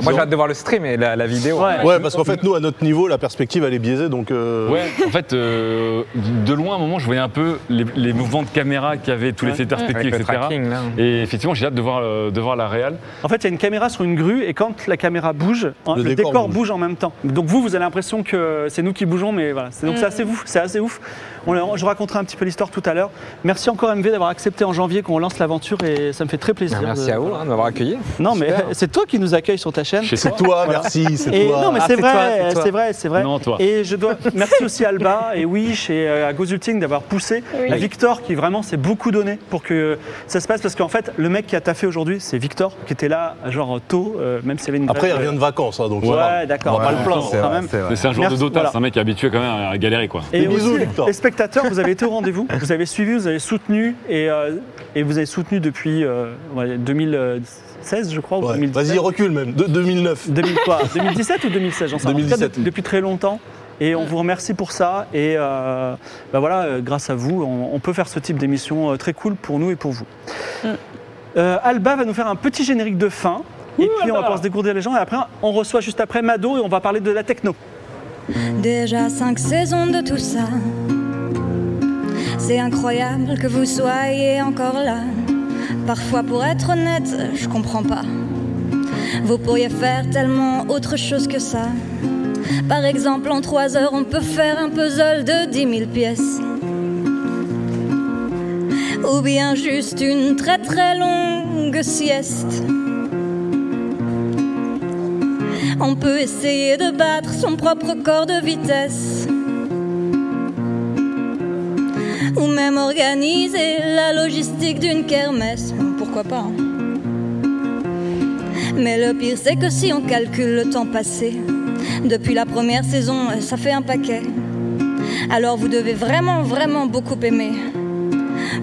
[SPEAKER 3] Moi j'ai hâte de voir le stream et la, la vidéo.
[SPEAKER 2] Ouais.
[SPEAKER 4] Ouais, parce qu'en fait, nous, à notre niveau, la perspective, elle est biaisée, donc. euh,
[SPEAKER 1] Ouais, en fait, euh, de loin, à un moment, je voyais un peu les, les mouvements de caméra qu'il y avait, tous les
[SPEAKER 2] Ouais.
[SPEAKER 1] effets de perspective,
[SPEAKER 3] Avec le
[SPEAKER 1] etc.
[SPEAKER 3] tracking là.
[SPEAKER 1] Et effectivement, j'ai hâte de voir, euh, de voir la réal.
[SPEAKER 2] En fait, il y a une caméra sur une grue et quand la caméra bouge, hein, le,
[SPEAKER 4] Le
[SPEAKER 2] décor,
[SPEAKER 4] décor
[SPEAKER 2] bouge.
[SPEAKER 4] bouge.
[SPEAKER 2] en même temps. Donc vous, vous avez l'impression que c'est nous qui bougeons, mais voilà. C'est- Donc c'est assez ouf. C'est assez ouf. On l'a- je vous raconterai un petit peu l'histoire tout à l'heure. Merci encore MV d'avoir accepté en janvier qu'on lance l'aventure et ça me fait très plaisir.
[SPEAKER 3] Ah, Merci
[SPEAKER 2] de-
[SPEAKER 3] à vous hein, de m'avoir accueilli.
[SPEAKER 2] Non mais <laughs> c'est toi qui nous accueille sur ta chaîne.
[SPEAKER 1] Chez
[SPEAKER 4] C'est toi, merci, c'est
[SPEAKER 2] Et
[SPEAKER 4] toi.
[SPEAKER 2] non mais
[SPEAKER 3] Ah,
[SPEAKER 2] c'est
[SPEAKER 3] c'est toi,
[SPEAKER 2] vrai,
[SPEAKER 3] c'est toi.
[SPEAKER 2] c'est vrai, c'est vrai.
[SPEAKER 1] Non, toi.
[SPEAKER 2] Et je dois merci aussi à Alba et Wish et euh, à Gozulting d'avoir poussé,
[SPEAKER 5] Oui.
[SPEAKER 2] à Victor qui vraiment s'est beaucoup donné pour que ça se passe parce qu'en fait le mec qui a taffé aujourd'hui c'est Victor qui était là genre tôt euh, même s'il y avait une
[SPEAKER 4] Après, il
[SPEAKER 2] grève,
[SPEAKER 4] revient de vacances, hein, donc. ça va.
[SPEAKER 2] Ouais, d'accord.
[SPEAKER 4] On va pas le plaindre.
[SPEAKER 3] C'est
[SPEAKER 2] quand
[SPEAKER 3] vrai,
[SPEAKER 2] même.
[SPEAKER 3] c'est vrai.
[SPEAKER 1] C'est un joueur
[SPEAKER 2] Merci,
[SPEAKER 1] de Dota,
[SPEAKER 2] voilà.
[SPEAKER 1] c'est un mec qui est habitué quand même à galérer, quoi.
[SPEAKER 2] Et
[SPEAKER 4] Des bisous,
[SPEAKER 2] aussi,
[SPEAKER 4] Victor.
[SPEAKER 2] les spectateurs, vous avez été au rendez-vous, vous avez suivi, vous avez soutenu et, euh, et vous avez soutenu depuis euh, ouais, 2016, je crois, ou
[SPEAKER 4] Ouais.
[SPEAKER 2] 2017.
[SPEAKER 4] Vas-y, recule même. De 2009.
[SPEAKER 2] 2000 quoi 2017 ou 2016, j'en sais rien. En tout cas,
[SPEAKER 4] 2017.
[SPEAKER 2] de- depuis très longtemps. Et on vous remercie pour ça. Et euh, bah voilà, euh, grâce à vous, on, on peut faire ce type d'émission euh, très cool pour nous et pour vous. Euh, Alba va nous faire un petit générique de fin. Et puis on va pouvoir se découvrir les gens. Et après, on reçoit juste après Mado et on va parler de la techno.
[SPEAKER 6] Déjà cinq saisons de tout ça. C'est incroyable que vous soyez encore là. Parfois, pour être honnête, je comprends pas. Vous pourriez faire tellement autre chose que ça. Par exemple, en 3 heures, on peut faire un puzzle de 10 000 pièces. Ou bien juste une très très longue sieste. On peut essayer de battre son propre corps de vitesse. Ou même organiser la logistique d'une kermesse. Pourquoi pas hein. Mais le pire, c'est que si on calcule le temps passé, depuis la première saison, euh, ça fait un paquet. Alors vous devez vraiment, vraiment beaucoup aimer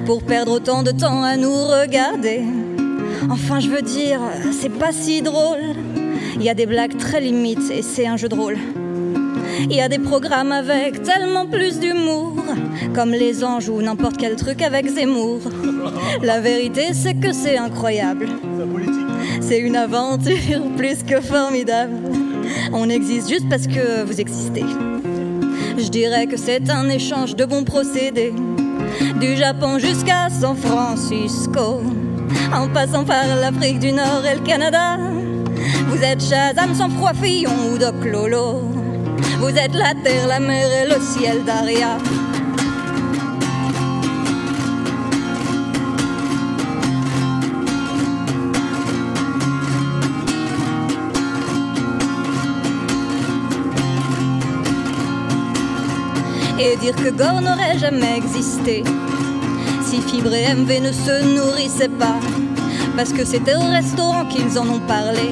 [SPEAKER 6] pour perdre autant de temps à nous regarder. Enfin, je veux dire, euh, c'est pas si drôle. Il y a des blagues très limites et c'est un jeu de rôle. Il y a des programmes avec tellement plus d'humour, comme Les Anges ou n'importe quel truc avec Zemmour. La vérité, c'est que c'est incroyable. C'est une aventure <laughs> plus que formidable. On existe juste parce que vous existez. Je dirais que c'est un échange de bons procédés. Du Japon jusqu'à San Francisco, en passant par l'Afrique du Nord et le Canada. Vous êtes Shazam sans froid Fillon ou Doc Lolo. Vous êtes la terre, la mer et le ciel d'Aria. et dire que Gore n'aurait jamais existé si Fibre et MV ne se nourrissaient pas. Parce que c'était au restaurant qu'ils en ont parlé,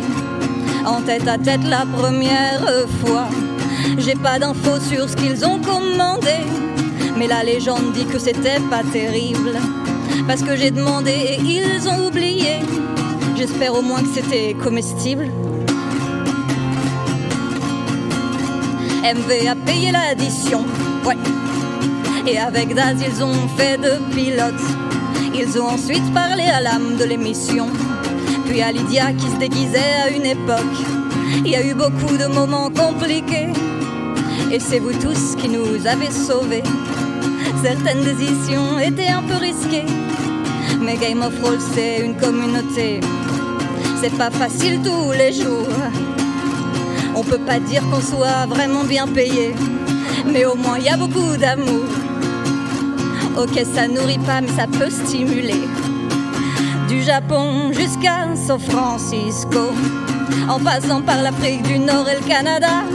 [SPEAKER 6] en tête à tête la première fois. J'ai pas d'infos sur ce qu'ils ont commandé, mais la légende dit que c'était pas terrible. Parce que j'ai demandé et ils ont oublié. J'espère au moins que c'était comestible. MV a payé l'addition. Ouais. Et avec Daz, ils ont fait deux pilotes. Ils ont ensuite parlé à l'âme de l'émission. Puis à Lydia qui se déguisait à une époque. Il y a eu beaucoup de moments compliqués. Et c'est vous tous qui nous avez sauvés. Certaines décisions étaient un peu risquées. Mais Game of Thrones, c'est une communauté. C'est pas facile tous les jours. On peut pas dire qu'on soit vraiment bien payé, mais au moins il y a beaucoup d'amour. Ok, ça nourrit pas, mais ça peut stimuler. Du Japon jusqu'à San Francisco, en passant par l'Afrique du Nord et le Canada.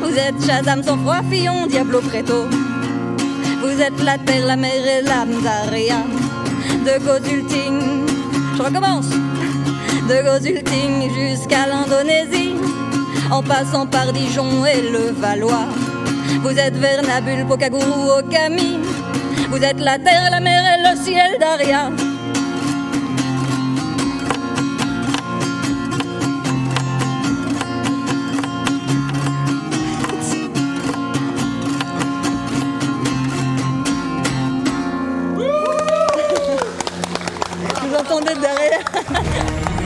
[SPEAKER 6] Vous êtes Shazam sans froid, Fillon, Diablo Preto. Vous êtes la terre, la mer et l'âme d'Aria. De Gozulting, je recommence. De Gozulting jusqu'à l'Indonésie en passant par Dijon et le Valois. Vous êtes Vernabule, Pocaguru, Okami. Vous êtes la terre, la mer et le ciel d'Aria. Vous entendez derrière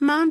[SPEAKER 7] Mom